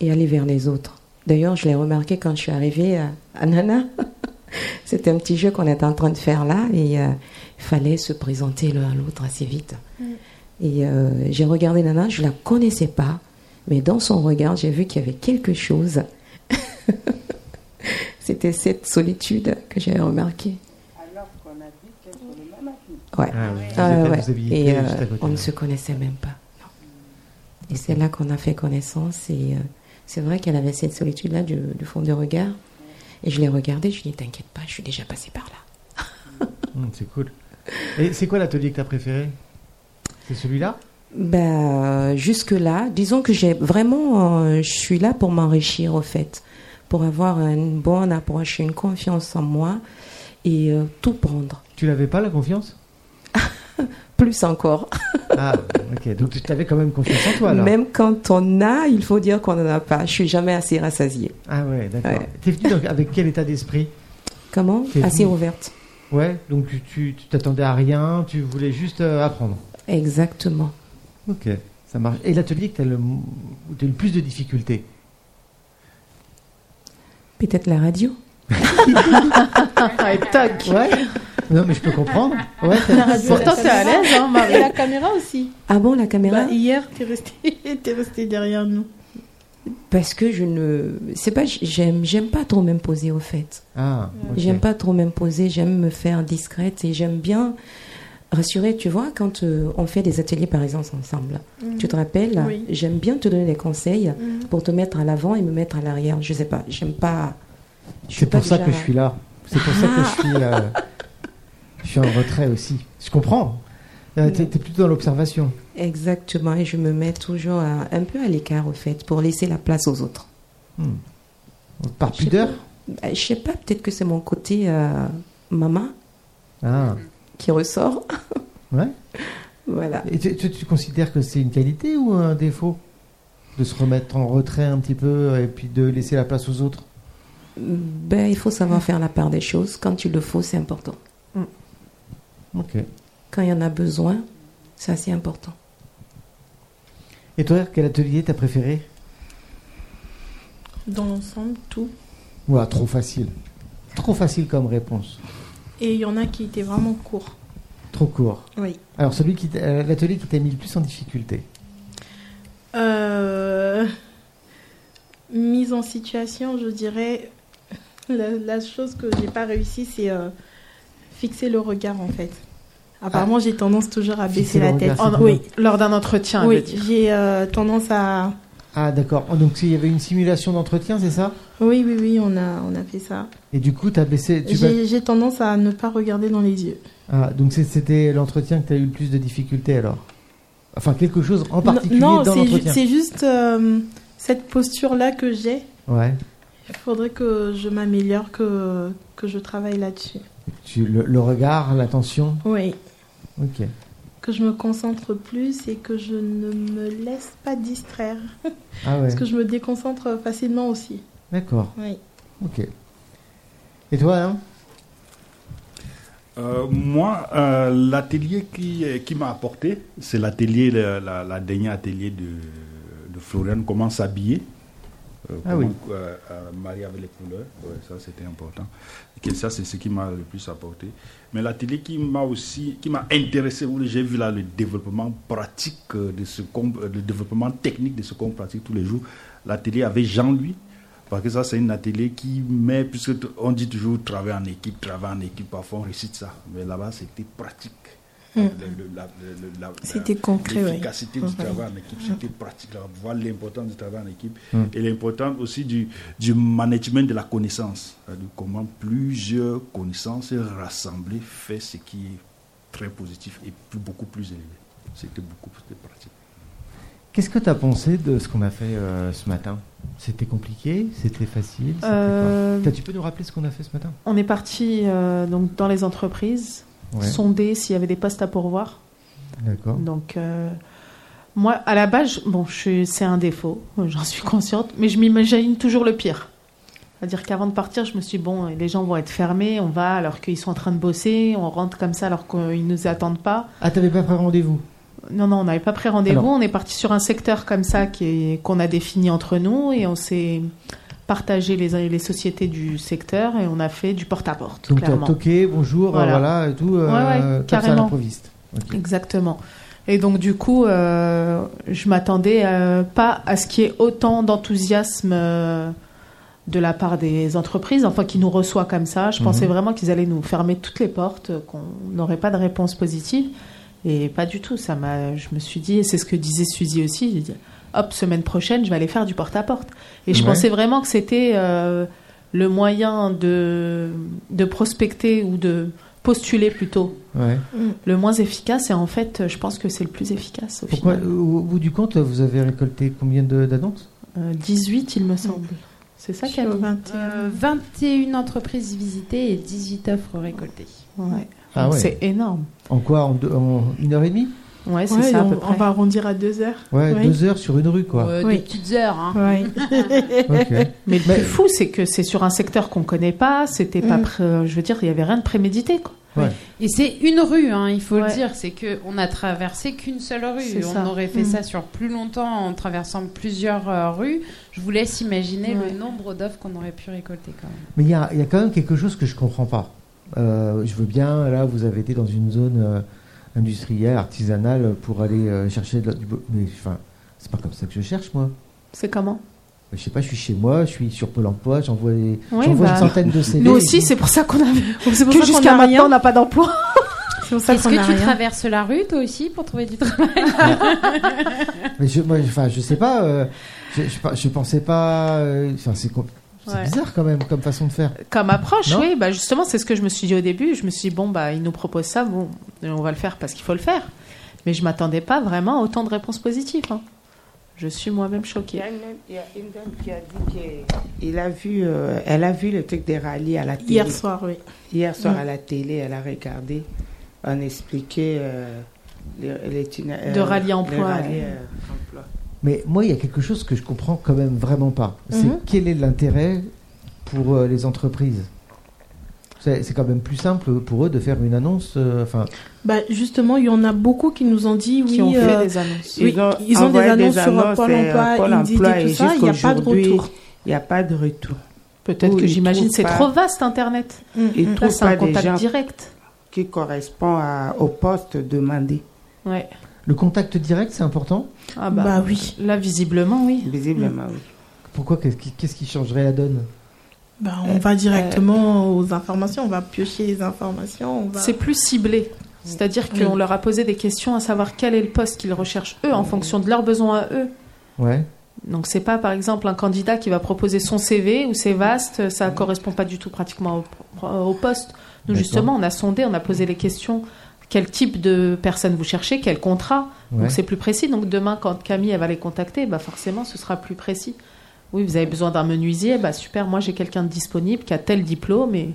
[SPEAKER 6] et aller vers les autres. D'ailleurs, je l'ai remarqué quand je suis arrivée à, à Nana. C'était un petit jeu qu'on était en train de faire là et euh, il fallait se présenter l'un à l'autre assez vite. Et euh, j'ai regardé Nana, je la connaissais pas, mais dans son regard, j'ai vu qu'il y avait quelque chose. C'était cette solitude que j'avais remarquée. Alors qu'on a
[SPEAKER 7] Ah, vous,
[SPEAKER 6] Ouais,
[SPEAKER 7] êtes-
[SPEAKER 6] ouais.
[SPEAKER 7] vous aviez
[SPEAKER 6] Et
[SPEAKER 7] été
[SPEAKER 6] euh,
[SPEAKER 7] juste à côté,
[SPEAKER 6] on ne
[SPEAKER 7] là. Mm.
[SPEAKER 6] se connaissait même pas. Non. Et c'est là qu'on a fait connaissance. Et euh, c'est vrai qu'elle avait cette solitude-là du, du fond de regard. Et je l'ai regardée, je lui ai dit T'inquiète pas, je suis déjà passée par là.
[SPEAKER 7] Hum, c'est cool. Et c'est quoi l'atelier que t'as préféré C'est celui-là
[SPEAKER 6] Ben, euh, jusque-là, disons que j'ai vraiment. euh, je suis là pour m'enrichir, au fait. Pour avoir une bonne approche, une confiance en moi et euh, tout prendre.
[SPEAKER 7] Tu l'avais pas la confiance
[SPEAKER 6] Plus encore.
[SPEAKER 7] Ah, ok. Donc tu t'avais quand même confiance en toi alors.
[SPEAKER 6] Même quand on a, il faut dire qu'on n'en a pas. Je suis jamais assez rassasiée.
[SPEAKER 7] Ah ouais, d'accord.
[SPEAKER 6] Ouais.
[SPEAKER 7] T'es venu donc avec quel état d'esprit
[SPEAKER 6] Comment
[SPEAKER 7] T'es
[SPEAKER 6] Assez
[SPEAKER 7] venue.
[SPEAKER 6] ouverte.
[SPEAKER 7] Ouais. Donc tu- tu tu t'attendais à rien, tu voulais juste euh, apprendre.
[SPEAKER 6] Exactement.
[SPEAKER 7] Ok, ça marche. Et l'atelier que t'as le m- où t'as eu le plus de difficultés
[SPEAKER 6] Peut-être la radio.
[SPEAKER 4] Ah, et toc
[SPEAKER 7] Ouais. Non, mais je peux comprendre. Ouais. t'as-
[SPEAKER 4] Pourtant, t'es à l'aise, hein,
[SPEAKER 6] bah
[SPEAKER 4] Marie
[SPEAKER 1] Et la caméra aussi.
[SPEAKER 6] Ah bon, la caméra
[SPEAKER 1] Bah, hier, t'es resté, t'es resté derrière nous.
[SPEAKER 6] Parce que je ne. C'est pas. J'aime, j'aime pas trop m'imposer au fait.
[SPEAKER 7] Ah, ok.
[SPEAKER 6] J'aime pas trop m'imposer, j'aime me faire discrète et j'aime bien rassurer. Tu vois, quand euh, on fait des ateliers par exemple ensemble, tu te rappelles
[SPEAKER 1] Mhm. Oui.
[SPEAKER 6] J'aime bien te donner des conseils
[SPEAKER 1] Mhm.
[SPEAKER 6] pour te mettre à l'avant et me mettre à l'arrière. Je sais pas, j'aime pas. je suis
[SPEAKER 7] C'est
[SPEAKER 6] pas
[SPEAKER 7] pour ça
[SPEAKER 6] déjà- Ah.
[SPEAKER 7] que je suis là. C'est pour ça que je suis, euh, je suis en retrait aussi. Je comprends. Euh, T'es t'es plutôt dans l'observation.
[SPEAKER 6] Exactement, et je me mets toujours à- un peu à l'écart au fait pour laisser la place aux autres.
[SPEAKER 7] Par
[SPEAKER 6] Je sais
[SPEAKER 7] pudeur
[SPEAKER 6] Bah, je sais pas, peut-être que c'est mon côté euh, maman
[SPEAKER 7] Ah,
[SPEAKER 6] qui ressort.
[SPEAKER 7] ouais.
[SPEAKER 6] voilà.
[SPEAKER 7] Et tu, tu- tu considères que c'est une qualité ou un défaut De se remettre en retrait un petit peu et puis de laisser la place aux autres
[SPEAKER 6] Ben, il faut savoir faire la part des choses. Quand il le faut, c'est important.
[SPEAKER 7] Ok.
[SPEAKER 6] Quand il y en a besoin, ça c'est important.
[SPEAKER 7] Et toi, quel atelier t'as préféré
[SPEAKER 1] Dans l'ensemble, tout.
[SPEAKER 7] Ouah, trop facile. Trop facile comme réponse.
[SPEAKER 1] Et il y en a qui étaient vraiment courts.
[SPEAKER 7] Trop court.
[SPEAKER 1] Oui.
[SPEAKER 7] Alors, celui qui t'a- euh, l'atelier qui t'a mis le plus en difficulté.
[SPEAKER 1] Euh, mise en situation, je dirais, la, la chose que j'ai pas réussi, c'est euh, fixer le regard en fait. Apparemment, j'ai tendance toujours à
[SPEAKER 7] Ah.
[SPEAKER 1] baisser
[SPEAKER 7] Fixer le
[SPEAKER 1] la
[SPEAKER 7] regard,
[SPEAKER 1] tête.
[SPEAKER 7] c'est
[SPEAKER 1] Oh,
[SPEAKER 7] bien.
[SPEAKER 1] oui,
[SPEAKER 4] Lors d'un entretien,
[SPEAKER 1] oui,
[SPEAKER 4] elle veut dire.
[SPEAKER 1] j'ai euh, tendance à.
[SPEAKER 7] Ah, d'accord. Oh, Donc, il y avait une simulation d'entretien, c'est ça
[SPEAKER 1] Oui, oui, oui, on a, on a fait ça.
[SPEAKER 7] Et du coup, t'as baissé. Tu
[SPEAKER 1] J'ai j'ai tendance à ne pas regarder dans les yeux.
[SPEAKER 7] bas- Ah, donc c'est- c'était l'entretien que t'as eu le plus de difficultés alors Enfin, quelque chose en particulier
[SPEAKER 1] non,
[SPEAKER 7] dans
[SPEAKER 1] c'est ju-
[SPEAKER 7] l'entretien.
[SPEAKER 1] c'est juste euh, cette posture-là que j'ai.
[SPEAKER 7] Ouais.
[SPEAKER 1] Il faudrait que je m'améliore, que, que je travaille là-dessus.
[SPEAKER 7] Tu, le, le regard, l'attention.
[SPEAKER 1] Oui.
[SPEAKER 7] Ok.
[SPEAKER 1] Que je me concentre plus et que je ne me laisse pas distraire.
[SPEAKER 7] Ah ouais.
[SPEAKER 1] Parce que je me déconcentre facilement aussi.
[SPEAKER 7] D'accord.
[SPEAKER 1] Oui.
[SPEAKER 7] Ok.
[SPEAKER 10] Et toi, hein
[SPEAKER 3] Euh, moi, euh, l'atelier qui, euh, qui m'a apporté, c'est l'atelier, le- la, la dernière atelier de, de Floriane, comment s'habiller. Euh,
[SPEAKER 7] Ah
[SPEAKER 3] comment,
[SPEAKER 7] oui.
[SPEAKER 3] euh, euh, marier avec les couleurs, Ouais, ça c'était important. Et ça c'est ce qui m'a le plus apporté. Mais l'atelier qui m'a aussi, qui m'a intéressé, où j'ai vu là le développement pratique euh, de ce qu'on, euh, le développement technique de ce qu'on pratique tous les jours. L'atelier avec Jean-Louis, parce que ça c'est un atelier qui met, puisque t- on dit toujours travailler en équipe, travailler en équipe, parfois on récite ça, mais là-bas c'était pratique. Le- le- la- le- le- la-
[SPEAKER 1] Hmm. C'était
[SPEAKER 3] la-
[SPEAKER 1] concret, oui. Hmm.
[SPEAKER 3] L'efficacité du travail en équipe, c'était pratique. Là, on voit l'importance du travail en équipe
[SPEAKER 7] Mm.
[SPEAKER 3] et l'importance aussi du, du management de la connaissance. C'est-à-dire comment plusieurs connaissances rassemblées fait ce qui est très positif et plus- beaucoup plus élevé. C'était beaucoup plus pratique.
[SPEAKER 7] Qu'est-ce que tu as pensé de ce qu'on a fait euh, ce matin C'était compliqué C'était facile C'était
[SPEAKER 4] Euh,
[SPEAKER 7] quoi T'as- Tu peux nous rappeler ce qu'on a fait ce matin
[SPEAKER 4] On est parti euh, donc dans les entreprises,
[SPEAKER 7] Ouais.
[SPEAKER 4] sonder s'il y avait des postes à pourvoir.
[SPEAKER 7] D'accord.
[SPEAKER 4] Donc, euh, moi, à la base, je- bon, je suis- c'est un défaut, euh, j'en suis consciente, mais je m'imagine toujours le pire. C'est-à-dire qu'avant de partir, je me suis dit, bon, les gens vont être fermés, on va alors qu'ils sont en train de bosser, on rentre comme ça alors qu'ils ne nous attendent pas.
[SPEAKER 7] Ah, t'avais pas pris rendez-vous
[SPEAKER 4] Non, non, on n'avait pas pris rendez-vous.
[SPEAKER 7] Alors-
[SPEAKER 4] On est parti sur un secteur comme ça qui est- qu'on a défini entre nous et on s'est partagé les, les sociétés du secteur et on a fait du porte-à-porte,
[SPEAKER 7] Donc t'as
[SPEAKER 4] clairement.
[SPEAKER 7] toqué, bonjour, voilà,
[SPEAKER 4] Voilà.
[SPEAKER 7] voilà et tout. euh,
[SPEAKER 4] Ouais, ouais,
[SPEAKER 7] comme ça, à
[SPEAKER 4] carrément.
[SPEAKER 7] l'improviste. Ok.
[SPEAKER 4] Exactement. Et donc, du coup, euh, je m'attendais euh, pas à ce qu'il y ait autant d'enthousiasme euh, de la part des entreprises, enfin, qui nous reçoit comme ça. Je pensais vraiment qu'ils allaient nous fermer toutes les portes, euh, qu'on n'aurait pas de réponse positive. Et pas du tout. Ça m'a, je me suis dit, et c'est ce que disait Suzy aussi, j'ai dit, hop, semaine prochaine, je vais aller faire du porte-à-porte. Et je
[SPEAKER 7] Ouais.
[SPEAKER 4] pensais vraiment que c'était euh, le moyen de, de prospecter ou de postuler plutôt
[SPEAKER 7] Ouais.
[SPEAKER 4] le moins efficace et en fait euh, je pense que c'est le plus efficace au
[SPEAKER 7] Pourquoi,
[SPEAKER 4] final.
[SPEAKER 7] au, au bout du compte, vous avez récolté combien de- d'annonces
[SPEAKER 4] Euh, 18 il me semble. C'est ça qu'elle
[SPEAKER 1] Sur
[SPEAKER 4] dit.
[SPEAKER 1] 21.
[SPEAKER 2] Euh, 21 entreprises visitées et 18 offres récoltées.
[SPEAKER 4] Ouais.
[SPEAKER 7] Ah ouais.
[SPEAKER 4] C'est énorme.
[SPEAKER 7] En quoi en, deux- en une heure et demie
[SPEAKER 4] Ouais, c'est
[SPEAKER 1] Ouais,
[SPEAKER 4] ça à
[SPEAKER 1] on,
[SPEAKER 4] peu
[SPEAKER 1] on
[SPEAKER 4] près.
[SPEAKER 1] va arrondir à deux heures.
[SPEAKER 7] Ouais,
[SPEAKER 1] Oui.
[SPEAKER 7] deux heures sur une rue, quoi.
[SPEAKER 2] Euh,
[SPEAKER 1] Oui.
[SPEAKER 2] Des petites heures. hein.
[SPEAKER 1] Ouais.
[SPEAKER 7] Ok.
[SPEAKER 4] Mais le
[SPEAKER 7] Mais-
[SPEAKER 4] plus fou c'est que c'est sur un secteur qu'on connaît pas, c'était pas
[SPEAKER 1] Mm.
[SPEAKER 4] pré- euh, je veux dire il y avait rien de prémédité quoi.
[SPEAKER 2] Et c'est une rue, hein, il faut le
[SPEAKER 4] Ouais.
[SPEAKER 2] dire. C'est que on a traversé qu'une seule rue.
[SPEAKER 4] C'est
[SPEAKER 2] On
[SPEAKER 4] ça.
[SPEAKER 2] aurait fait
[SPEAKER 1] Mm.
[SPEAKER 2] ça sur plus longtemps en traversant plusieurs euh, rues. Je vous laisse imaginer
[SPEAKER 4] Ouais.
[SPEAKER 2] le nombre d'offres qu'on aurait pu récolter quand même.
[SPEAKER 7] Mais il y a, il y a quand même quelque chose que je comprends pas. Euh, je veux bien, là, vous avez été dans une zone euh, industrielle, artisanale, pour aller euh, chercher de la- du... bo- Mais enfin, c'est pas comme ça que je cherche, moi.
[SPEAKER 4] C'est comment
[SPEAKER 7] Je sais pas, je suis chez moi, je suis sur Pôle emploi, j'envoie des-
[SPEAKER 4] Ouais,
[SPEAKER 7] j'envoie
[SPEAKER 4] bah,
[SPEAKER 7] une centaine de CV.
[SPEAKER 4] Nous aussi c'est pour ça qu'on avait
[SPEAKER 1] C'est pour
[SPEAKER 4] que
[SPEAKER 1] ça qu'on
[SPEAKER 4] jusqu'à
[SPEAKER 1] a rien.
[SPEAKER 4] maintenant on n'a pas d'emploi.
[SPEAKER 1] C'est pour ça
[SPEAKER 2] Est-ce
[SPEAKER 1] qu'on
[SPEAKER 2] que
[SPEAKER 1] a
[SPEAKER 2] tu
[SPEAKER 1] rien.
[SPEAKER 2] traverses la rue toi aussi pour trouver du travail
[SPEAKER 7] Mais je, moi, enfin, je sais pas, euh, je, je, pas- je pensais pas. euh, Enfin, c'est com- c'est
[SPEAKER 4] Ouais.
[SPEAKER 7] bizarre quand même comme façon de faire.
[SPEAKER 4] Comme approche,
[SPEAKER 7] Non
[SPEAKER 4] oui, bah justement c'est ce que je me suis dit au début, je me suis dit bon bah ils nous proposent ça, bon on va le faire parce qu'il faut le faire. Mais je m'attendais pas vraiment à autant de réponses positives. hein. Je suis moi-même
[SPEAKER 5] Il y
[SPEAKER 4] choquée.
[SPEAKER 5] a une, il y a une dame qui a dit qu'elle a vu, euh, elle a vu le truc des rallyes à la télé.
[SPEAKER 1] Hier soir, oui.
[SPEAKER 5] Hier soir
[SPEAKER 1] Mm.
[SPEAKER 5] à la télé, elle a regardé. On expliquait euh, les, les tuna-
[SPEAKER 4] De
[SPEAKER 5] euh,
[SPEAKER 4] rallyes
[SPEAKER 5] les
[SPEAKER 4] emploi,
[SPEAKER 5] rallyes,
[SPEAKER 4] hein.
[SPEAKER 5] euh, emploi.
[SPEAKER 7] Mais moi, il y a quelque chose que je comprends quand même vraiment pas. C'est
[SPEAKER 1] Mhm.
[SPEAKER 7] quel est l'intérêt pour euh, les entreprises C'est c'est quand même plus simple pour eux de faire une annonce. euh, Enfin,
[SPEAKER 1] Bah, justement, il y en a beaucoup qui nous ont dit oui.
[SPEAKER 4] qui ont fait
[SPEAKER 1] euh,
[SPEAKER 4] des annonces.
[SPEAKER 1] oui, ils ont des
[SPEAKER 5] envoyé
[SPEAKER 1] annonces sur Pôle
[SPEAKER 5] et, euh,
[SPEAKER 1] emploi,
[SPEAKER 5] Pôle
[SPEAKER 1] Indeed et
[SPEAKER 5] emploi,
[SPEAKER 1] tout ça, il n'y a pas de
[SPEAKER 5] jusqu'aujourd'hui,
[SPEAKER 1] retour.
[SPEAKER 5] Il n'y a pas de retour.
[SPEAKER 4] Peut-être
[SPEAKER 5] Ou
[SPEAKER 4] que
[SPEAKER 5] ils
[SPEAKER 4] j'imagine
[SPEAKER 5] trouvent
[SPEAKER 4] c'est
[SPEAKER 5] pas-
[SPEAKER 4] trop vaste Internet.
[SPEAKER 1] Mm,
[SPEAKER 5] Ils
[SPEAKER 4] Là,
[SPEAKER 5] trouvent
[SPEAKER 4] c'est un
[SPEAKER 5] pas des gens
[SPEAKER 4] contact direct.
[SPEAKER 5] qui correspondent à- au poste demandé.
[SPEAKER 4] Ouais.
[SPEAKER 7] le contact direct, c'est important.
[SPEAKER 4] Ah
[SPEAKER 1] bah,
[SPEAKER 4] bah,
[SPEAKER 1] oui.
[SPEAKER 4] Là, visiblement, oui.
[SPEAKER 5] Visiblement, oui.
[SPEAKER 7] Pourquoi Qu'est-ce qui- qu'est-ce qui changerait la donne
[SPEAKER 1] Bah, on va directement aux informations, on va piocher les informations. On
[SPEAKER 5] Bah.
[SPEAKER 1] va...
[SPEAKER 4] C'est plus ciblé. C'est-à-dire
[SPEAKER 1] Oui.
[SPEAKER 4] qu'on leur a posé des questions à savoir quel est le poste qu'ils recherchent eux en fonction de leurs besoins à eux.
[SPEAKER 7] Ouais.
[SPEAKER 4] Donc c'est pas par exemple un candidat qui va proposer son CV ou c'est vaste, ça correspond pas du tout pratiquement au, au poste. Nous
[SPEAKER 7] D'accord.
[SPEAKER 4] justement, on a sondé, on a posé les questions quel type de personne vous cherchez, quel contrat.
[SPEAKER 7] Ouais.
[SPEAKER 4] Donc c'est plus précis. Donc demain, quand Camille elle va les contacter, bah forcément, ce sera plus précis. Oui, vous avez besoin d'un menuisier, bah super, moi j'ai quelqu'un de disponible qui a tel diplôme et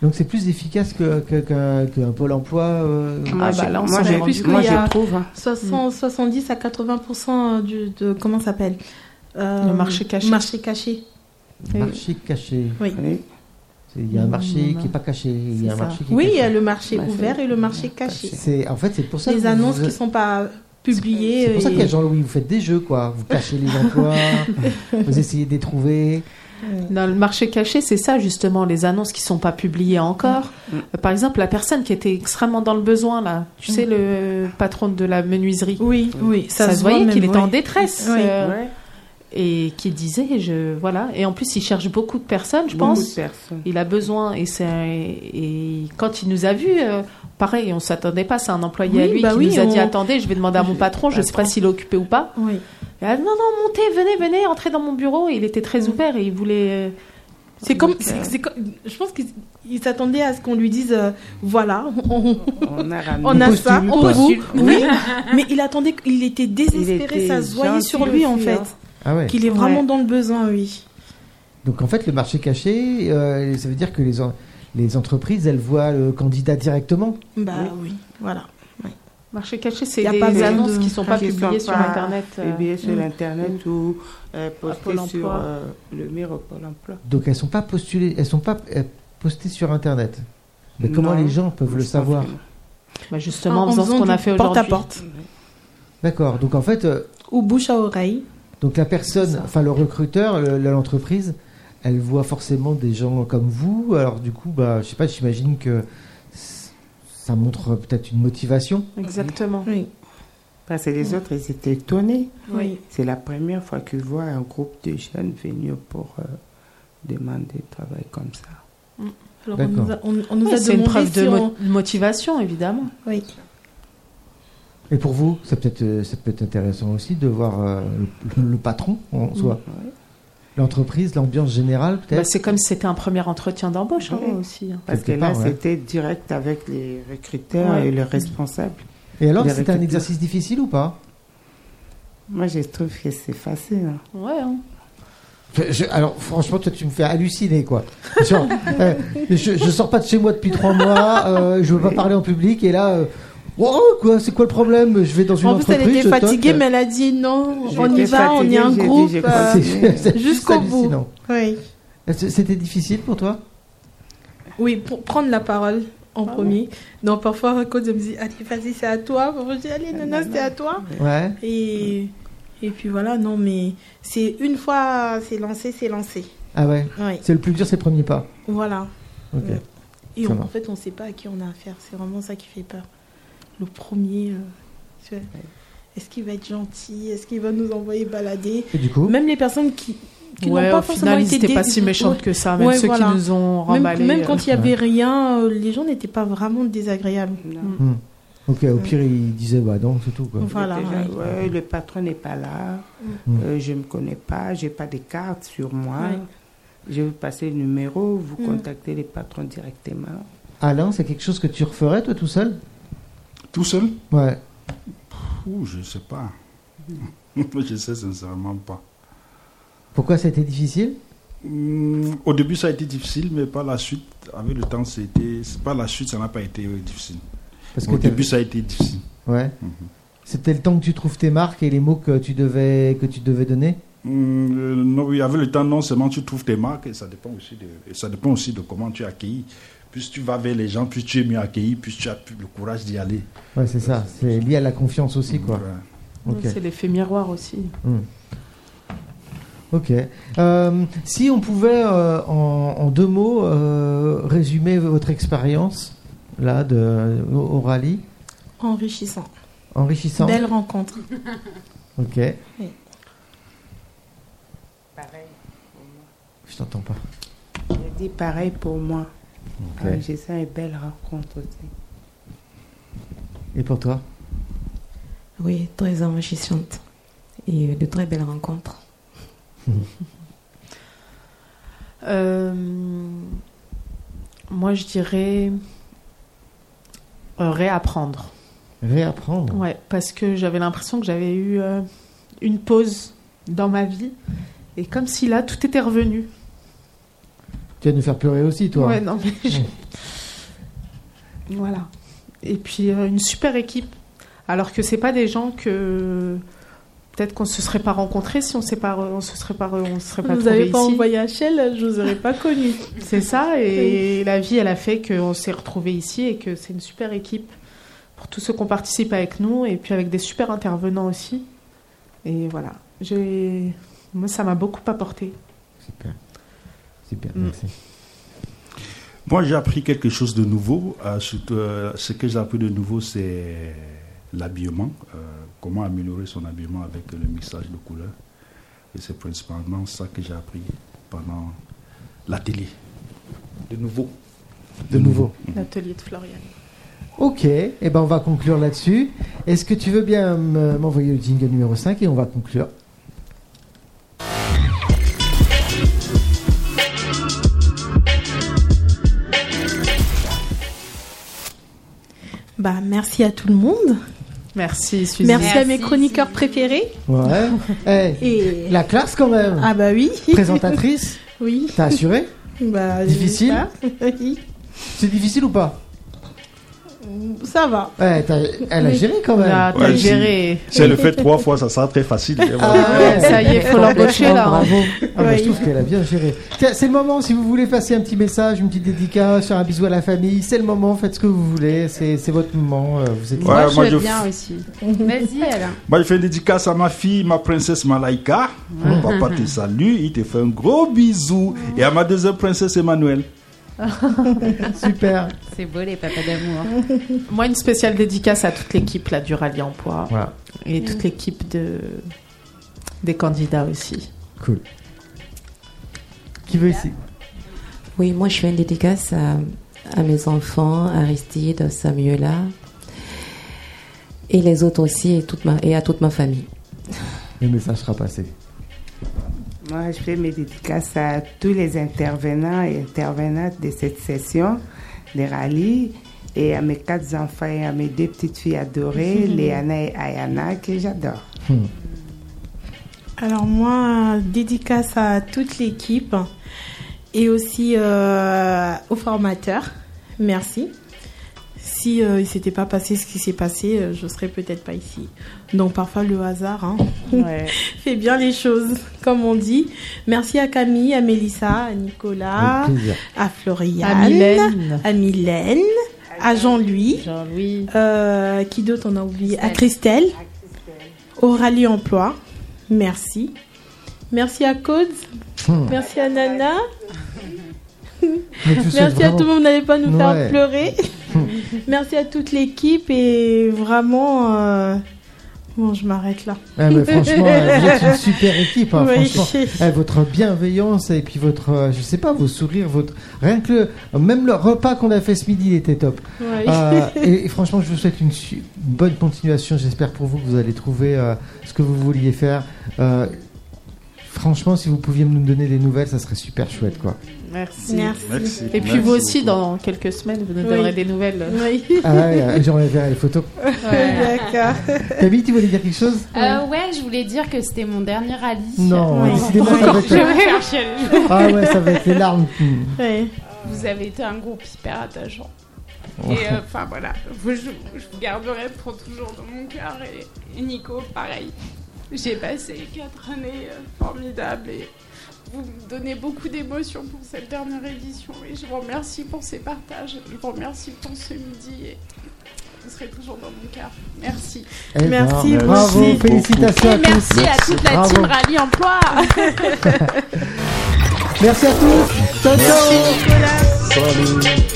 [SPEAKER 7] Donc c'est plus efficace que- que- qu'un qu'un pôle emploi. euh,
[SPEAKER 4] Ah
[SPEAKER 5] Moi,
[SPEAKER 4] bah
[SPEAKER 5] j'ai-
[SPEAKER 4] là, on
[SPEAKER 5] moi,
[SPEAKER 4] s'en est
[SPEAKER 5] j'ai-
[SPEAKER 4] rendu
[SPEAKER 5] moi,
[SPEAKER 1] compte.
[SPEAKER 5] j'éprouve. hein.
[SPEAKER 1] 60, 70 à 80% euh, du, de. Comment ça s'appelle Euh,
[SPEAKER 4] Le marché caché.
[SPEAKER 1] Marché caché.
[SPEAKER 7] Marché caché.
[SPEAKER 5] Oui.
[SPEAKER 7] C'est- Il y a un marché
[SPEAKER 4] Non,
[SPEAKER 7] qui n'est pas caché. Il y a un
[SPEAKER 4] C'est ça.
[SPEAKER 7] marché qui est
[SPEAKER 1] Oui, il y
[SPEAKER 7] caché.
[SPEAKER 1] a le marché
[SPEAKER 5] Bah, c'est-
[SPEAKER 1] ouvert et le marché caché.
[SPEAKER 7] C'est- En fait, c'est pour ça
[SPEAKER 1] Les
[SPEAKER 7] que
[SPEAKER 1] annonces
[SPEAKER 7] vous-
[SPEAKER 1] qui sont pas publiées.
[SPEAKER 7] C'est pour ça
[SPEAKER 1] et-
[SPEAKER 7] qu'il y a Jean-Louis, vous faites des jeux, quoi. Vous cachez les emplois, vous essayez de les trouver.
[SPEAKER 4] Dans le marché caché, c'est ça justement, les annonces qui sont pas publiées encore.
[SPEAKER 5] Mm.
[SPEAKER 4] Euh, Par exemple, la personne qui était extrêmement dans le besoin, là, tu sais, le patron de la menuiserie,
[SPEAKER 1] Oui, oui, ça,
[SPEAKER 4] ça, se voyait
[SPEAKER 1] voit
[SPEAKER 4] qu'il
[SPEAKER 1] même,
[SPEAKER 4] était en
[SPEAKER 1] ouais.
[SPEAKER 4] détresse.
[SPEAKER 1] Oui.
[SPEAKER 4] euh, Et qui disait, je, voilà. Et en plus, il cherche beaucoup de personnes, je pense.
[SPEAKER 5] Beaucoup de personnes.
[SPEAKER 4] Il a besoin, et, c'est, et quand il nous a vus, euh, pareil, on s'attendait pas, c'est un employé à
[SPEAKER 1] Oui,
[SPEAKER 4] lui
[SPEAKER 1] bah
[SPEAKER 4] qui
[SPEAKER 1] oui,
[SPEAKER 4] nous a dit
[SPEAKER 1] on-
[SPEAKER 4] Attendez, je vais demander à mon patron, je sais pas s'il est occupé ou pas.
[SPEAKER 1] Oui.
[SPEAKER 4] Et elle, non, non, montez, venez, venez, entrez dans mon bureau. Et il était
[SPEAKER 1] Mm.
[SPEAKER 4] très ouvert et il voulait. euh,
[SPEAKER 1] C'est comme,
[SPEAKER 4] donc, euh,
[SPEAKER 1] c'est- c'est comme- je pense qu'il il s'attendait à ce qu'on lui dise, euh, voilà, on,
[SPEAKER 5] On a ramené.
[SPEAKER 1] on a
[SPEAKER 7] postule,
[SPEAKER 1] ça, on
[SPEAKER 7] quoi.
[SPEAKER 1] postule. Oui, mais il attendait, qu- il était désespéré,
[SPEAKER 5] était
[SPEAKER 1] ça se voyait
[SPEAKER 5] gentil
[SPEAKER 1] sur lui en
[SPEAKER 5] aussi,
[SPEAKER 1] fait,
[SPEAKER 5] hein.
[SPEAKER 7] Ah ouais.
[SPEAKER 1] qu'il est vraiment dans le besoin, oui.
[SPEAKER 7] Donc en fait, le marché caché, euh, ça veut dire que les, en- les entreprises, elles voient le candidat directement.
[SPEAKER 1] Bah oui, voilà.
[SPEAKER 4] Marché caché, c'est
[SPEAKER 1] Y a
[SPEAKER 4] des
[SPEAKER 1] pas besoin
[SPEAKER 4] annonces
[SPEAKER 1] de- Mm.
[SPEAKER 4] qui sont pas
[SPEAKER 5] qui sont
[SPEAKER 4] publiées sur
[SPEAKER 5] pas
[SPEAKER 4] Internet. euh,
[SPEAKER 5] publié sur Internet ou euh,
[SPEAKER 4] Pôle
[SPEAKER 5] posté
[SPEAKER 4] emploi.
[SPEAKER 5] sur euh, le mur au Pôle emploi.
[SPEAKER 7] Donc elles sont pas postulées, elles sont pas euh, postées sur Internet. Mais
[SPEAKER 5] Non.
[SPEAKER 7] comment les gens peuvent le
[SPEAKER 5] Je pense
[SPEAKER 7] savoir
[SPEAKER 5] que-
[SPEAKER 4] bah, justement, en,
[SPEAKER 1] En
[SPEAKER 4] faisant ce
[SPEAKER 1] faisant
[SPEAKER 4] qu'on
[SPEAKER 1] du
[SPEAKER 4] a fait
[SPEAKER 1] porte
[SPEAKER 4] aujourd'hui.
[SPEAKER 1] à porte
[SPEAKER 7] D'accord. Donc en fait, euh,
[SPEAKER 1] ou bouche à oreille.
[SPEAKER 7] donc la personne,
[SPEAKER 4] ça.
[SPEAKER 7] enfin le recruteur, le- l'entreprise, elle voit forcément des gens comme vous. Alors du coup, bah, je sais pas, j'imagine que c- ça montre euh, peut-être une motivation.
[SPEAKER 4] Exactement.
[SPEAKER 1] Oui,
[SPEAKER 5] Parce que
[SPEAKER 4] Mm.
[SPEAKER 5] les autres, ils étaient étonnés.
[SPEAKER 1] oui.
[SPEAKER 5] C'est la première fois qu'ils voient un groupe de jeunes venir pour euh, demander de travail comme ça.
[SPEAKER 1] Alors on nous a, on, on nous
[SPEAKER 4] Ouais,
[SPEAKER 1] a
[SPEAKER 4] c'est une
[SPEAKER 1] demandé
[SPEAKER 4] preuve
[SPEAKER 1] si
[SPEAKER 4] de
[SPEAKER 1] on-
[SPEAKER 4] mo- motivation, évidemment.
[SPEAKER 1] oui.
[SPEAKER 7] Et pour vous, ça peut être, euh, ça peut être intéressant aussi de voir euh, le, le patron en soi,
[SPEAKER 5] Ouais.
[SPEAKER 7] l'entreprise, l'ambiance générale
[SPEAKER 4] Bah,
[SPEAKER 7] peut-être.
[SPEAKER 4] c'est comme si c'était un premier entretien d'embauche hein,
[SPEAKER 5] Oui.
[SPEAKER 4] aussi. hein.
[SPEAKER 5] Parce que
[SPEAKER 7] Quelque
[SPEAKER 5] là,
[SPEAKER 7] part, ouais.
[SPEAKER 5] c'était direct avec les recruteurs
[SPEAKER 4] Ouais.
[SPEAKER 5] et les responsables.
[SPEAKER 7] Et alors,
[SPEAKER 5] Les
[SPEAKER 7] c'est un
[SPEAKER 5] recruteurs.
[SPEAKER 7] exercice difficile ou pas
[SPEAKER 5] Moi, je trouve que c'est facile. hein.
[SPEAKER 4] Ouais, hein.
[SPEAKER 7] Je- je- alors franchement, toi tu me fais halluciner quoi. Genre, euh, je, je sors pas de chez moi depuis trois mois, euh, je veux pas parler en public et là, euh, wow, quoi, c'est quoi le problème Je vais dans une
[SPEAKER 1] En plus,
[SPEAKER 7] entreprise.
[SPEAKER 1] elle était
[SPEAKER 7] je toque.
[SPEAKER 1] fatiguée, mais elle a dit non,
[SPEAKER 5] J'étais
[SPEAKER 1] on y va, on est
[SPEAKER 5] fatiguée,
[SPEAKER 1] un
[SPEAKER 5] j'ai dit,
[SPEAKER 1] groupe.
[SPEAKER 5] j'ai
[SPEAKER 1] euh,
[SPEAKER 5] commencé.
[SPEAKER 7] C'est- c'est juste
[SPEAKER 1] Jusqu'au bout.
[SPEAKER 7] hallucinant.
[SPEAKER 1] oui.
[SPEAKER 7] C- C'était difficile pour toi
[SPEAKER 1] Oui, pour prendre la parole
[SPEAKER 4] Ah
[SPEAKER 1] en premier. Non, parfois, quand je me dis, allez, vas-y, c'est à toi. Parfois, je dis, allez, nana, c'est à toi.
[SPEAKER 7] Ouais.
[SPEAKER 1] Et, et puis voilà, non, mais c'est une fois c'est lancé, c'est lancé.
[SPEAKER 7] Ah ouais.
[SPEAKER 1] Oui,
[SPEAKER 7] C'est le plus dur, c'est le premier pas.
[SPEAKER 1] voilà.
[SPEAKER 7] Ok.
[SPEAKER 1] Ouais. Et
[SPEAKER 7] Ça
[SPEAKER 1] on-
[SPEAKER 7] va.
[SPEAKER 1] en fait, on ne sait pas à qui on a affaire. C'est vraiment ça qui fait peur. Le premier, euh, tu vois, est-ce qu'il va être gentil Est-ce qu'il va nous envoyer balader
[SPEAKER 7] Et du coup,
[SPEAKER 1] Même les personnes qui, qui
[SPEAKER 4] Ouais,
[SPEAKER 1] n'ont pas
[SPEAKER 4] au
[SPEAKER 1] forcément
[SPEAKER 4] final, ils
[SPEAKER 1] été
[SPEAKER 4] n'étaient pas
[SPEAKER 1] dés-
[SPEAKER 4] si méchantes que ça, même
[SPEAKER 1] Ouais,
[SPEAKER 4] ceux
[SPEAKER 1] voilà.
[SPEAKER 4] qui nous ont
[SPEAKER 1] Même,
[SPEAKER 4] remballés.
[SPEAKER 1] même
[SPEAKER 4] euh,
[SPEAKER 1] quand il n'y avait
[SPEAKER 7] Ouais.
[SPEAKER 1] rien, euh, les gens n'étaient pas vraiment désagréables.
[SPEAKER 5] Non.
[SPEAKER 7] ok. Au pire, il disait bah non, c'est tout quoi.
[SPEAKER 1] Voilà.
[SPEAKER 5] Déjà,
[SPEAKER 1] ouais.
[SPEAKER 5] ouais, le patron n'est pas là,
[SPEAKER 7] Mm.
[SPEAKER 5] euh, je ne me connais pas, je n'ai pas de carte sur moi.
[SPEAKER 1] Ouais.
[SPEAKER 5] Je vais passer le numéro, vous
[SPEAKER 1] Mm.
[SPEAKER 5] contactez les patrons directement.
[SPEAKER 7] Alain, c'est quelque chose que tu referais toi tout seul
[SPEAKER 3] Tout seul
[SPEAKER 7] Ouais.
[SPEAKER 3] Ouh, je sais pas. je sais sincèrement pas.
[SPEAKER 7] Pourquoi ça a été difficile
[SPEAKER 3] Hum, Au début, ça a été difficile, mais par la suite, avec le temps, c'était. Par la suite, ça n'a pas été euh, difficile.
[SPEAKER 7] Parce
[SPEAKER 3] Au
[SPEAKER 7] t'as-
[SPEAKER 3] début, ça a été difficile.
[SPEAKER 7] Ouais.
[SPEAKER 3] Mhm.
[SPEAKER 7] C'était le temps que tu trouves tes marques et les mots que tu devais que tu devais donner.
[SPEAKER 3] Hum, euh, non, oui, avec le temps, non seulement tu trouves tes marques, et ça dépend aussi de, et ça dépend aussi de comment tu es accueilli. Plus tu vas vers les gens, plus tu es mieux accueilli, plus tu as plus le courage d'y aller.
[SPEAKER 7] Ouais, c'est ça. C'est lié à la confiance aussi, quoi.
[SPEAKER 3] Voilà.
[SPEAKER 7] Ok.
[SPEAKER 4] C'est l'effet miroir aussi.
[SPEAKER 7] Ok. Euh, si on pouvait, euh, en, en deux mots, euh, résumer votre expérience là de au, au rallye,
[SPEAKER 1] Enrichissant.
[SPEAKER 7] enrichissant.
[SPEAKER 1] Belle rencontre.
[SPEAKER 7] Ok.
[SPEAKER 1] Oui.
[SPEAKER 7] Je t'entends pas.
[SPEAKER 5] Je dis pareil pour moi.
[SPEAKER 7] Ok.
[SPEAKER 5] Ah, J'ai ça, une belle rencontre aussi.
[SPEAKER 7] Et pour toi
[SPEAKER 6] Oui, très enrichissante et de très belles rencontres.
[SPEAKER 4] Euh, moi, je dirais euh, réapprendre.
[SPEAKER 7] Réapprendre.
[SPEAKER 4] Ouais, parce que j'avais l'impression que j'avais eu euh, une pause dans ma vie. Et comme si là, tout était revenu.
[SPEAKER 7] Tu vas nous faire pleurer aussi, toi.
[SPEAKER 4] Ouais, non, mais je- Voilà. Et puis, euh, une super équipe. Alors que c'est pas des gens que... Peut-être qu'on se serait pas rencontrés si on s'est pas, re- on se serait pas, re- on se serait pas
[SPEAKER 1] vous
[SPEAKER 4] trouvés
[SPEAKER 1] avez pas
[SPEAKER 4] ici.
[SPEAKER 1] envoyé à Shell, je vous aurais pas connu.
[SPEAKER 4] C'est ça, et la vie, elle a fait qu'on s'est retrouvés ici et que c'est une super équipe pour tous ceux qui ont participé avec nous et puis avec des super intervenants aussi. Et voilà, j'ai... moi, ça m'a beaucoup apporté.
[SPEAKER 7] Super. Super,
[SPEAKER 4] Mm.
[SPEAKER 7] merci.
[SPEAKER 3] Moi, j'ai appris quelque chose de nouveau. euh, surtout, euh, ce que j'ai appris de nouveau, c'est l'habillement. euh, comment améliorer son habillement avec le mixage de couleurs. Et c'est principalement ça que j'ai appris pendant la télé. De nouveau.
[SPEAKER 7] De nouveau.
[SPEAKER 4] L'atelier de Florian.
[SPEAKER 7] Ok, et ben on va conclure là-dessus. Est-ce que tu veux bien me- m'envoyer le jingle numéro 5 et on va conclure
[SPEAKER 1] Bah, merci à tout le monde.
[SPEAKER 4] Merci, Suzy.
[SPEAKER 1] Merci, à mes
[SPEAKER 11] Merci,
[SPEAKER 1] chroniqueurs
[SPEAKER 11] Sylvie.
[SPEAKER 1] préférés.
[SPEAKER 7] Ouais. Eh,
[SPEAKER 1] Et...
[SPEAKER 7] la classe quand même
[SPEAKER 1] Ah bah oui.
[SPEAKER 7] Présentatrice,
[SPEAKER 1] Oui.
[SPEAKER 7] t'as assuré
[SPEAKER 1] Bah,
[SPEAKER 7] Difficile
[SPEAKER 1] je sais pas. Oui.
[SPEAKER 7] C'est difficile ou pas
[SPEAKER 1] Ça va.
[SPEAKER 7] Ouais, t'as- Elle a
[SPEAKER 1] Oui.
[SPEAKER 7] géré quand même.
[SPEAKER 4] Là, t'as
[SPEAKER 3] Ouais,
[SPEAKER 4] géré.
[SPEAKER 3] C'est le fait trois fois, ça sera très facile. Et voilà.
[SPEAKER 4] Ah ouais, ça y est, faut l'embaucher
[SPEAKER 6] Franchement,
[SPEAKER 4] là.
[SPEAKER 6] Bravo.
[SPEAKER 7] Ah bah, je
[SPEAKER 1] Oui.
[SPEAKER 7] trouve qu'elle a bien géré. Tiens, c'est le moment, si vous voulez passer un petit message, une petite dédicace, faire un bisou à la famille, c'est le moment, faites ce que vous voulez, c'est c'est votre moment, euh, vous êtes
[SPEAKER 3] Ouais,
[SPEAKER 11] moi, je
[SPEAKER 3] moi,
[SPEAKER 11] veux
[SPEAKER 3] je-
[SPEAKER 11] bien aussi. Vas-y, Alain.
[SPEAKER 3] Moi, je fais une dédicace à ma fille, ma princesse Malaika. Mon papa te salue, il te fait un gros bisou. Et à ma deuxième princesse Emmanuel.
[SPEAKER 7] super.
[SPEAKER 11] C'est beau, les papas d'amour.
[SPEAKER 4] Moi, une spéciale dédicace à toute l'équipe là, du Rallye Emploi
[SPEAKER 7] Voilà,
[SPEAKER 4] et toute l'équipe de... des candidats aussi.
[SPEAKER 7] cool. Qui veut ici
[SPEAKER 6] Oui, moi je fais une dédicace à, à mes enfants, Aristide, Samuela, et les autres aussi, et, toute ma, et à toute ma famille.
[SPEAKER 7] Le message sera passé.
[SPEAKER 5] Moi, je fais mes dédicaces à tous les intervenants et intervenantes de cette session des rallyes et à mes quatre enfants et à mes deux petites filles adorées,
[SPEAKER 1] Mm-hmm.
[SPEAKER 5] Léana et Ayana, que j'adore.
[SPEAKER 1] Alors moi, dédicace à toute l'équipe et aussi euh, aux formateurs. Merci. Si euh, il s'était pas passé ce qui s'est passé, euh, je serais peut-être pas ici. Donc parfois le hasard hein,
[SPEAKER 4] Ouais.
[SPEAKER 1] fait bien les choses, comme on dit. Merci à Camille, à Mélissa, à Nicolas,
[SPEAKER 7] Avec plaisir.
[SPEAKER 1] à Florian,
[SPEAKER 4] À Mylène.
[SPEAKER 1] à Mylène, à Jean-Louis.
[SPEAKER 4] Jean-Louis.
[SPEAKER 1] Euh, qui d'autre on a oublié À Christelle. Au Rallye Emploi. Merci. Merci à Codes.
[SPEAKER 7] Hmm.
[SPEAKER 1] Merci à Nana.
[SPEAKER 7] Mais tu sais
[SPEAKER 1] Merci à tout le monde. N'allez pas nous
[SPEAKER 7] Ouais.
[SPEAKER 1] faire pleurer. Merci à toute l'équipe et vraiment. euh, Bon, je m'arrête là.
[SPEAKER 7] Ah, mais franchement, euh, vous êtes une super équipe, hein,
[SPEAKER 1] Oui.
[SPEAKER 7] franchement. Eh, votre bienveillance et puis votre, euh, je sais pas, vos sourires, votre rien que le, même le repas qu'on a fait ce midi il était top.
[SPEAKER 1] Ouais.
[SPEAKER 7] Euh, et, et franchement, je vous souhaite une su- bonne continuation. J'espère pour vous que vous allez trouver euh, ce que vous vouliez faire. Euh, franchement, si vous pouviez nous donner des nouvelles, ça serait super chouette, quoi.
[SPEAKER 4] Merci.
[SPEAKER 1] Merci.
[SPEAKER 3] Merci.
[SPEAKER 4] Et puis
[SPEAKER 3] Merci
[SPEAKER 4] vous aussi,
[SPEAKER 3] beaucoup.
[SPEAKER 4] dans quelques semaines, vous nous
[SPEAKER 1] Oui.
[SPEAKER 4] donnerez des nouvelles.
[SPEAKER 1] Oui.
[SPEAKER 7] Ah ouais, euh, j'enlèverai les photos.
[SPEAKER 1] D'accord.
[SPEAKER 7] Camille, tu voulais dire quelque chose
[SPEAKER 11] Euh, ouais, je voulais dire que c'était mon dernier rallye.
[SPEAKER 7] Non,
[SPEAKER 1] Oui.
[SPEAKER 7] décidément, ça va être- ah ouais, ça va être les larmes. Hmm.
[SPEAKER 1] Ouais.
[SPEAKER 2] Vous avez été un groupe hyper attachant. Et euh, enfin voilà, vous- je, je vous garderai pour toujours dans mon cœur. Et, et Nico, pareil. J'ai passé quatre années euh, formidables et vous me donnez beaucoup d'émotions pour cette dernière édition. Et je vous remercie pour ces partages. Je vous remercie pour ce midi. Et vous serez toujours dans mon cœur. Merci.
[SPEAKER 7] Eh ben,
[SPEAKER 1] Merci, vous
[SPEAKER 7] bravo,
[SPEAKER 1] aussi.
[SPEAKER 7] félicitations à
[SPEAKER 2] Et
[SPEAKER 7] tous.
[SPEAKER 2] merci à toute la
[SPEAKER 7] Bravo.
[SPEAKER 2] team Rallye Emploi.
[SPEAKER 7] Merci à tous. Ciao, ciao.
[SPEAKER 3] Salut.